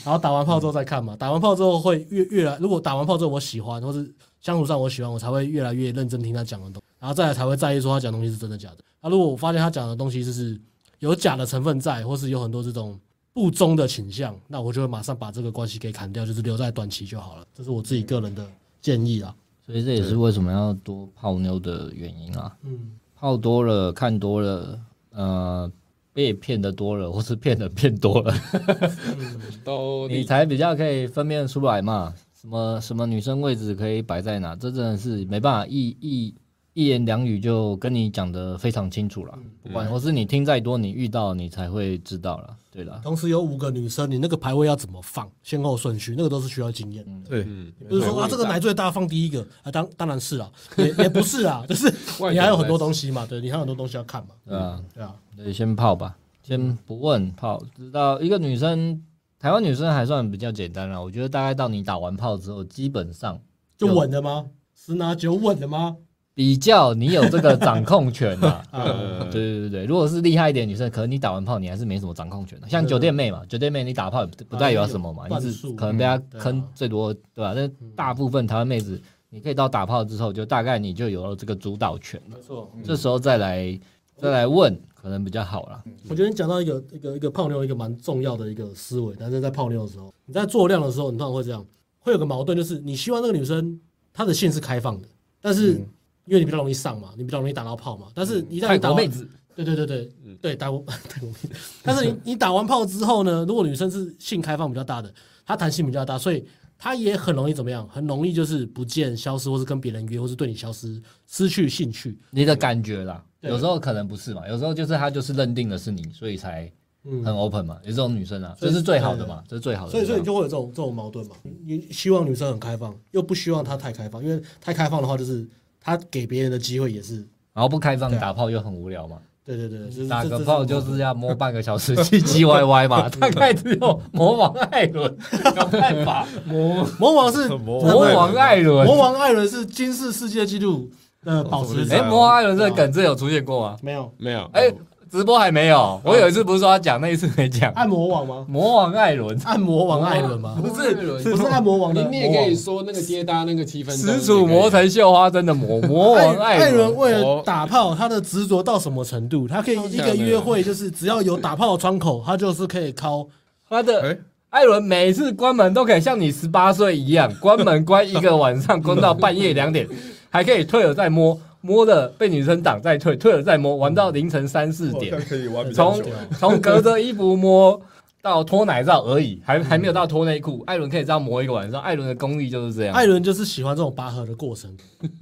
S1: 然后打完炮之后再看嘛，打完炮之后会越越来，如果打完炮之后我喜欢，或是相处上我喜欢，我才会越来越认真听他讲的东西，然后再来才会在意说他讲的东西是真的假的。那、如果我发现他讲的东西就是有假的成分在，或是有很多这种不忠的倾向，那我就会马上把这个关系给砍掉，就是留在短期就好了。这是我自己个人的建议啊。
S5: 所以这也是为什么要多泡妞的原因啊。
S1: 嗯，
S5: 泡多了，看多了，呃，被骗的多了，或是骗的骗
S4: *laughs*
S5: 多了，
S2: 都
S5: 你
S2: 你
S5: 才比较可以分辨出来嘛。什么什么女生位置可以摆在哪，这真的是没办法一一一言两语就跟你讲的非常清楚了。
S4: 嗯
S5: 不管或是你听再多，你遇到你才会知道了。对了，
S1: 同时有五个女生，你那个排位要怎么放，先后顺序，那个都是需要经验的。
S3: 嗯对，
S1: 你不是说啊，这个奶最大放第一个啊，当当然是啦、也也不是啊，就是
S2: 外表
S1: 你还有很多东西嘛，对你还有很多东西要看嘛，
S5: 对啊，
S1: 对啊，
S5: 所以先泡吧，先不问泡，知道一个女生，台湾女生还算比较简单了。我觉得大概到你打完炮之后，基本上
S1: 就
S5: 有
S1: 稳了吗？十拿九稳了吗？
S5: 比较你有这个掌控
S1: *laughs*。
S5: 权啦
S1: 啊，
S5: *laughs* 对对对对，如果是厉害一点的女生，可能你打完炮你还是没什么掌控权的。像酒店妹嘛，酒店妹你打炮也不不代表什么嘛，
S1: 哎有
S5: 你
S1: 半
S5: 只
S1: 数
S5: 可能被她
S1: 对啊嗯
S5: 坑最多，对吧、但大部分台湾妹子，你可以到打炮之后，就大概你就有了这个主导权了。
S1: 没错。
S5: 这时候再来再来问，可能比较好啦。
S1: 我觉得你讲到一个一个一个泡妞一个蛮重要的一个思维，但是在泡妞的时候，你在做量的时候，你通常会这样，会有个矛盾，就是你希望那个女生她的性是开放的，但是因为你比较容易上嘛，你比较容易打到炮嘛，但是一旦
S5: 嗯泰
S1: 你打
S5: 国妹
S1: 完，
S5: 子，
S1: 对对对对，对打完 *laughs* 泰国妹子，但
S5: *laughs*
S1: 是你你打完炮之后呢，如果女生是性开放比较大的，她弹性比较大，所以她也很容易怎么样，很容易就是不见、消失，或是跟别人约，或是对你消失、失去兴趣。
S5: 你的感觉啦，
S1: 对
S5: 有时候可能不是嘛，有时候就是她就是认定的是你，所以才
S1: 嗯
S5: 很 open 嘛，有这种女生啊，
S1: 所
S5: 这
S1: 以
S5: 是最好的嘛，这是最好的。
S1: 所以，所以你
S5: 这样
S1: 就会有这种这种矛盾嘛？你你希望女生很开放，又不希望她太开放，因为太开放的话，就是她给别人的机会也是，
S5: 然后不开放
S1: 对啊
S5: 打炮又很无聊嘛。
S1: 对对对，就是
S5: 打
S1: 这
S5: 个
S1: 这
S5: 炮
S1: 这
S5: 就是要摸半个小时，唧唧歪
S1: *laughs*
S5: 歪嘛，大概只有魔王艾伦有办法。
S1: 魔王是
S3: 魔
S5: 魔王艾伦，
S1: 魔王艾伦是金氏世界纪录的保持
S3: 哎
S1: 者，
S5: 哎，魔王艾伦这个梗真的有出现过吗？
S1: 没有
S2: 没有
S5: 哎，直播还没有，我有一次不是说要讲，那一次没
S4: 哎
S5: 讲。
S1: 按摩王吗？
S5: 魔王艾伦
S1: 按摩王艾伦吗？
S5: *laughs* 不是
S1: 不是按摩王
S2: 你
S1: 的
S2: 你
S1: 魔
S2: 也可以
S1: 王。
S2: 说那个跌搭那个七分钟
S5: 始祖魔
S2: 才
S5: 神绣花针的魔
S4: *laughs*
S5: 魔王艾
S1: 艾伦
S5: 伦，
S1: 为了打炮，他的执着到什么程度？他可以一个约会，就是只要有打炮的窗口，他就是可以敲
S5: 他的
S3: 哎
S5: 艾伦每次关门都可以像你十八岁一样，关门关一个晚上，关到半夜两点，还可以退了再摸，摸了被女生挡再退，退了再摸，玩到凌晨三四点。
S3: 可以玩比较
S5: 从
S3: 久。
S5: 从隔着衣服摸到脱奶罩而已，还还没有到脱内裤。艾伦可以这样磨一个晚上，艾伦的功力就是 *laughs* 这样。
S1: 艾伦就是喜欢这种拔河的过程，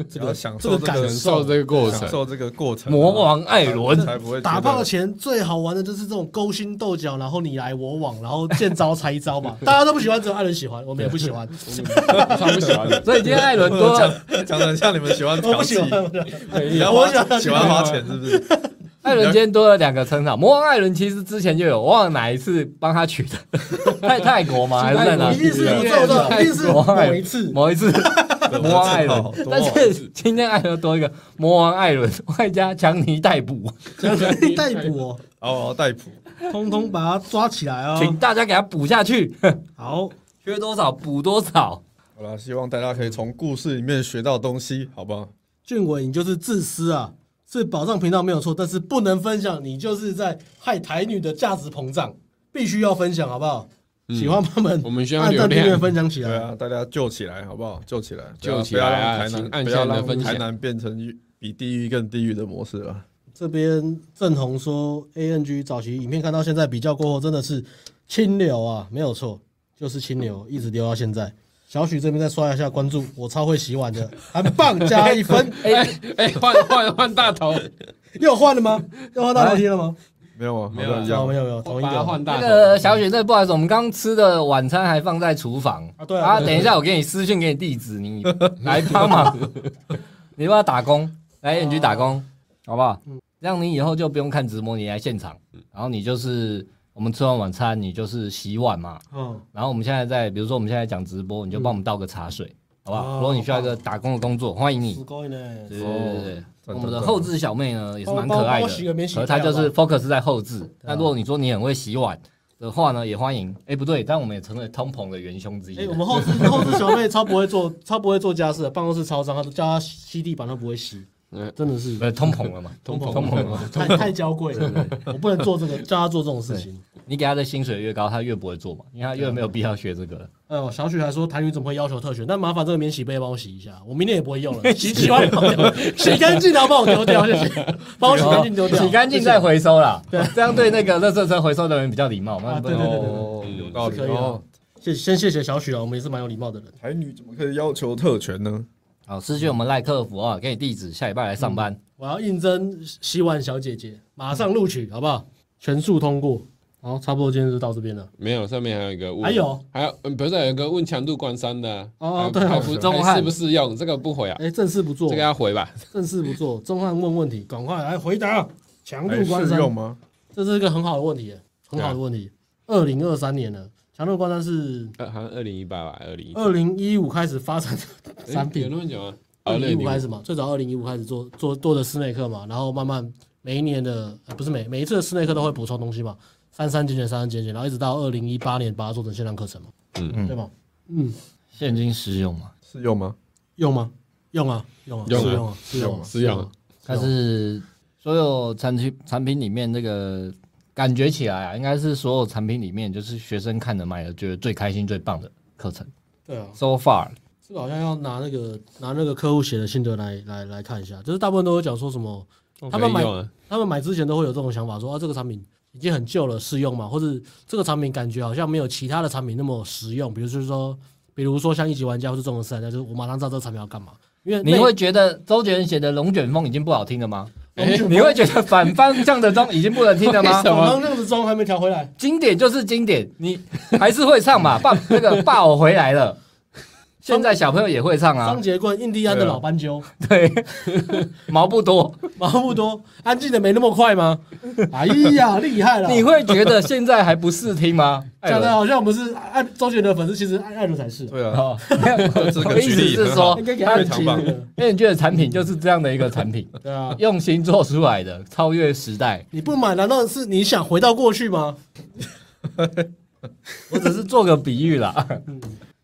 S1: 这
S3: 要
S1: 个
S3: 享
S1: 这
S3: 受
S1: 个
S3: 这个
S1: 感
S2: 享受这个过
S3: 享
S2: 程，
S3: 受这个过程，啊
S5: 魔王艾
S1: *laughs*
S5: 伦，
S3: 才不会觉得
S1: 打炮前最好玩的就是这种勾心斗角，然后你来我往，然后见招拆招嘛。 *laughs* 大家都不喜欢，只有艾伦喜欢，我们也不喜欢。
S2: 他不喜欢的。
S5: 所以今天艾
S3: *laughs*
S5: 伦多了，
S3: 讲的像你们喜欢
S1: 我
S3: 调
S1: 不喜
S3: 戏，
S1: 欢，
S3: 你要
S1: 我
S3: 花
S1: 喜欢
S3: 喜欢花钱是不是？
S5: 艾伦今天多了两个称号。魔王艾伦其实之前就有，忘了哪一次帮他取的，泰泰国吗？还是在哪
S1: 一？定是
S2: 对
S1: 我知道，我知道，一定是
S5: 魔王
S1: 某
S5: 艾伦
S1: 一
S2: *laughs*
S1: 次。
S5: 某一次魔王艾伦
S3: 好多，
S5: 但是今天艾伦多一个魔王艾伦，外加强尼逮捕，
S1: 逮捕
S2: *laughs*
S1: 哦，
S3: 哦，代普，
S1: 通通把他抓起来
S5: 请
S1: 哦。
S5: 大家给他补下去，
S1: 好，
S5: 缺多少补多少。
S3: 好了，希望大家可以从故事里面学到东西，好不好？
S1: 俊伟，你就是自私啊，是保障频道没有错，但是不能分享，你就是在害台女的价值膨胀，必须要分享，好不好？喜欢他们，
S2: 嗯我们需要
S1: 按赞
S2: 流
S1: 订
S2: 量
S1: 阅分享起
S3: 对
S1: 来。
S3: 啊，大家救起来，好不好？救起来，
S2: 救起
S3: 不要
S2: 来啊
S3: 让台
S2: 请
S3: 南
S2: 按
S3: 不
S2: 下
S3: 要
S2: 你的分
S3: 让
S2: 享
S3: 台南变成比地狱更地狱的模式啊了。
S1: 这边郑红说，A N G 早期影片看到现在比较过后，真的是清流啊，没有错，就是清流，一直流到现在。小许这边再刷一下关注，我超会洗碗的，很棒，加一分。
S2: 哎 *laughs* 哎，换换换大头，
S1: 又换了吗？又换大楼梯了吗？哦
S3: 没有啊，
S2: 没有啊
S5: 哎
S3: 好像一
S1: 没有没有没
S3: 样。
S1: 有，同一
S2: 把它
S1: 个。
S2: 换
S5: 那
S2: 大
S5: 个
S2: 头。
S5: 小雪，那不好意思，我们刚吃的晚餐还放在厨房
S1: 啊对啊对啊
S5: 等一下我给你私信，给你地
S1: *laughs*
S5: 址，你来帮忙。你要不要打工？来，你去打
S1: 哦
S5: 工，好不好？
S1: 嗯
S5: 这样你以后就不用看直播，你来现场，然后你就是我们吃完晚餐，你就是洗碗嘛。
S1: 嗯，
S5: 然后我们现在在，比如说我们现在讲直播，你就帮我们倒个茶水，好不
S1: 哦
S5: 好？如果你需要一个打工的工作，欢迎你
S1: す。ごいね。
S5: 对对对对，
S3: 哦
S5: 我们的后置小妹呢也是蛮可
S1: 帮我
S5: 爱
S1: 帮
S5: 的
S1: 我洗个免洗，
S5: 可
S1: 筷
S5: 是她就
S1: 好
S5: 是 focus 在后置。
S1: 啊
S5: 那如果你说你很会洗碗的话呢，也欢迎。哎，不对，但我们也成为通膨的元凶之一
S1: 哎，。我们
S5: *laughs*
S1: 后置后置小妹超不会做，超不会做家事的，办公室超脏，她都叫她吸地板都不会吸。
S2: 嗯
S1: 真的是
S5: 呃，通膨了嘛，
S1: *laughs* 通膨
S5: 通膨了嘛。
S1: 太
S5: *laughs*
S1: 太娇贵了，我不能做这个，叫他做这种事情。
S5: 你给他的薪水越高，他越不会做嘛，因为他越没有必要学这个
S1: *laughs*
S5: 了。
S1: 哎呦，小许还说台语怎么会要求特权？那麻烦这个免洗杯帮我洗一下，我明天也不会用了，洗洗完帮我丢掉，洗干净然后帮我丢掉，谢谢，帮我哦洗干净丢掉，
S5: 洗干净再回
S1: *laughs*
S5: 收啦。对，这样对那个垃圾车回收的人比较礼貌嘛。
S1: 啊
S5: 不
S1: 对
S5: 能
S1: 对对
S3: 哦，有道理
S1: 是可以啊的
S3: 哦。
S1: 谢先谢谢小许啊，我们也是蛮有礼貌的人。
S3: 台女怎么可以要求特权呢？
S5: 好，失去我们赖客服啊，给你地址，下礼拜来上班。
S1: 我要应征洗碗小姐姐，马上录取，好不好？全数通过。好，差不多今天就到这边了。哎
S2: 没有，上面还有一个问，
S1: 还有
S2: 还有，嗯，不是还有一个问强度关山的啊，
S1: 哦
S2: 还
S1: 对
S2: 还不
S5: 钟
S2: 还
S5: 汉
S2: 适不适用？这个不回啊，
S1: 哎、正事不做
S2: 这个，要回吧。 *laughs*
S1: 正事不做。钟汉问问题，赶快来回答。强度
S3: 哎
S1: 关
S3: 适
S1: 山，
S3: 用吗？
S1: 这是一个很好的问题耶，很好的问题。二零二三年了，强度关山是
S2: 呃，好像二零一八吧，二零一
S1: 二零一五开始发展的产哦
S2: 有
S1: 品，
S2: 那么久啊哦吗？
S1: 二零一五
S2: 2015
S1: 开始嘛，最早二零一五开始做做做的室内课嘛，然后慢慢每一年的、呃不是每每一次的室内课都会补充东西嘛，删删减减删删减减，然后一直到二零一八年把它做成线上课程嘛，
S2: 嗯
S1: 对吗？嗯，
S5: 现金实用嘛，
S3: 适用吗？
S1: 用吗？用啊，用啊，
S2: 用啊
S1: 是用啊，是用啊，
S2: 是用啊
S5: 它是所有产品产品里面那个感觉起来啊，应该是所有产品里面就是学生看的买的觉得最开心最棒的课程。
S1: 对啊，
S5: So far，
S1: 这个好像要拿那个拿那个客户写的心得来来来看一下，就是大部分都有讲说什么。哦他们买
S2: 可以用啊
S1: 他们买之前都会有这种想法说，啊这个产品已经很旧了，适用嘛，或者这个产品感觉好像没有其他的产品那么实用，比如就是说，比如说像一级玩家或是中文四玩家，就是我马上知道这个产品要干嘛，因为
S5: 你
S1: 那
S5: 会觉得周杰伦写的《龙卷风》已经不好听
S1: *laughs*
S5: 了吗？
S1: 哎
S5: 你会觉得反方向的钟已经不能听了吗？
S1: 我刚那样子装还没调回来，
S5: 经典就是经典，你 *laughs* 还是会唱嘛？爸，那个爸，我回来 *laughs* 了。现在小朋友也会唱啊
S1: 双，节棍、印第安的
S3: 对啊
S1: 老斑鸠、
S5: 对，啊毛不多。
S1: 马不多，安静的没那么快吗？哎呀，厉害了！
S5: *laughs* 你会觉得现在还不适听吗？艾
S1: 讲
S5: 伦
S1: 的好像我们是爱周杰伦的粉丝，其实爱爱伦才是，
S3: 对啊，
S5: 哦，没有
S3: 这
S5: 我
S3: 个
S5: 意
S3: 举
S5: 思
S3: 例
S5: 是
S3: 很好
S5: 说
S1: 应，该给他们
S3: 非
S1: 激
S3: 常棒
S1: 励的，
S5: 因为你觉得产品就是这样的一个产 *laughs* 品，
S1: 对啊。
S5: 用心做出来的，超越时代。
S1: 你不买，难道是你想回到过去吗？
S5: 我只是做个比喻啦，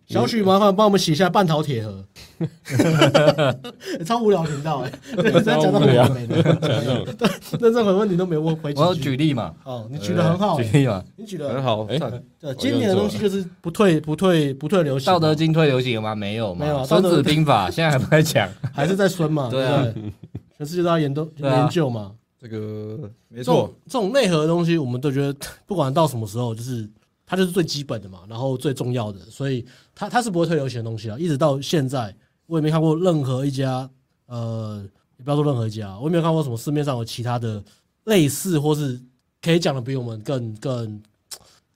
S1: 小许，麻烦帮我们洗一下半岛铁盒。超无聊频道哎、欸，真的讲到很完美的， *laughs* 对，认真回问题都没问回几
S5: *laughs* 我有
S1: 句
S5: 举例嘛，
S1: 哦，你举的很好、
S5: 举
S1: 欸，
S5: 例嘛，
S1: 你举
S3: 很
S1: 的
S3: 好。
S2: 哎
S3: 赞
S1: 对，今年的东西就是不退不退不退流
S5: 《
S1: 行，
S5: 道德经》退流行了吗？没有嘛，
S1: 没有啊
S5: 孙
S1: 道德
S5: 子兵 *laughs* 法》现在还不在讲，
S1: 还是在孙嘛，
S5: 对
S1: 对
S5: 啊
S1: 不对？全世界都要研究
S5: 对啊
S1: 研究嘛，
S3: 这个没
S1: 没
S3: 错，，
S1: 这种内核的东西，我们都觉得 *laughs* 不管到什么时候，就是它就是最基本的嘛，然后最重要的，所以它它是不会退流行的东西啊，一直到现在，我也没看过任何一家呃，也不要说任何一家，我也没有看过什么市面上有其他的类似或是可以讲的比我们更更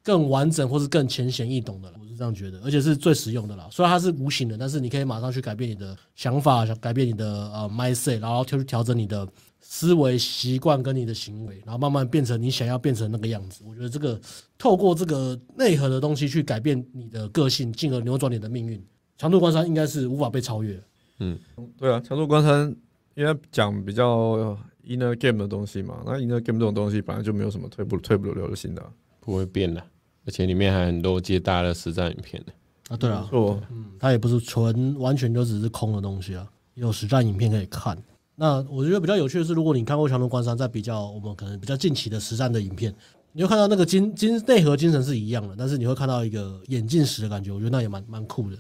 S1: 更完整或是更浅显易懂的啦，我是这样觉得，而且是最实用的啦。虽然它是无形的，但是你可以马上去改变你的想法，想改变你的呃 mindset，然后去调整你的思维习惯跟你的行为，然后慢慢变成你想要变成那个样子。我觉得这个透过这个内核的东西去改变你的个性，进而扭转你的命运。强度关山应该是无法被超越的。
S3: 对啊，强度关山因为讲比较 inner game 的东西嘛，那 inner game 这种东西本来就没有什么退不退不流行的啊，
S2: 不会变的，而且里面还很多接大家的实战影片呢。
S1: 啊，对
S3: 没
S1: 啊，
S3: 错，
S1: 嗯它也不是纯完全就只是空的东西啊，也有实战影片可以看。那我觉得比较有趣的是，如果你看过《强龙关山》，在比较我们可能比较近期的实战的影片，你会看到那个精精内核精神是一样的，但是你会看到一个眼镜石的感觉，我觉得那也蛮蛮酷的。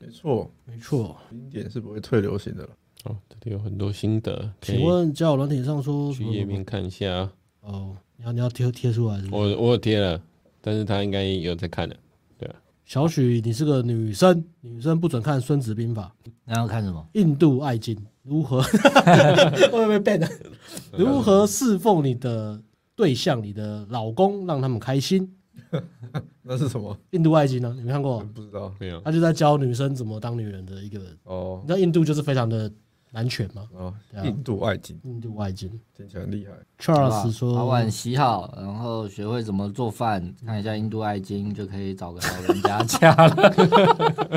S3: 没错，
S1: 没错，
S3: 经典是不会退流行的了。
S2: 哦，这里有很多心得，可
S1: 请
S2: 以
S1: 问交友软体上说什
S2: 去
S1: 么
S2: 页面看一下啊。
S1: 哦，你要你要贴贴出来是不是
S2: 我我有贴了，但是他应该有在看的。
S1: 小许，你是个女生，女生不准看《孙子兵法》。
S5: 然后看什么？
S1: 印度爱情如何？会不会被 ban？如何侍奉你的对象、你的老公，让他们开心？
S3: *laughs* 那是什么？
S1: 印度爱情呢？你没看过？
S3: 不知道
S2: 没有，
S1: 他就在教女生怎么当女人的一个。你
S3: 哦
S1: 知道印度就是非常的男权嘛？
S3: 啊
S1: 对，啊
S3: 印度爱情
S1: 印度爱情。
S3: 听起来很厉害。
S1: Charles
S5: 把
S1: 说
S5: 碗洗好，然后学会怎么做饭，看一下印度爱经就可以找个老人 *laughs* 家家了。：“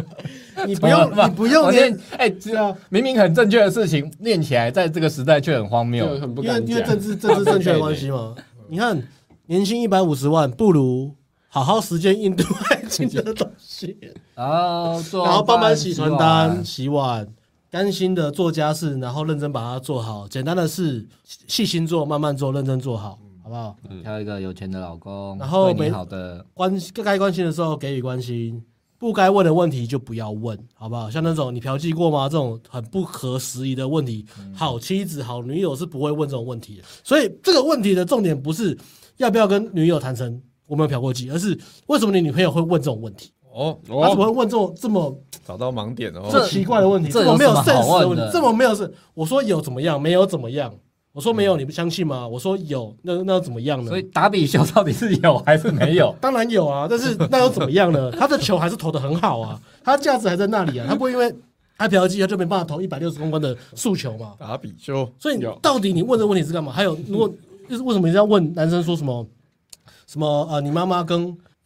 S1: 你不用，你不用
S5: 我
S1: 念
S5: 念，，哎，这 *laughs* 明明很正确的事情， *laughs* 念起来在这个时代却很荒
S2: 就
S5: 谬。
S2: 很不
S1: 因为
S2: 敢
S1: 因为
S2: 讲。
S1: 政治政治正确的关系
S2: *laughs*
S1: 嘛。你看，年薪一百五十万，不如好好实践印度
S2: *laughs*
S1: 爱情的东西。”
S5: 然后做，
S2: 啊
S1: 然后帮忙洗床单、洗碗，甘心的做家事，然后认真把它做好。简单的事，细心做，慢慢做，认真做好，好不好？
S5: 挑一个有钱的老公，
S1: 然后
S5: 对
S1: 没
S5: 你好的，
S1: 关该关心的时候给予关心，不该问的问题就不要问，好不好？像那种你嫖妓过吗？这种很不合时宜的问题，
S5: 嗯
S1: 好妻子、好女友是不会问这种问题的。所以这个问题的重点不是要不要跟女友谈成我没有嫖过妓，而是为什么你女朋友会问这种问题？
S3: 哦，
S1: 她怎么
S2: 哦，
S1: 会问这种这么
S3: 找到盲点了
S1: 这
S3: 哦。
S1: 奇怪的问题，
S5: 哦这
S1: 么没有
S5: 有什
S1: s
S5: 么
S1: e 的
S5: 好问
S1: 问
S5: 的
S1: 题，这么没有 sense。我说有怎么样？没有怎么样？我说没有，你不相信吗？我说有，那那又怎么样呢？？
S5: 嗯所以打比球到底是有还是没 *laughs* 有
S1: 当然有啊，但是那又怎么样呢？ *laughs* 他的球还是投的很好啊，他价值还在那里啊，他不会因为他嫖妓他就没办法投一百六十公分的速球嘛。
S3: 打比就
S1: 所以
S2: 有
S1: 到底你问这个问题是干嘛？还有，如果就是为什么一定要问男生说什么什么呃，你妈妈跟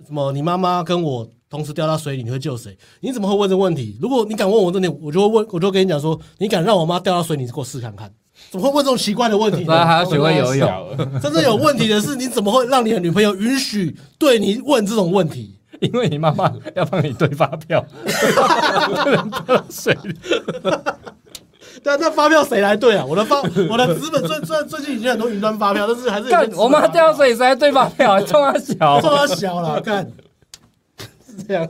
S1: 什么你妈妈跟我同时掉到水里，你会救谁？你怎么会问这个问题？如果你敢问我这点，我就会问，我就跟你讲说，你敢让我妈掉到水里，你给我试看看。怎么会问这种奇怪的问题
S5: *laughs* 所以
S1: 呢？
S5: 还要学会游泳，
S1: 真正有问题的是，你怎么会让你的女朋友允许对你问这种问题？
S5: 因为你妈妈要帮你对发 *laughs* 票，不能掉水里。
S1: 对啊，那发票谁来对啊？我的发，我的资本最最最近已经很多云端发票，但是还是有些
S5: 干
S1: 纸，本
S5: 我妈
S1: 发票
S5: 掉水谁对发 *laughs* 票？冲她小，
S1: 这么小了，看是这样。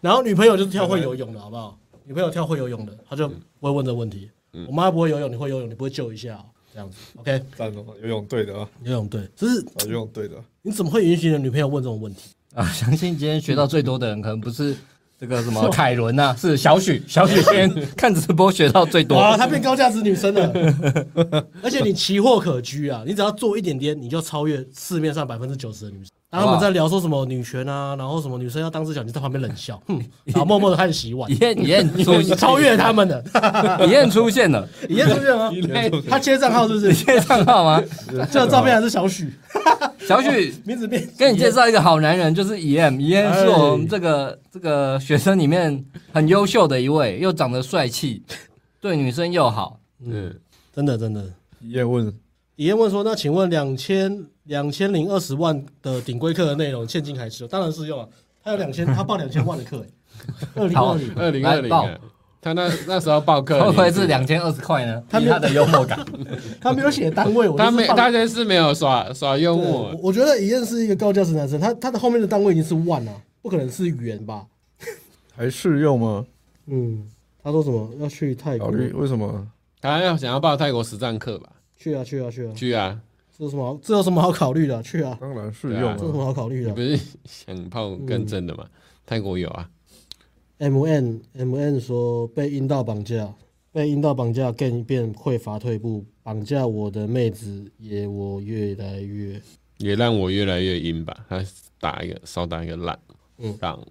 S1: 然后女朋友就是跳会游泳的，好不好？女朋友跳会游泳的，她就不会问这问题。我妈不会游泳，你会游泳，你不会救一下哦、这样子，OK？
S3: 赞哦，游泳队的啊，
S1: 游泳对，就是
S3: 哦游泳队的。
S1: 你怎么会允许你的女朋友问这种问题？
S5: 啊，相信今天学到最多的人，可能不是这个什么 *laughs* 凯伦呐、是小许。小许今天看直播学到最
S1: 哇，
S5: 多。 *laughs*
S1: 她变高价值女生了，而且你奇货可居啊！你只要做一点点，你就超越市面上百分之九十的女生。然后我们在聊说什么女权啊，然后什么女生要当自强，你在旁边冷
S5: *laughs*
S1: 笑，哼，然后默默的开始洗碗
S5: 以，燕以燕出
S1: 你超越他们
S5: *laughs*
S1: 了。
S5: 以燕出现了，
S1: 你认出现吗？啊哎他接账号是不
S5: *laughs*
S1: 是？
S5: 可以看到吗？
S1: 这照片还是小许，
S5: *laughs* 小许
S1: 名字变。
S5: 跟你介绍一个好男人，就是 EM。EM
S1: 哎
S5: 是我们这个这个学生里面很优秀的一位，又长得帅
S1: *laughs*
S5: 气，对女生又好。
S2: 嗯，
S1: 真的真的。
S3: 叶问
S1: 李燕问说：“那请问两千两千零二十万的顶规课的内容，现金还适用？当然适用啊！他有两千，他报两千万的
S5: *laughs*
S1: 课、欸二零二零。
S2: 二零二
S5: 来
S2: 零啊
S5: 报，
S2: 他那那时候报课，
S1: *laughs*
S5: 会不会是两千二十块呢？
S1: 他
S5: 以
S1: 没有
S5: 他的幽默感，
S1: 他没有写单位，我
S2: 他没，他
S1: 没
S2: 这是没有耍耍幽
S1: 我
S2: 默，
S1: 我觉得李燕是一个高价值男生，他他的后面的单位已经是万了、不可能是元吧？
S3: 还适用吗？
S1: 嗯，他说什么要去泰
S3: 考
S1: 国？
S3: 虑为什么？
S2: 他要想要报泰国实战课吧？
S1: 去啊去啊去啊！
S2: 去啊，
S1: 这有什么好？这有什么好考虑的？去啊！
S3: 当然适用
S1: 这有什
S3: 啊。
S1: 么好考虑
S2: 你
S1: 的
S2: 不？是想泡更正的吗？泰国有啊，
S1: M N M N 说被阴道绑架，被阴道绑架更变匮乏退步，绑架我的妹子也我越来越
S2: 也让我越来越阴吧。他打一个少打一个浪，
S1: 嗯
S2: 浪，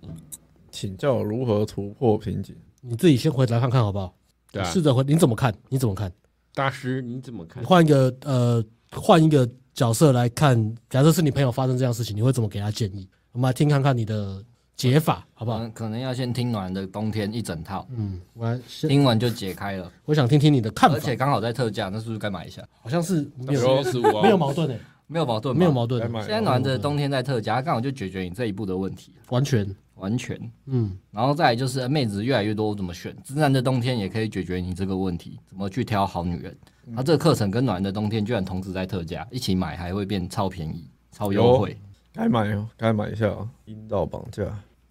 S3: 请教我如何突破瓶颈？
S1: 你自己先回答看看好不好？
S2: 对啊
S1: 试，着回你怎么看？你怎么看？
S2: 大师你怎么看
S1: 你？换一个呃，换一个角色来看，假设是你朋友发生这样的事情，你会怎么给他建议？我们来听看看你的解法好不好？
S5: 嗯可能要先听暖的冬天一整套，
S1: 嗯，我来先，
S5: 听完就解开了，
S1: 我想听听你的看
S5: 而
S1: 法
S5: 且，刚好在特价，那是不是该买一下？
S1: 好像是没有
S2: 十五啊，
S1: 没有矛盾诶、欸
S5: 没有矛盾，
S1: 没有。矛盾欸
S3: 来，买
S5: 现在
S3: 哦
S5: 暖的冬天在特价，它刚好就解决你这一步的问题，
S1: 完全，
S5: 完全。
S1: 嗯
S5: 然后再来就是呃妹子越来越多，我怎么选？直男的冬天也可以解决你这个问题，怎么去挑好女人？它、这个课程跟暖的冬天居然同时在特价，一起买还会变超便宜、超优惠。
S3: 该买哦，该买一下哦。阴道绑架，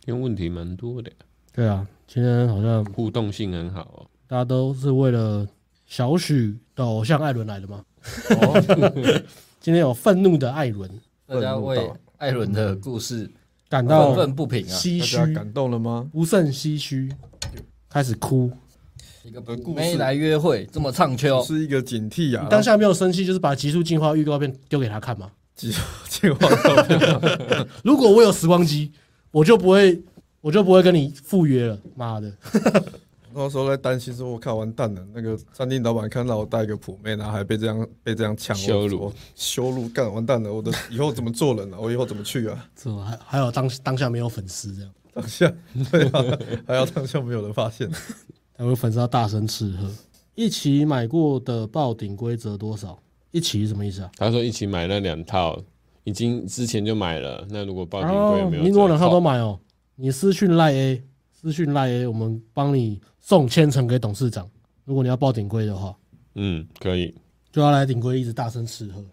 S2: 因为问题蛮多的，
S1: 对啊，今天好像
S2: 互动性很好哦。
S1: 大家都是为了小许的偶像艾伦来的吗？
S5: 哦
S1: *laughs* 今天有愤怒的艾伦
S5: 大家
S3: 愤
S5: 为
S3: 怒到
S5: 艾伦的故事
S1: 感
S5: 愤
S1: 到
S5: 愤不平啊！
S1: 唏
S3: 大
S1: 嘘，
S3: 家感动了吗？
S1: 不胜唏嘘，开始哭。
S5: 一个
S3: 故事
S5: 妹来约会这么唱秋，
S3: 是一个警惕啊！
S1: 当下没有生气，就是把《极速进化》预告片丢给他看嘛。
S3: 计计划照片，
S1: 如果我有时光机，我就不会，我就不会跟你赴约了。妈的，
S3: 那时候在担心说，我靠，完蛋了！那个餐厅老板看到我带一个普妹，然后还被这样被这样抢，我
S2: 羞辱
S3: 我羞辱，干完蛋了！我的以后怎么做人啊？我以后怎么去 *laughs* 啊？
S1: 这还还有当当下没有粉丝这样，
S3: 当下对啊，还要当下没有人发现，
S1: 还有粉丝要大声斥喝。一起买过的爆顶规则多少？一起是什么意思啊？
S2: 他说一起买那两套，已经之前就买了。那如果报警
S1: 哦，
S2: 贵有没有折扣？
S1: 你如果两套都买哦，你私讯赖 A，私讯赖 A，我们帮你送千层给董事长，如果你要报顶规的话，
S2: 嗯，可以。
S1: 就要来顶规一直大声吃 *laughs* 喝。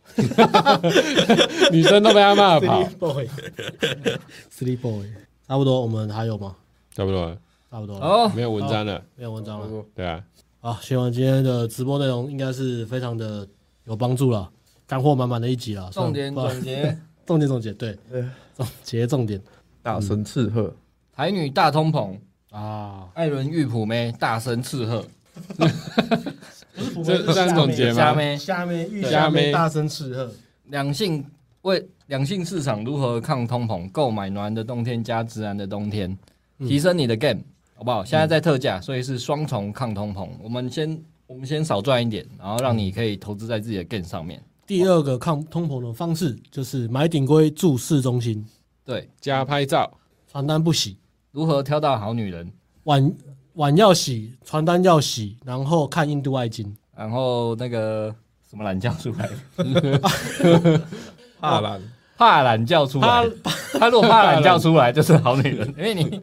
S2: 女生都被他
S1: *laughs*
S2: 骂跑，
S1: Sleep boy，Sleep boy，差不多。我们还有吗？
S2: 差不多了，
S1: 差不多了，
S5: 哦，
S2: 没有文章了，
S1: 没有文章了。
S2: 对啊，
S1: 好，希望今天的直播内容应该是非常的有帮助了，干货满满的一集了。虽然
S5: 重点
S1: 不知道
S5: 总结：
S1: *laughs* 重点总结，对，总结重点
S3: 大声斥喝，
S5: 台女大通膨，
S1: 啊，
S5: 艾伦玉普妹大声斥喝，
S1: 不是
S2: 这这算总结
S5: 虾
S2: 吗？
S5: 妹
S1: 下面玉
S2: 虾妹
S1: 大声斥喝，
S5: 两性为两性市场如何抗通膨？购买暖的冬天加直男的冬天，提升你的 game，、好不好？现在在特价，所以是双重抗通膨。我们先我们先少赚一点，然后让你可以投资在自己的 game 上面。
S1: 第二个抗通膨的方式就是买顶规住市中心，
S5: 对，
S2: 加
S1: *laughs*
S2: 拍照，
S1: 传单不洗，
S5: 如何挑到好女人？
S1: 碗碗要洗，传单要洗，然后看印度爱情。
S5: 然后那个什么懒觉出 *laughs* 来，
S3: 怕懒，
S5: 怕懒觉出来。他如果怕懒觉 *laughs* 出来，就是好女人，因为 *laughs* 你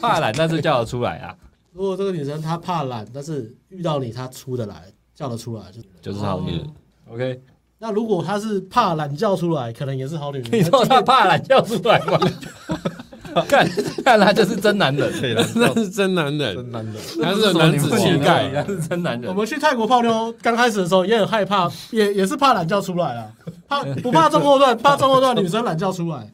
S5: 怕懒，但是叫得出来啊，
S1: 如果这个女生她怕懒，但是遇到你她出得来，叫得出来就。
S5: 就是好女人。OK，哦
S1: 那如果她是怕懒叫出来，可能也是好女人。
S5: *laughs* 你说他怕懒觉出来
S3: *laughs*
S5: 吗？看，看他就是真男人，
S3: 可以懒
S2: 那是 *laughs* 真男
S3: 真
S2: 人，
S3: 难的。
S2: 他是有男子气概
S5: 他，是真男
S1: 我
S5: 人。
S1: 们去泰国泡妞，刚开始的时候也很害怕，也也是怕懒觉出来啊，怕不怕中后段，怕中后段女生懒觉出来。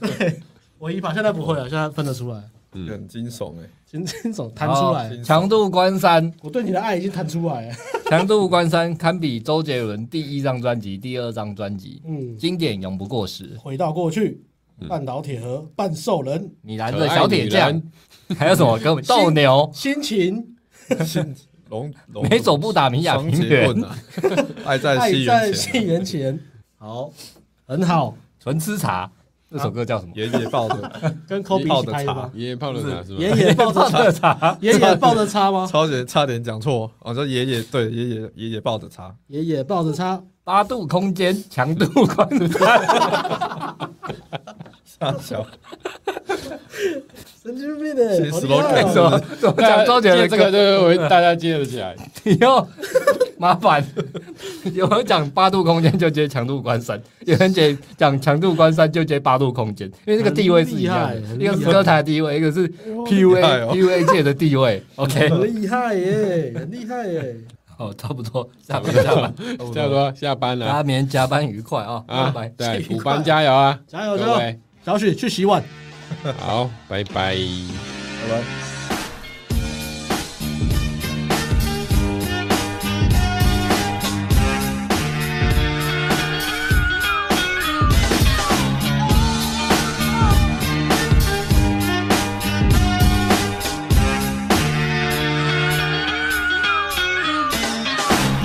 S1: 对，我一怕，现在不会啊了，现在分得出来，
S3: 很惊悚哎、
S1: 先先总弹出来，
S5: 好强度关山， *laughs*
S1: 我对你的爱已经弹出来了。
S5: 强度关山堪比周杰伦第一张专辑、第二张专辑，
S1: 嗯，
S5: 经典永不过时。
S1: 回到过去，半岛铁盒，半兽人，
S5: 米兰的小铁匠，还有什么歌？
S3: *laughs*
S5: 斗牛，
S1: 心情
S3: 新龙龙
S5: 没走不打米亚
S3: 双
S5: 平
S3: 截
S5: 原
S3: 棍，啊，爱在
S1: 爱
S3: 西
S1: 在
S3: 元前，啊
S1: 戏元前。好，很好，
S5: 纯吃茶。这首歌叫什么？
S3: 爷爷抱着
S1: 跟 Kobe 一
S3: 泡
S1: 起
S3: 的
S1: 拍的
S3: 茶
S1: 吧？
S2: 爷爷泡了茶是
S1: 爷
S2: *laughs* 吧？
S1: 爷抱着茶，
S5: 茶。
S1: 爷爷抱着叉吗？
S3: *laughs* 超姐差点讲错，我说爷爷对爷爷爷爷抱着茶，
S1: 爷爷抱着叉，
S5: 八度空间，强度关山，
S3: 傻小
S1: 神经病的、
S3: 写
S1: 好厉害
S3: slogan
S5: 什
S1: 哦！
S5: 么什么讲周杰伦
S2: 这
S5: 这
S2: 个
S5: 个，
S2: 就会大家接得起 *laughs* 来，
S5: 以后麻烦 *laughs* 有人讲八度空间就接强度
S1: *laughs*
S5: 关山，有人讲讲强度关山就接八度空间，因为这个地位是一样
S1: 很厉害
S5: 的，
S1: 很
S5: 一
S1: 厉害
S5: 个是歌台的地位，一个是
S3: 害
S5: PUA
S3: 哦
S5: PUA 界的地位。OK，
S1: *laughs* 很厉害耶，很厉害耶！
S5: 好，差不多，下班下
S1: *laughs*
S5: 班，
S2: 这样说下班
S5: 大家
S2: 了
S5: 明天加班愉快啊，拜
S2: 啊
S5: 拜，。
S2: 对，
S1: 愉快
S2: 补班加油啊，
S1: 加油，加
S2: 各
S1: 油！
S2: 位，
S1: 小许去洗碗。
S2: 好，拜拜。
S3: 好吧。